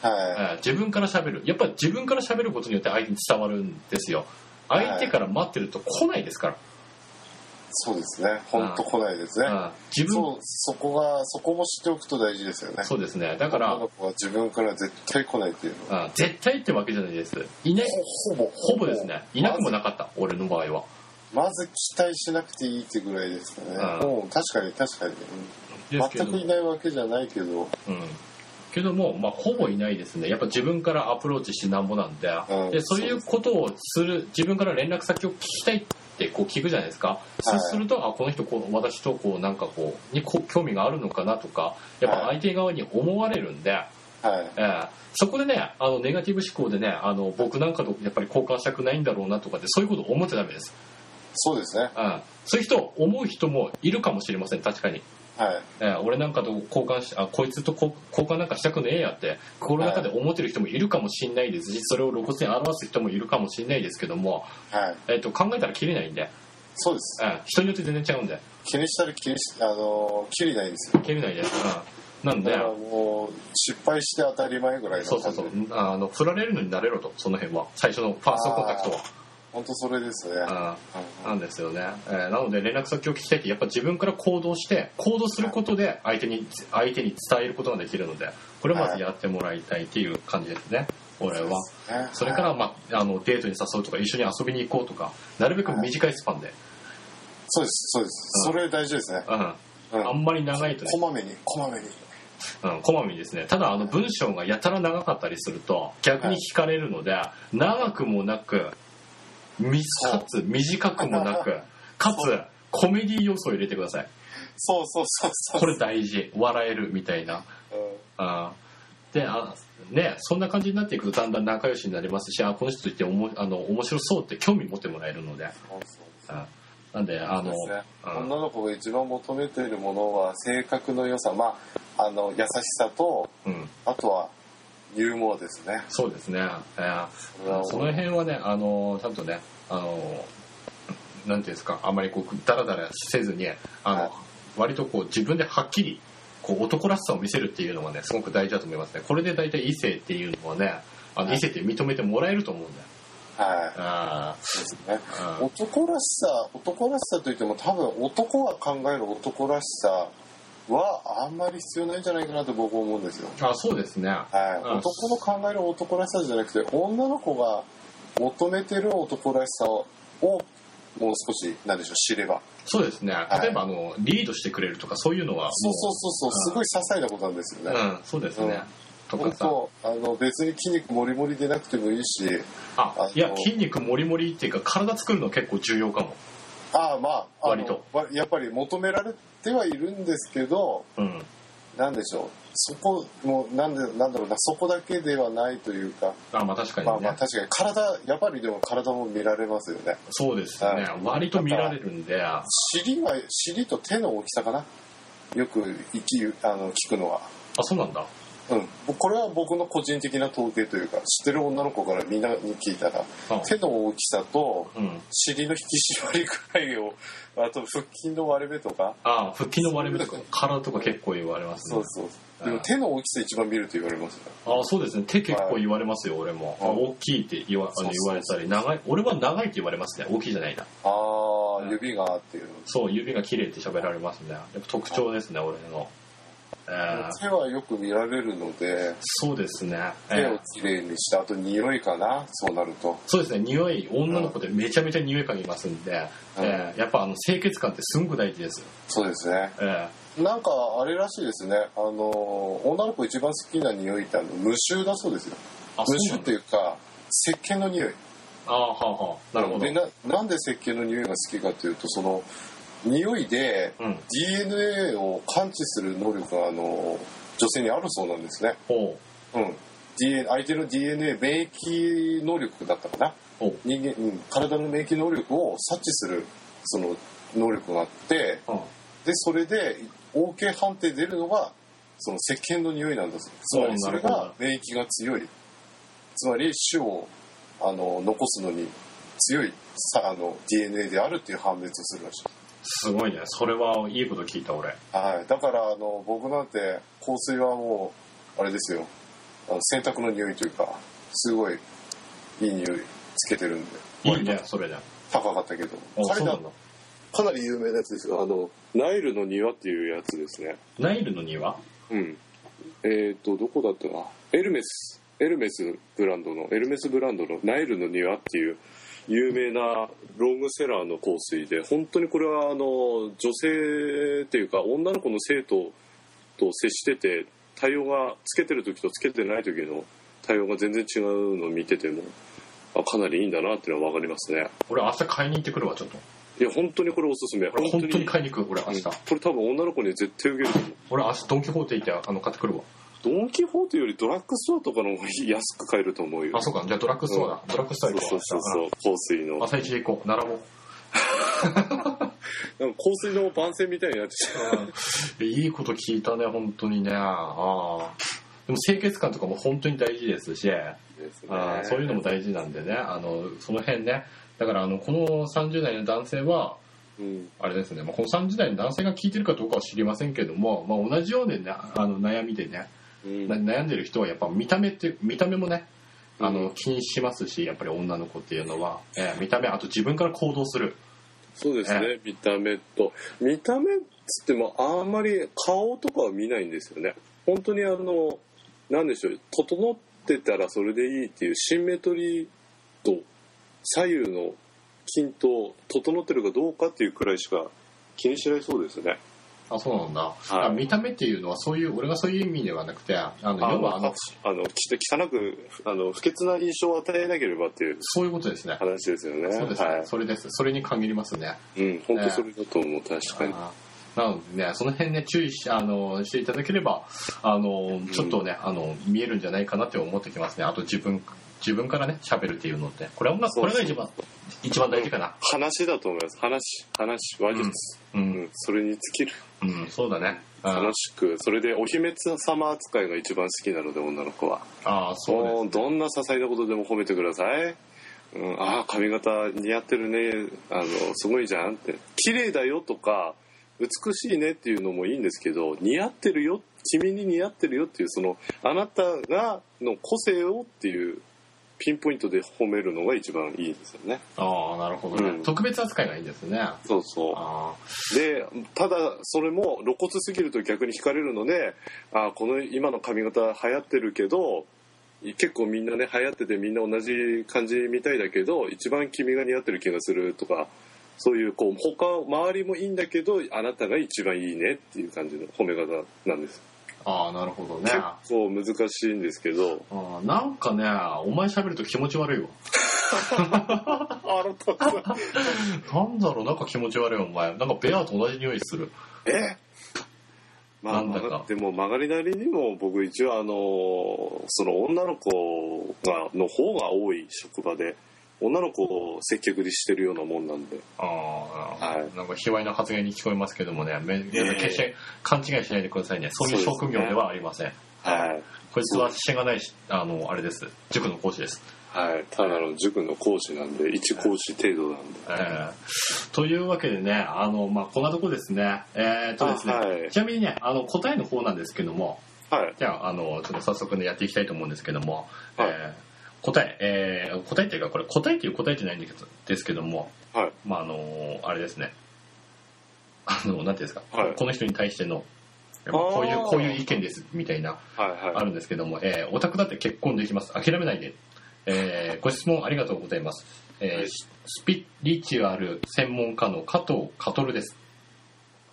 Speaker 5: は
Speaker 1: えー自分から喋るやっぱり自分から喋ることによって相手に伝わるんですよ相手から待ってると来ないですから、
Speaker 5: いそうですね本当来ないですね
Speaker 1: うん自分
Speaker 5: そうそこがそこも知っておくと大事ですよね
Speaker 1: そうですねだから、
Speaker 5: 女の子は自分から絶対来ないっていうのは
Speaker 1: うん絶対ってわけじゃないですいない
Speaker 5: ほぼ
Speaker 1: ほぼですねいなくもなかった俺の場合は
Speaker 5: まず期待しなくていいってぐらいですかね
Speaker 1: う
Speaker 5: うん確かに確かに
Speaker 1: で
Speaker 5: うん
Speaker 1: すけど
Speaker 5: 全くいないわけじゃないけど
Speaker 1: うんけども、まあ、ほぼいないですねやっぱ自分からアプローチしてなんぼなんで,、
Speaker 5: うん
Speaker 1: でそういうことをする自分から連絡先を聞きたいってこう聞くじゃないですか、そうするとあこの人こう私とこうなんかこうにこう興味があるのかなとかやっぱ
Speaker 5: は
Speaker 1: 相手側に思われるんで、
Speaker 5: はい
Speaker 1: ええそこでねあのネガティブ思考でねあの僕なんかとやっぱり交換したくないんだろうなとかってそういうこと思っちゃダメです、
Speaker 5: そうですね
Speaker 1: うん、そういう人思う人もいるかもしれません確かに
Speaker 5: はい
Speaker 1: えー俺なんかと交換しあこいつとこ交換なんかしたくねえやって心の中で思ってる人もいるかもしれないですしそれを露骨に表す人もいるかもしれないですけども、
Speaker 5: はい
Speaker 1: えっと考えたら切れないんで、
Speaker 5: そうです
Speaker 1: うん人によって全然違うんで
Speaker 5: 気にしたら気にしあのー切りないんですよ
Speaker 1: 切れないです、うん、なん
Speaker 5: だ
Speaker 1: で
Speaker 5: からもう失敗して当たり前ぐらい
Speaker 1: そ
Speaker 5: の
Speaker 1: うそ
Speaker 5: 感
Speaker 1: う
Speaker 5: じ
Speaker 1: そう
Speaker 5: で
Speaker 1: あの振られるのになれろとその辺は最初のファーストコンタクト
Speaker 5: 本当それですね
Speaker 1: は、うん
Speaker 5: は
Speaker 1: なんですよね、えーなので連絡先を聞きたいってやっぱ自分から行動して行動することで相手に相手に伝えることができるのでこれをまずやってもらいたいっていう感じですね俺は。
Speaker 5: いね
Speaker 1: それから、まあ、あのデートに誘うとか一緒に遊びに行こうとかなるべく短いスパンで、
Speaker 5: そうですそうです
Speaker 1: うん
Speaker 5: それ大事ですねう
Speaker 1: うん、あ
Speaker 5: ん
Speaker 1: んまり長いとね
Speaker 5: こ、まめにこまめに
Speaker 1: うん、こまめにですねただあの文章がやたら長かったりすると逆に惹かれるので、長くもなくみかつ短くもなくかつコメディ要素を入れてください
Speaker 5: そうそうそうそう
Speaker 1: これ大事笑えるみたいな
Speaker 5: うん
Speaker 1: あーであねそんな感じになっていくとだんだん仲良しになりますしあこの人といておもあの面白そうって興味持ってもらえるので
Speaker 5: そうそう
Speaker 1: あなんであの
Speaker 5: そうですね
Speaker 1: うん
Speaker 5: 女の子が一番求めているものは性格の良さ、まあ、あの優しさと
Speaker 1: うん、
Speaker 5: あとはユーモアですね
Speaker 1: そうですね、えー
Speaker 5: それは
Speaker 1: その辺はねあのちゃんとねあのなんていうんですかあまりこうダラダラせずにあの、
Speaker 5: はい
Speaker 1: 割とこう自分ではっきりこう男らしさを見せるっていうのがねすごく大事だと思いますねこれで大体異性っていうのはねあの
Speaker 5: はい
Speaker 1: 異性って認めてもらえると思うんだよ、
Speaker 5: はい
Speaker 1: あ
Speaker 5: そうですね
Speaker 1: ーうん
Speaker 5: 男らしさ男らしさといっても多分男が考える男らしさはあんまり必要ないんじゃないかなと僕は思うんですよ。
Speaker 1: あそうですね
Speaker 5: はい、
Speaker 1: うん
Speaker 5: 男の考える男らしさじゃなくて女の子が求めてる男らしさをもう少しなんでしょう知れば
Speaker 1: そうですね
Speaker 5: い
Speaker 1: 例えばあのリードしてくれるとかそういうのはもう
Speaker 5: そうそうそうそうすごい些細なことなんですよね、
Speaker 1: うん、そうですね、と
Speaker 5: 本
Speaker 1: かさ
Speaker 5: 当あの別に筋肉もりもりでなくてもいいし
Speaker 1: あ
Speaker 5: あ
Speaker 1: いや
Speaker 5: の
Speaker 1: 筋肉もりもりっていうか体作るの結構重要かも
Speaker 5: ああまああの
Speaker 1: 割と
Speaker 5: わやっぱり求められてはいるんですけど
Speaker 1: うん
Speaker 5: なんでしょうそこもうなんでなんだろうなそこだけではないというか、
Speaker 1: あまあ確かにね
Speaker 5: ま、あまあ確かに体やっぱりでも体も見られますよね
Speaker 1: そうですね、
Speaker 5: は
Speaker 1: 割と見られるんであ
Speaker 5: 尻は尻と手の大きさかなよく生きあの聞くのは、
Speaker 1: そうなんだ
Speaker 5: うん、これは僕の個人的な統計というか知ってる女の子からみんなに聞いたら
Speaker 1: あ
Speaker 5: 手の大きさと
Speaker 1: うん
Speaker 5: 尻の引き締まりぐらいを あと腹筋の割れ目とか
Speaker 1: あ腹筋の割れ目とか体とか結構言われます
Speaker 5: そ
Speaker 1: ね
Speaker 5: うそうでも手の大きさ一番見ると言われますね
Speaker 1: あそうですね手結構言われますよ、俺も、あ
Speaker 5: うん
Speaker 1: 大きいって言わあの
Speaker 5: そう
Speaker 1: 言
Speaker 5: そ
Speaker 1: わ
Speaker 5: う
Speaker 1: れたり長い俺は長いって言われますね大きいじゃないな
Speaker 5: ああ
Speaker 1: うん
Speaker 5: 指がっていうの
Speaker 1: そう指が綺麗って喋られますねやっぱ特徴ですね俺の、えー、
Speaker 5: 手はよく見られるので
Speaker 1: そうですね、え
Speaker 5: 手を
Speaker 1: ー
Speaker 5: きれいにしたあと匂いかなそうなると
Speaker 1: そうですね匂い女の子でめちゃめちゃ匂い嗅ぎますんで、
Speaker 5: うん
Speaker 1: えーやっぱあの清潔感ってすごく大事です、
Speaker 5: そうですね
Speaker 1: えー
Speaker 5: なんかあれらしいですねあの女の子一番好きな匂いってあの無臭だそうですよ
Speaker 1: あ
Speaker 5: 無
Speaker 1: そう
Speaker 5: 臭
Speaker 1: な
Speaker 5: っ
Speaker 1: ん
Speaker 5: て
Speaker 1: だ
Speaker 5: いうか石鹸の匂い
Speaker 1: あーはあはあなるほど
Speaker 5: でななんで石鹸の匂いが好きかというとその匂いで
Speaker 1: うん
Speaker 5: DNA を感知する能力があの女性にあるそうなんですね
Speaker 1: おう
Speaker 5: うん、DNA 相手の DNA 免疫能力だったかな
Speaker 1: おう
Speaker 5: 人間、うん、体の免疫能力を察知するその能力があって
Speaker 1: うん
Speaker 5: でそれで OK 判定出るのがその石鹸の匂いなんだそうつま
Speaker 1: おう
Speaker 5: りそれ
Speaker 1: なるほど
Speaker 5: が免疫が強いつまり種をあの残すのに強いさあの DNA であるっていう判別をするらしい、
Speaker 1: すごいねそれはいいこと聞いた俺
Speaker 5: はい、だからあの僕なんて香水はもうあれですよあの洗濯の匂いというかすごいいい匂いつけてるんで
Speaker 1: いいねそれで
Speaker 5: 高かったけど
Speaker 1: おそ
Speaker 5: 彼
Speaker 1: うな
Speaker 5: ら
Speaker 1: んだ
Speaker 2: かなり有名なやつですよあのナイルの庭っていうやつですね
Speaker 1: ナイルの庭
Speaker 2: うんえっ、とどこだったかなエルメスエルメスブランドのエルメスブランドのナイルの庭っていう有名なロングセラーの香水で本当にこれはあの女性っていうか女の子の生徒と接してて対応がつけてる時とつけてない時の対応が全然違うのを見ててもあかなりいいんだなっていうのは分かりますね
Speaker 1: 俺明日買いに行ってくるわちょっと
Speaker 2: いや本当にこれおすすめ
Speaker 1: 俺本当に買いに行く俺明日、
Speaker 2: これ多分女の子に絶対受けると思う
Speaker 1: 俺明日ドン・キホーテ行ってあの買ってくるわ
Speaker 2: ドン・キホーテよりドラッグストアとかの方が安く買えると思うよ
Speaker 1: あそうかじゃあドラッグストアだ、ドラッグストア行こう
Speaker 2: そうそうそうそう香水
Speaker 1: 明日
Speaker 2: の
Speaker 1: うん朝一で行こう並ぼう
Speaker 2: なんか香水の番宣みたいになってき た
Speaker 1: いいこと聞いたね本当にねああでも清潔感とかも本当に大事ですし、
Speaker 2: ですね
Speaker 1: ああそういうのも大事なんでねあのその辺ねだからあのこの30代の男性は
Speaker 2: うん
Speaker 1: あれですね、まあ、この30代の男性が聞いてるかどうかは知りませんけども、まあ、同じようでねあの悩みでね
Speaker 2: うん
Speaker 1: な悩んでる人はやっぱ見た目って見た目もねあ
Speaker 2: う
Speaker 1: の
Speaker 2: ん
Speaker 1: 気にしますしやっぱり女の子っていうのは、えー見た目あと自分から行動する
Speaker 2: そうですね、
Speaker 1: ね
Speaker 2: 見た目と見た目っつってもあんまり顔とかは見ないんですよね本当にあのなんでしょう整ってたらそれでいいっていうシンメトリーと左右の均等整ってるかどうかっていうくらいしか気にしないそうですね
Speaker 1: あそうなんだ、
Speaker 2: い
Speaker 1: あ見た目っていうのはそういう俺がそういう意味ではなくてあの
Speaker 2: あ
Speaker 1: 要はあ
Speaker 2: の
Speaker 1: の
Speaker 2: あのき汚くあの不潔な印象を与えなければっていう
Speaker 1: そういうことですね
Speaker 2: 話ですよね
Speaker 1: そうですね、
Speaker 2: はい
Speaker 1: それですそれに限りますね
Speaker 2: うん、本当それだと思う、確かに。
Speaker 1: あーなのでねその辺ね注意しあのしていただければあのちょっとね、あの見えるんじゃないかなって思ってきますねあと自分自分からね喋るっていうのってこれは女これが一番一番大事かな
Speaker 2: 話だと思います。話、話、話術。
Speaker 1: う
Speaker 2: うん、
Speaker 1: ん、
Speaker 2: それに尽きる。
Speaker 1: うん、そうだねあ
Speaker 2: 楽しく。それで、お姫様扱いが一番好きなので、女の子は。
Speaker 1: あーそうです
Speaker 2: もう、どんな些細なことでも褒めてください。うん、ああ、髪型似合ってるね。あの、すごいじゃんって。綺麗だよとか、美しいねっていうのもいいんですけど、似合ってるよ、君に似合ってるよっていう、その、あなたが、の個性をっていうピンポイントで褒めるのが一番いいですよね
Speaker 1: ああなるほどね、
Speaker 2: うん
Speaker 1: 特別扱いがいいんですねあ
Speaker 2: そうそう
Speaker 1: あ
Speaker 2: でただそれも露骨すぎると逆に惹かれるのであーこの今の髪型流行ってるけど結構みんなね流行っててみんな同じ感じみたいだけど一番君が似合ってる気がするとかそういうこう他周りもいいんだけどあなたが一番いいねっていう感じの褒め方なんです
Speaker 1: ああなるほどね
Speaker 2: 結構難しいんですけど
Speaker 1: ああなんかねお前喋ると気持ち悪いわ
Speaker 2: あのた
Speaker 1: なんだろうなんか気持ち悪いお前なんかベアと同じ匂いする
Speaker 2: えまあ、
Speaker 1: なんだか
Speaker 2: でも曲がりなりにも僕一応あのその女の子がの方が多い職場で女の子を接客にしてるようなもんなんで
Speaker 1: ああ、
Speaker 2: はい
Speaker 1: なんか卑猥な発言に聞こえますけどもね、め
Speaker 2: え
Speaker 1: 決して勘違いしないでくださいね。そういう職業ではありません。
Speaker 2: はい、
Speaker 1: こいつはしがないし、あの、あれです。塾の講師です。
Speaker 2: はい、ただの塾の講師なんで一講師程度なんで、
Speaker 1: えーというわけでね、あの、まあ、こんなとこですね。えーっとですね、
Speaker 2: あはい
Speaker 1: ちなみにね、あの、答えの方なんですけども、
Speaker 2: はい
Speaker 1: じゃあ、あの、ちょっと早速ね、やっていきたいと思うんですけども、
Speaker 2: はい
Speaker 1: えー答え、えー答えっていうか、これ答えっていう答えじゃないんですけども、
Speaker 2: はい
Speaker 1: まあ、あの、あれですね。あの、なんていうんですか、
Speaker 2: はい
Speaker 1: この人に対しての、
Speaker 2: ー
Speaker 1: こういう、こういう意見です、みたいな、
Speaker 2: はい
Speaker 1: あ
Speaker 2: はい
Speaker 1: るんですけども、えーオタクだって結婚できます。諦めないで。えーご質問ありがとうございます。えースピリチュアル専門家の加藤カトルです。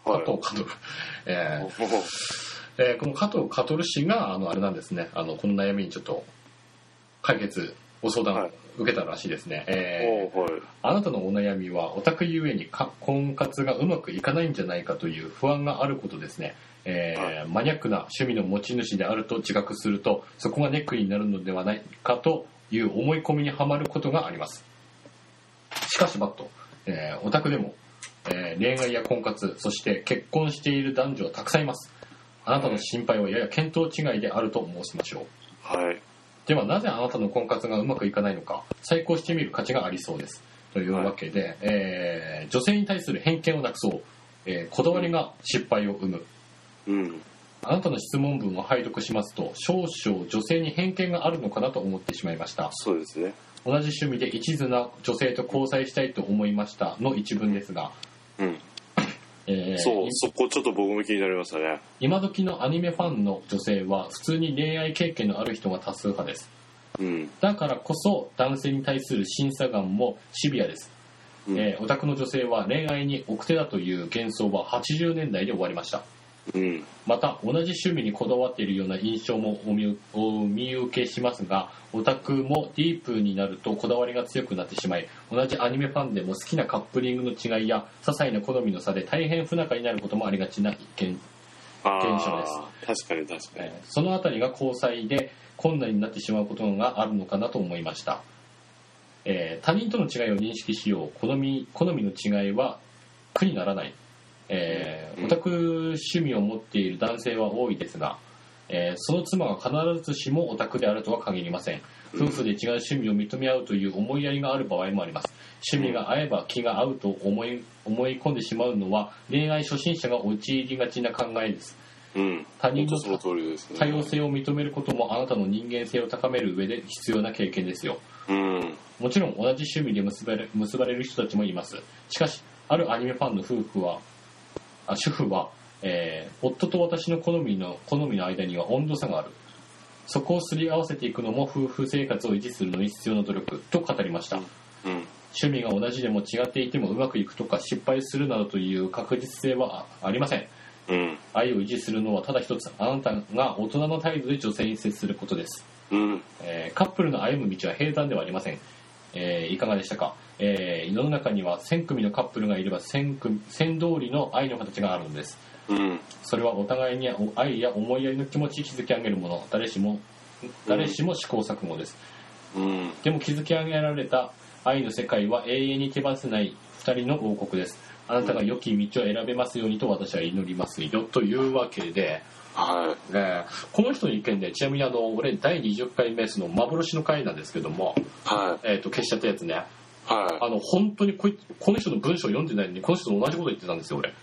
Speaker 1: 加
Speaker 2: はい
Speaker 1: 藤カトル。えー
Speaker 2: おお
Speaker 1: えーこの加藤カトル氏が、あの、あれなんですね、あの、この悩みにちょっと解決、ご相
Speaker 2: は
Speaker 1: 談
Speaker 2: い
Speaker 1: 受けたらしいですね。えー
Speaker 2: おはい
Speaker 1: あなたのお悩みはオタクゆえにか婚活がうまくいかないんじゃないかという不安があることですね、えーマニアックな趣味の持ち主であると自覚するとそこがネックになるのではないかという思い込みにはまることがありますしかしバット、えーオタクでも、えー恋愛や婚活そして結婚している男女はたくさんいますあなたの心配はやや見当違いであると申しましょう
Speaker 2: はい
Speaker 1: ではなぜあなたの婚活がうまくいかないのか再考してみる価値がありそうですというわけで、えー女性に対する偏見をなくそう、えーこだわりが失敗を生む
Speaker 2: うん
Speaker 1: あなたの質問文を拝読しますと少々女性に偏見があるのかなと思ってしまいました
Speaker 2: そうですね
Speaker 1: 同じ趣味で一途な女性と交際したいと思いましたの一文ですが、
Speaker 2: うん
Speaker 1: えー
Speaker 2: そうそこちょっと僕も気になりましたね
Speaker 1: 今時のアニメファンの女性は普通に恋愛経験のある人が多数派です
Speaker 2: うん
Speaker 1: だからこそ男性に対する審査眼もシビアです、
Speaker 2: うん
Speaker 1: えーオタクの女性は恋愛に奥手だという幻想は80年代で終わりました
Speaker 2: うん
Speaker 1: また同じ趣味にこだわっているような印象もお見受お見受けしますがオタクもディープになるとこだわりが強くなってしまい同じアニメファンでも好きなカップリングの違いや些細な好みの差で大変不仲になることもありがちな一見
Speaker 2: あ
Speaker 1: 現象
Speaker 2: ー確かに確かに、
Speaker 1: えーそのあたりが交際で困難になってしまうことがあるのかなと思いました、えー他人との違いを認識しよう好み好みの違いは苦にならない、えー
Speaker 2: うん
Speaker 1: オタク趣味を持っている男性は多いですが、えーその妻が必ずしもオタクであるとは限りません夫婦で違う趣味を認め合うという思いやりがある場合もあります趣味が合えば気が合うと思い思い込んでしまうのは恋愛初心者が陥りがちな考えです
Speaker 2: うん
Speaker 1: 他人
Speaker 2: 本
Speaker 1: の
Speaker 2: 当その通りですね
Speaker 1: 多様性を認めることもあなたの人間性を高める上で必要な経験ですよ
Speaker 2: うん
Speaker 1: もちろん同じ趣味で結ばれ結ばれる人たちもいますしかしあるアニメファンの夫婦はあ主婦は、えー夫と私の好みの好みの間には温度差があるそこをすり合わせていくのも夫婦生活を維持するのに必要な努力と語りました
Speaker 2: うん
Speaker 1: 趣味が同じでも違っていてもうまくいくとか失敗するなどという確実性はあありません
Speaker 2: うん
Speaker 1: 愛を維持するのはただ一つあなたが大人の態度で女性に接することです
Speaker 2: うん
Speaker 1: えーカップルの歩む道は平坦ではありません、えーいかがでしたか、えー世の中には1000組のカップルがいれば1000組1000通りの愛の形があるのです
Speaker 2: うん
Speaker 1: それはお互いにお愛や思いやりの気持ちを築き上げるもの誰しも誰しも試行錯誤です、
Speaker 2: うん
Speaker 1: でも築き上げられた愛の世界は永遠に手放せない2人の王国ですあなたが良き道を選べますようにと私は祈りますよというわけで、
Speaker 2: は
Speaker 1: えーこの人の意見でちなみにあの俺第20回目その幻の回なんですけども、
Speaker 2: いは
Speaker 1: えー、と消しちゃったやつね
Speaker 2: いは
Speaker 1: あの本当にこいこの人の文章を読んでないの にこの人と同じこと言ってたんですよ俺
Speaker 2: い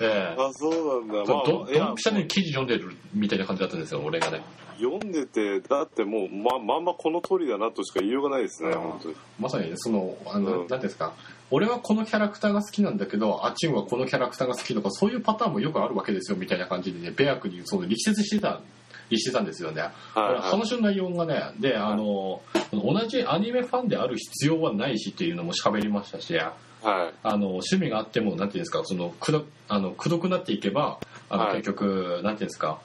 Speaker 1: ええ
Speaker 2: あそうなんだまあ
Speaker 1: ど
Speaker 2: いや
Speaker 1: ドンピシャに記事読んでるみたいな感じだったんですよ俺がね
Speaker 2: 読んでてだってもうままんまこの通りだなとしか言いようがないですね、
Speaker 1: うん
Speaker 2: 本当に
Speaker 1: まさにねそのあの、
Speaker 2: う
Speaker 1: なん
Speaker 2: ん
Speaker 1: ていうんですか俺はこのキャラクターが好きなんだけどあっちんはこのキャラクターが好きとかそういうパターンもよくあるわけですよみたいな感じでねベア君にその力説してた力してたんですよね、
Speaker 2: はい、はい、
Speaker 1: 話の内容がねであの、同じアニメファンである必要はないしっていうのも喋りましたし
Speaker 2: はい
Speaker 1: あの趣味があってもなんていうんですかそのくどあのくどくなっていけばあの、
Speaker 2: はい
Speaker 1: 結局なんていうんですか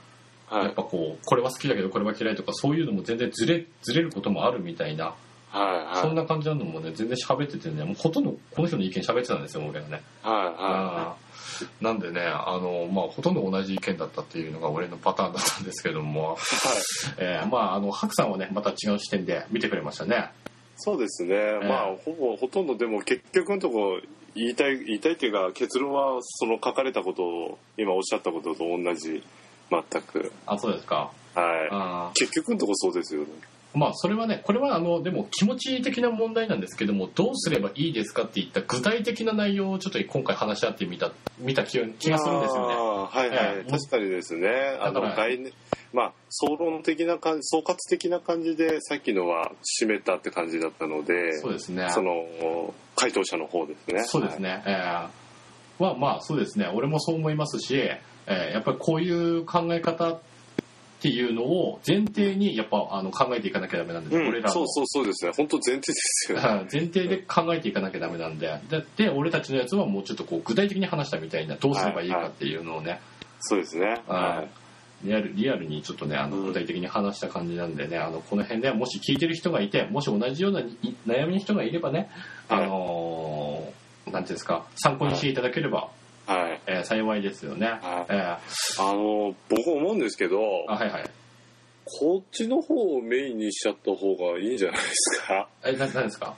Speaker 2: は
Speaker 1: やっ
Speaker 2: い
Speaker 1: ぱこうこれは好きだけどこれは嫌いとかそういうのも全然ずれずれることもあるみたいな、
Speaker 2: はい
Speaker 1: そんな感じなのもね全然喋っててねもうほとんどこの人の意見喋ってたんですよ俺はね、
Speaker 2: は
Speaker 1: あーなんでねあの、まあ、ほとんど同じ意見だったっていうのが俺のパターンだったんですけども、えーまああのハクさんはねまた違う視点で見てくれましたね
Speaker 2: いそうですね、
Speaker 1: え
Speaker 2: まあほぼほとんどでも結局のとこ言いたい言いたいっていうか結論はその書かれたことを今おっしゃったことと同じ全く
Speaker 1: あそうですか
Speaker 2: はい
Speaker 1: あ
Speaker 2: 結局のとこそうですよね
Speaker 1: ーまあそれはねこれはあのでも気持ち的な問題なんですけどもどうすればいいですかっていった具体的な内容をちょっと今回話し合ってみた見た気が気がするんですよね
Speaker 2: あーはいはい、
Speaker 1: ええ
Speaker 2: 確かにですねあ
Speaker 1: だ
Speaker 2: の
Speaker 1: から
Speaker 2: 概念まあ総論的な感じ総括的な感じでさっきのは締めたって感じだったので
Speaker 1: そうですね
Speaker 2: その回答者の方ですね
Speaker 1: そうですね、えーはまあそうですね俺もそう思いますし、えーやっぱりこういう考え方っていうのを前提にやっぱあの考えていかなきゃダメなんです、
Speaker 2: うん
Speaker 1: 俺らの
Speaker 2: そうそうそうですね本当前提ですよね
Speaker 1: はい前提で考えていかなきゃダメなんででで俺たちのやつはもうちょっとこう具体的に話したみたいなどうすればいいかっていうのをね、
Speaker 2: そうですね
Speaker 1: は
Speaker 2: はい
Speaker 1: リアルリアルにちょっとねあの
Speaker 2: うん
Speaker 1: 具体的に話した感じなんでねあのこの辺でもし聞いてる人がいてもし同じようない悩みの人がいればね、
Speaker 2: はい
Speaker 1: あのーなんていうんですか参考にしていただければ、
Speaker 2: いはい
Speaker 1: えー幸いですよね、
Speaker 2: はい
Speaker 1: えー
Speaker 2: あの僕思うんですけど
Speaker 1: あはいはい
Speaker 2: こっちの方をメインにしちゃった方がいいんじゃないですか
Speaker 1: えななんですか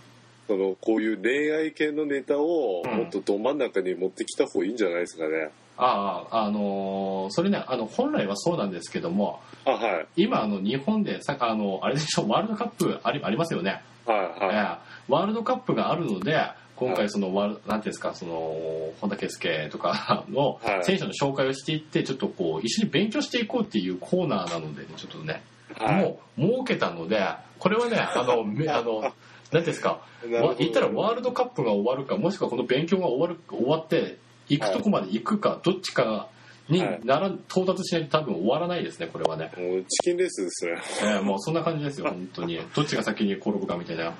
Speaker 2: そのこういう恋愛系のネタをもっとど真ん中に持ってきた方がいいんじゃないですかね、
Speaker 1: あああのーそれねあの本来はそうなんですけども
Speaker 2: あはい
Speaker 1: 今あの日本でさあのあれでしょワールドカップありありますよね、
Speaker 2: はいはい
Speaker 1: ええワールドカップがあるので今
Speaker 2: は
Speaker 1: 回そのワール、なんていうんですかその本田圭佑とかの
Speaker 2: はい
Speaker 1: 選手の紹介をしていってちょっとこう一緒に勉強していこうっていうコーナーなので、ね、ちょっとね、
Speaker 2: はい
Speaker 1: もう設けたのでこれはねあ のめあのなんていうんですか
Speaker 2: なるほ
Speaker 1: わ
Speaker 2: ど
Speaker 1: 言ったらワールドカップが終わるかもしくはこの勉強が終わる終わって行くとこまで行くか、どっちかになら、到達しないと多分終わらないですねこれはね。
Speaker 2: もうチキンレースですね。
Speaker 1: えーもうそんな感じですよ、本当に。どっちが先に転ぶかみたい な、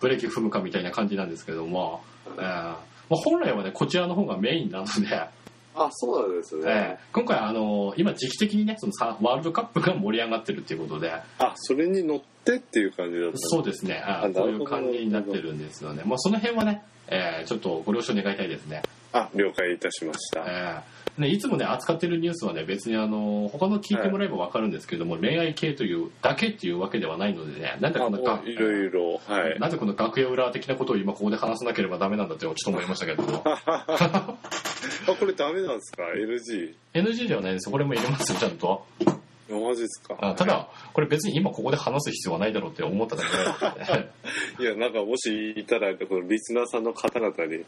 Speaker 1: ブレーキ踏むかみたいな感じなんですけども、えーまあ、本来はね、こちらの方がメインなので、
Speaker 2: あ、そうなんです
Speaker 1: えー今回、あのー今時期的にね、そのさワールドカップが盛り上がってるっていうことで、
Speaker 2: あ、それに乗ってっていう感じだったんです
Speaker 1: そうですね、あー
Speaker 2: なるほ
Speaker 1: こ
Speaker 2: ど
Speaker 1: ういう感じになってるんですよね。まあ、その辺はね、えーちょっとご了承願いたいですね。
Speaker 2: あ、了解いたしました。
Speaker 1: えーね、いつもね扱ってるニュースはね別にあの他の聞いてもらえば分かるんですけども、恋愛系というだけっていうわけではないのでねなんでこ
Speaker 2: あ
Speaker 1: んな
Speaker 2: も
Speaker 1: か
Speaker 2: ういろいろ、は い。
Speaker 1: なぜこの楽屋裏的なことを今ここで話さなければダメなんだってちょっと思いましたけれど も
Speaker 2: あ、これダメなんですか ?NG?
Speaker 1: NG ではないですこれも入れますよちゃんと
Speaker 2: マジですか
Speaker 1: あただこれ別に今ここで話す必要はないだろうって思っただけで、
Speaker 2: いや、なんかもしいたら、このリスナーさんの方々に、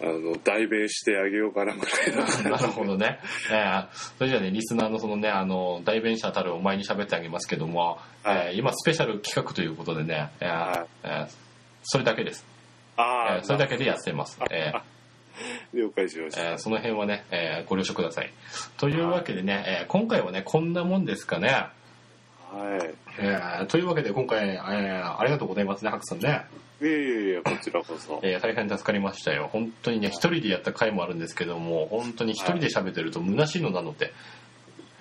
Speaker 2: あの、代弁してあげようかなぐらいな。
Speaker 1: うん、 なるほどね、えーそれじゃあねリスナーのそのねあの代弁者たるお前に喋ってあげますけども、
Speaker 2: は
Speaker 1: えー今スペシャル企画ということでね、えー
Speaker 2: はい
Speaker 1: えーそれだけです
Speaker 2: あ
Speaker 1: えー
Speaker 2: あ、
Speaker 1: それだけでやってます。えー
Speaker 2: 了解しました。
Speaker 1: えーその辺はね、えーご了承ください。というわけでね、えー今回はね、こんなもんですかね。
Speaker 2: はい。
Speaker 1: えーというわけで今回、えーありがとうございますね、ハクさんね。
Speaker 2: いやいやいや、こちらこそ。
Speaker 1: えー大変助かりましたよ。本当にね、一人でやった回もあるんですけども、本当に一人で喋ってると虚しいのなので。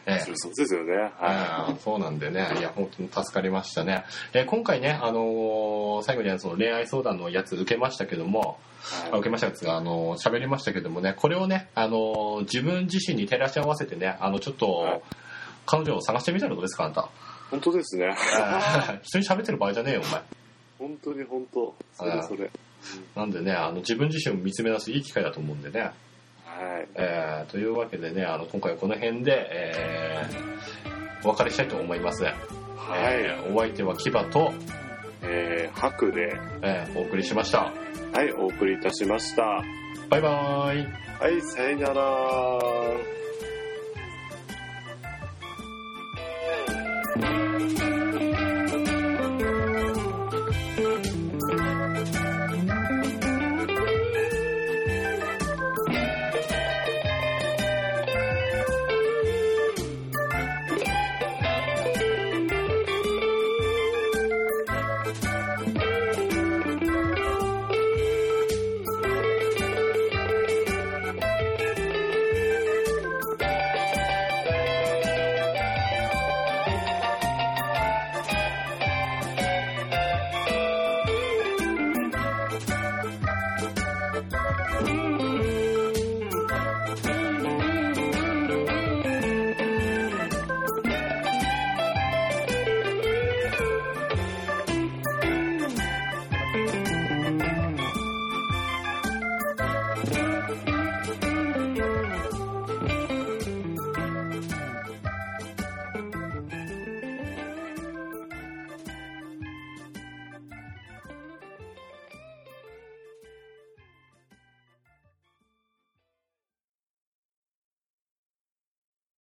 Speaker 1: えー
Speaker 2: そうですよね。は
Speaker 1: あーそうなんでね、いや、本当に助かりましたね。えー今回ね、あのー最後にあのその恋愛相談のやつ受けましたけども、
Speaker 2: い。
Speaker 1: あ受けましたやつが、あの、喋りましたけどもね、これをね、あの、自分自身に照らし合わせてね、あの、ちょっと、
Speaker 2: はい
Speaker 1: 彼女を探してみたらどうですか、あん た。
Speaker 2: 本当ですね。
Speaker 1: 一緒に喋ってる場合じゃねえよ、お前。
Speaker 2: 本当に本当。それそれ。
Speaker 1: なんでね、あの、自分自身を見つめ出すいい機会だと思うんでね。
Speaker 2: はい。
Speaker 1: えーというわけでね、あの、今回はこの辺で、えーお別れしたいと思います。
Speaker 2: はい。
Speaker 1: えーお相手はキバと、
Speaker 2: えー、白で、
Speaker 1: えーお送りしました。
Speaker 2: はい。はい、お送りいたしました。は
Speaker 1: バイバーイ
Speaker 2: い、さよなら。